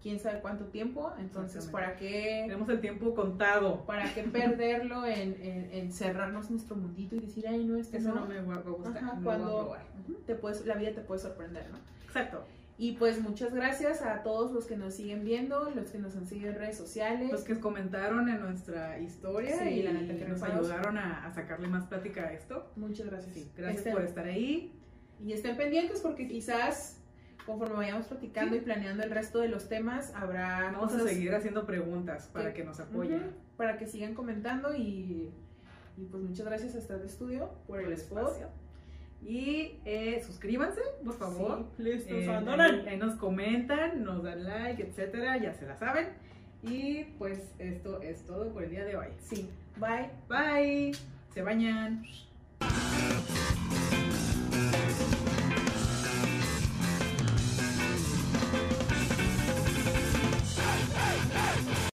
[SPEAKER 1] quién sabe cuánto tiempo, entonces,
[SPEAKER 2] Exactamente.
[SPEAKER 1] ¿para qué...?
[SPEAKER 2] Tenemos el tiempo contado.
[SPEAKER 1] ¿Para qué perderlo en, en, en cerrarnos nuestro mundito y decir, ay, no, esto
[SPEAKER 2] Eso
[SPEAKER 1] no?
[SPEAKER 2] no me va a gustar.
[SPEAKER 1] Ajá,
[SPEAKER 2] no
[SPEAKER 1] cuando-
[SPEAKER 2] voy a probar. Ujú.
[SPEAKER 1] Te puedes, la vida te puede sorprender, ¿no?
[SPEAKER 2] Exacto.
[SPEAKER 1] Y pues muchas gracias a todos los que nos siguen viendo, los que nos han seguido en redes sociales.
[SPEAKER 2] los que comentaron en nuestra historia
[SPEAKER 1] Sí,
[SPEAKER 2] y
[SPEAKER 1] la neta que
[SPEAKER 2] nos
[SPEAKER 1] nos ayudó.
[SPEAKER 2] ayudaron a, a sacarle más plática a esto.
[SPEAKER 1] muchas gracias.
[SPEAKER 2] Sí, gracias
[SPEAKER 1] Estén-
[SPEAKER 2] por estar ahí.
[SPEAKER 1] Y estén pendientes porque quizás conforme vayamos platicando y planeando el resto de los temas, habrá
[SPEAKER 2] Vamos a
[SPEAKER 1] cosas-
[SPEAKER 2] seguir haciendo preguntas para que nos
[SPEAKER 1] Ujú,
[SPEAKER 2] apoyen.
[SPEAKER 1] para que sigan comentando y, y pues muchas gracias a Estado Estudio por el spot.
[SPEAKER 2] Y eh, suscríbanse, por favor.
[SPEAKER 1] Sí, listos,
[SPEAKER 2] Eh,
[SPEAKER 1] abandonan.
[SPEAKER 2] ahí, ahí nos comentan, nos dan like, etcétera, ya se la saben. Y pues esto es todo por el día de hoy.
[SPEAKER 1] Sí. Bye.
[SPEAKER 2] Bye. Se bañan.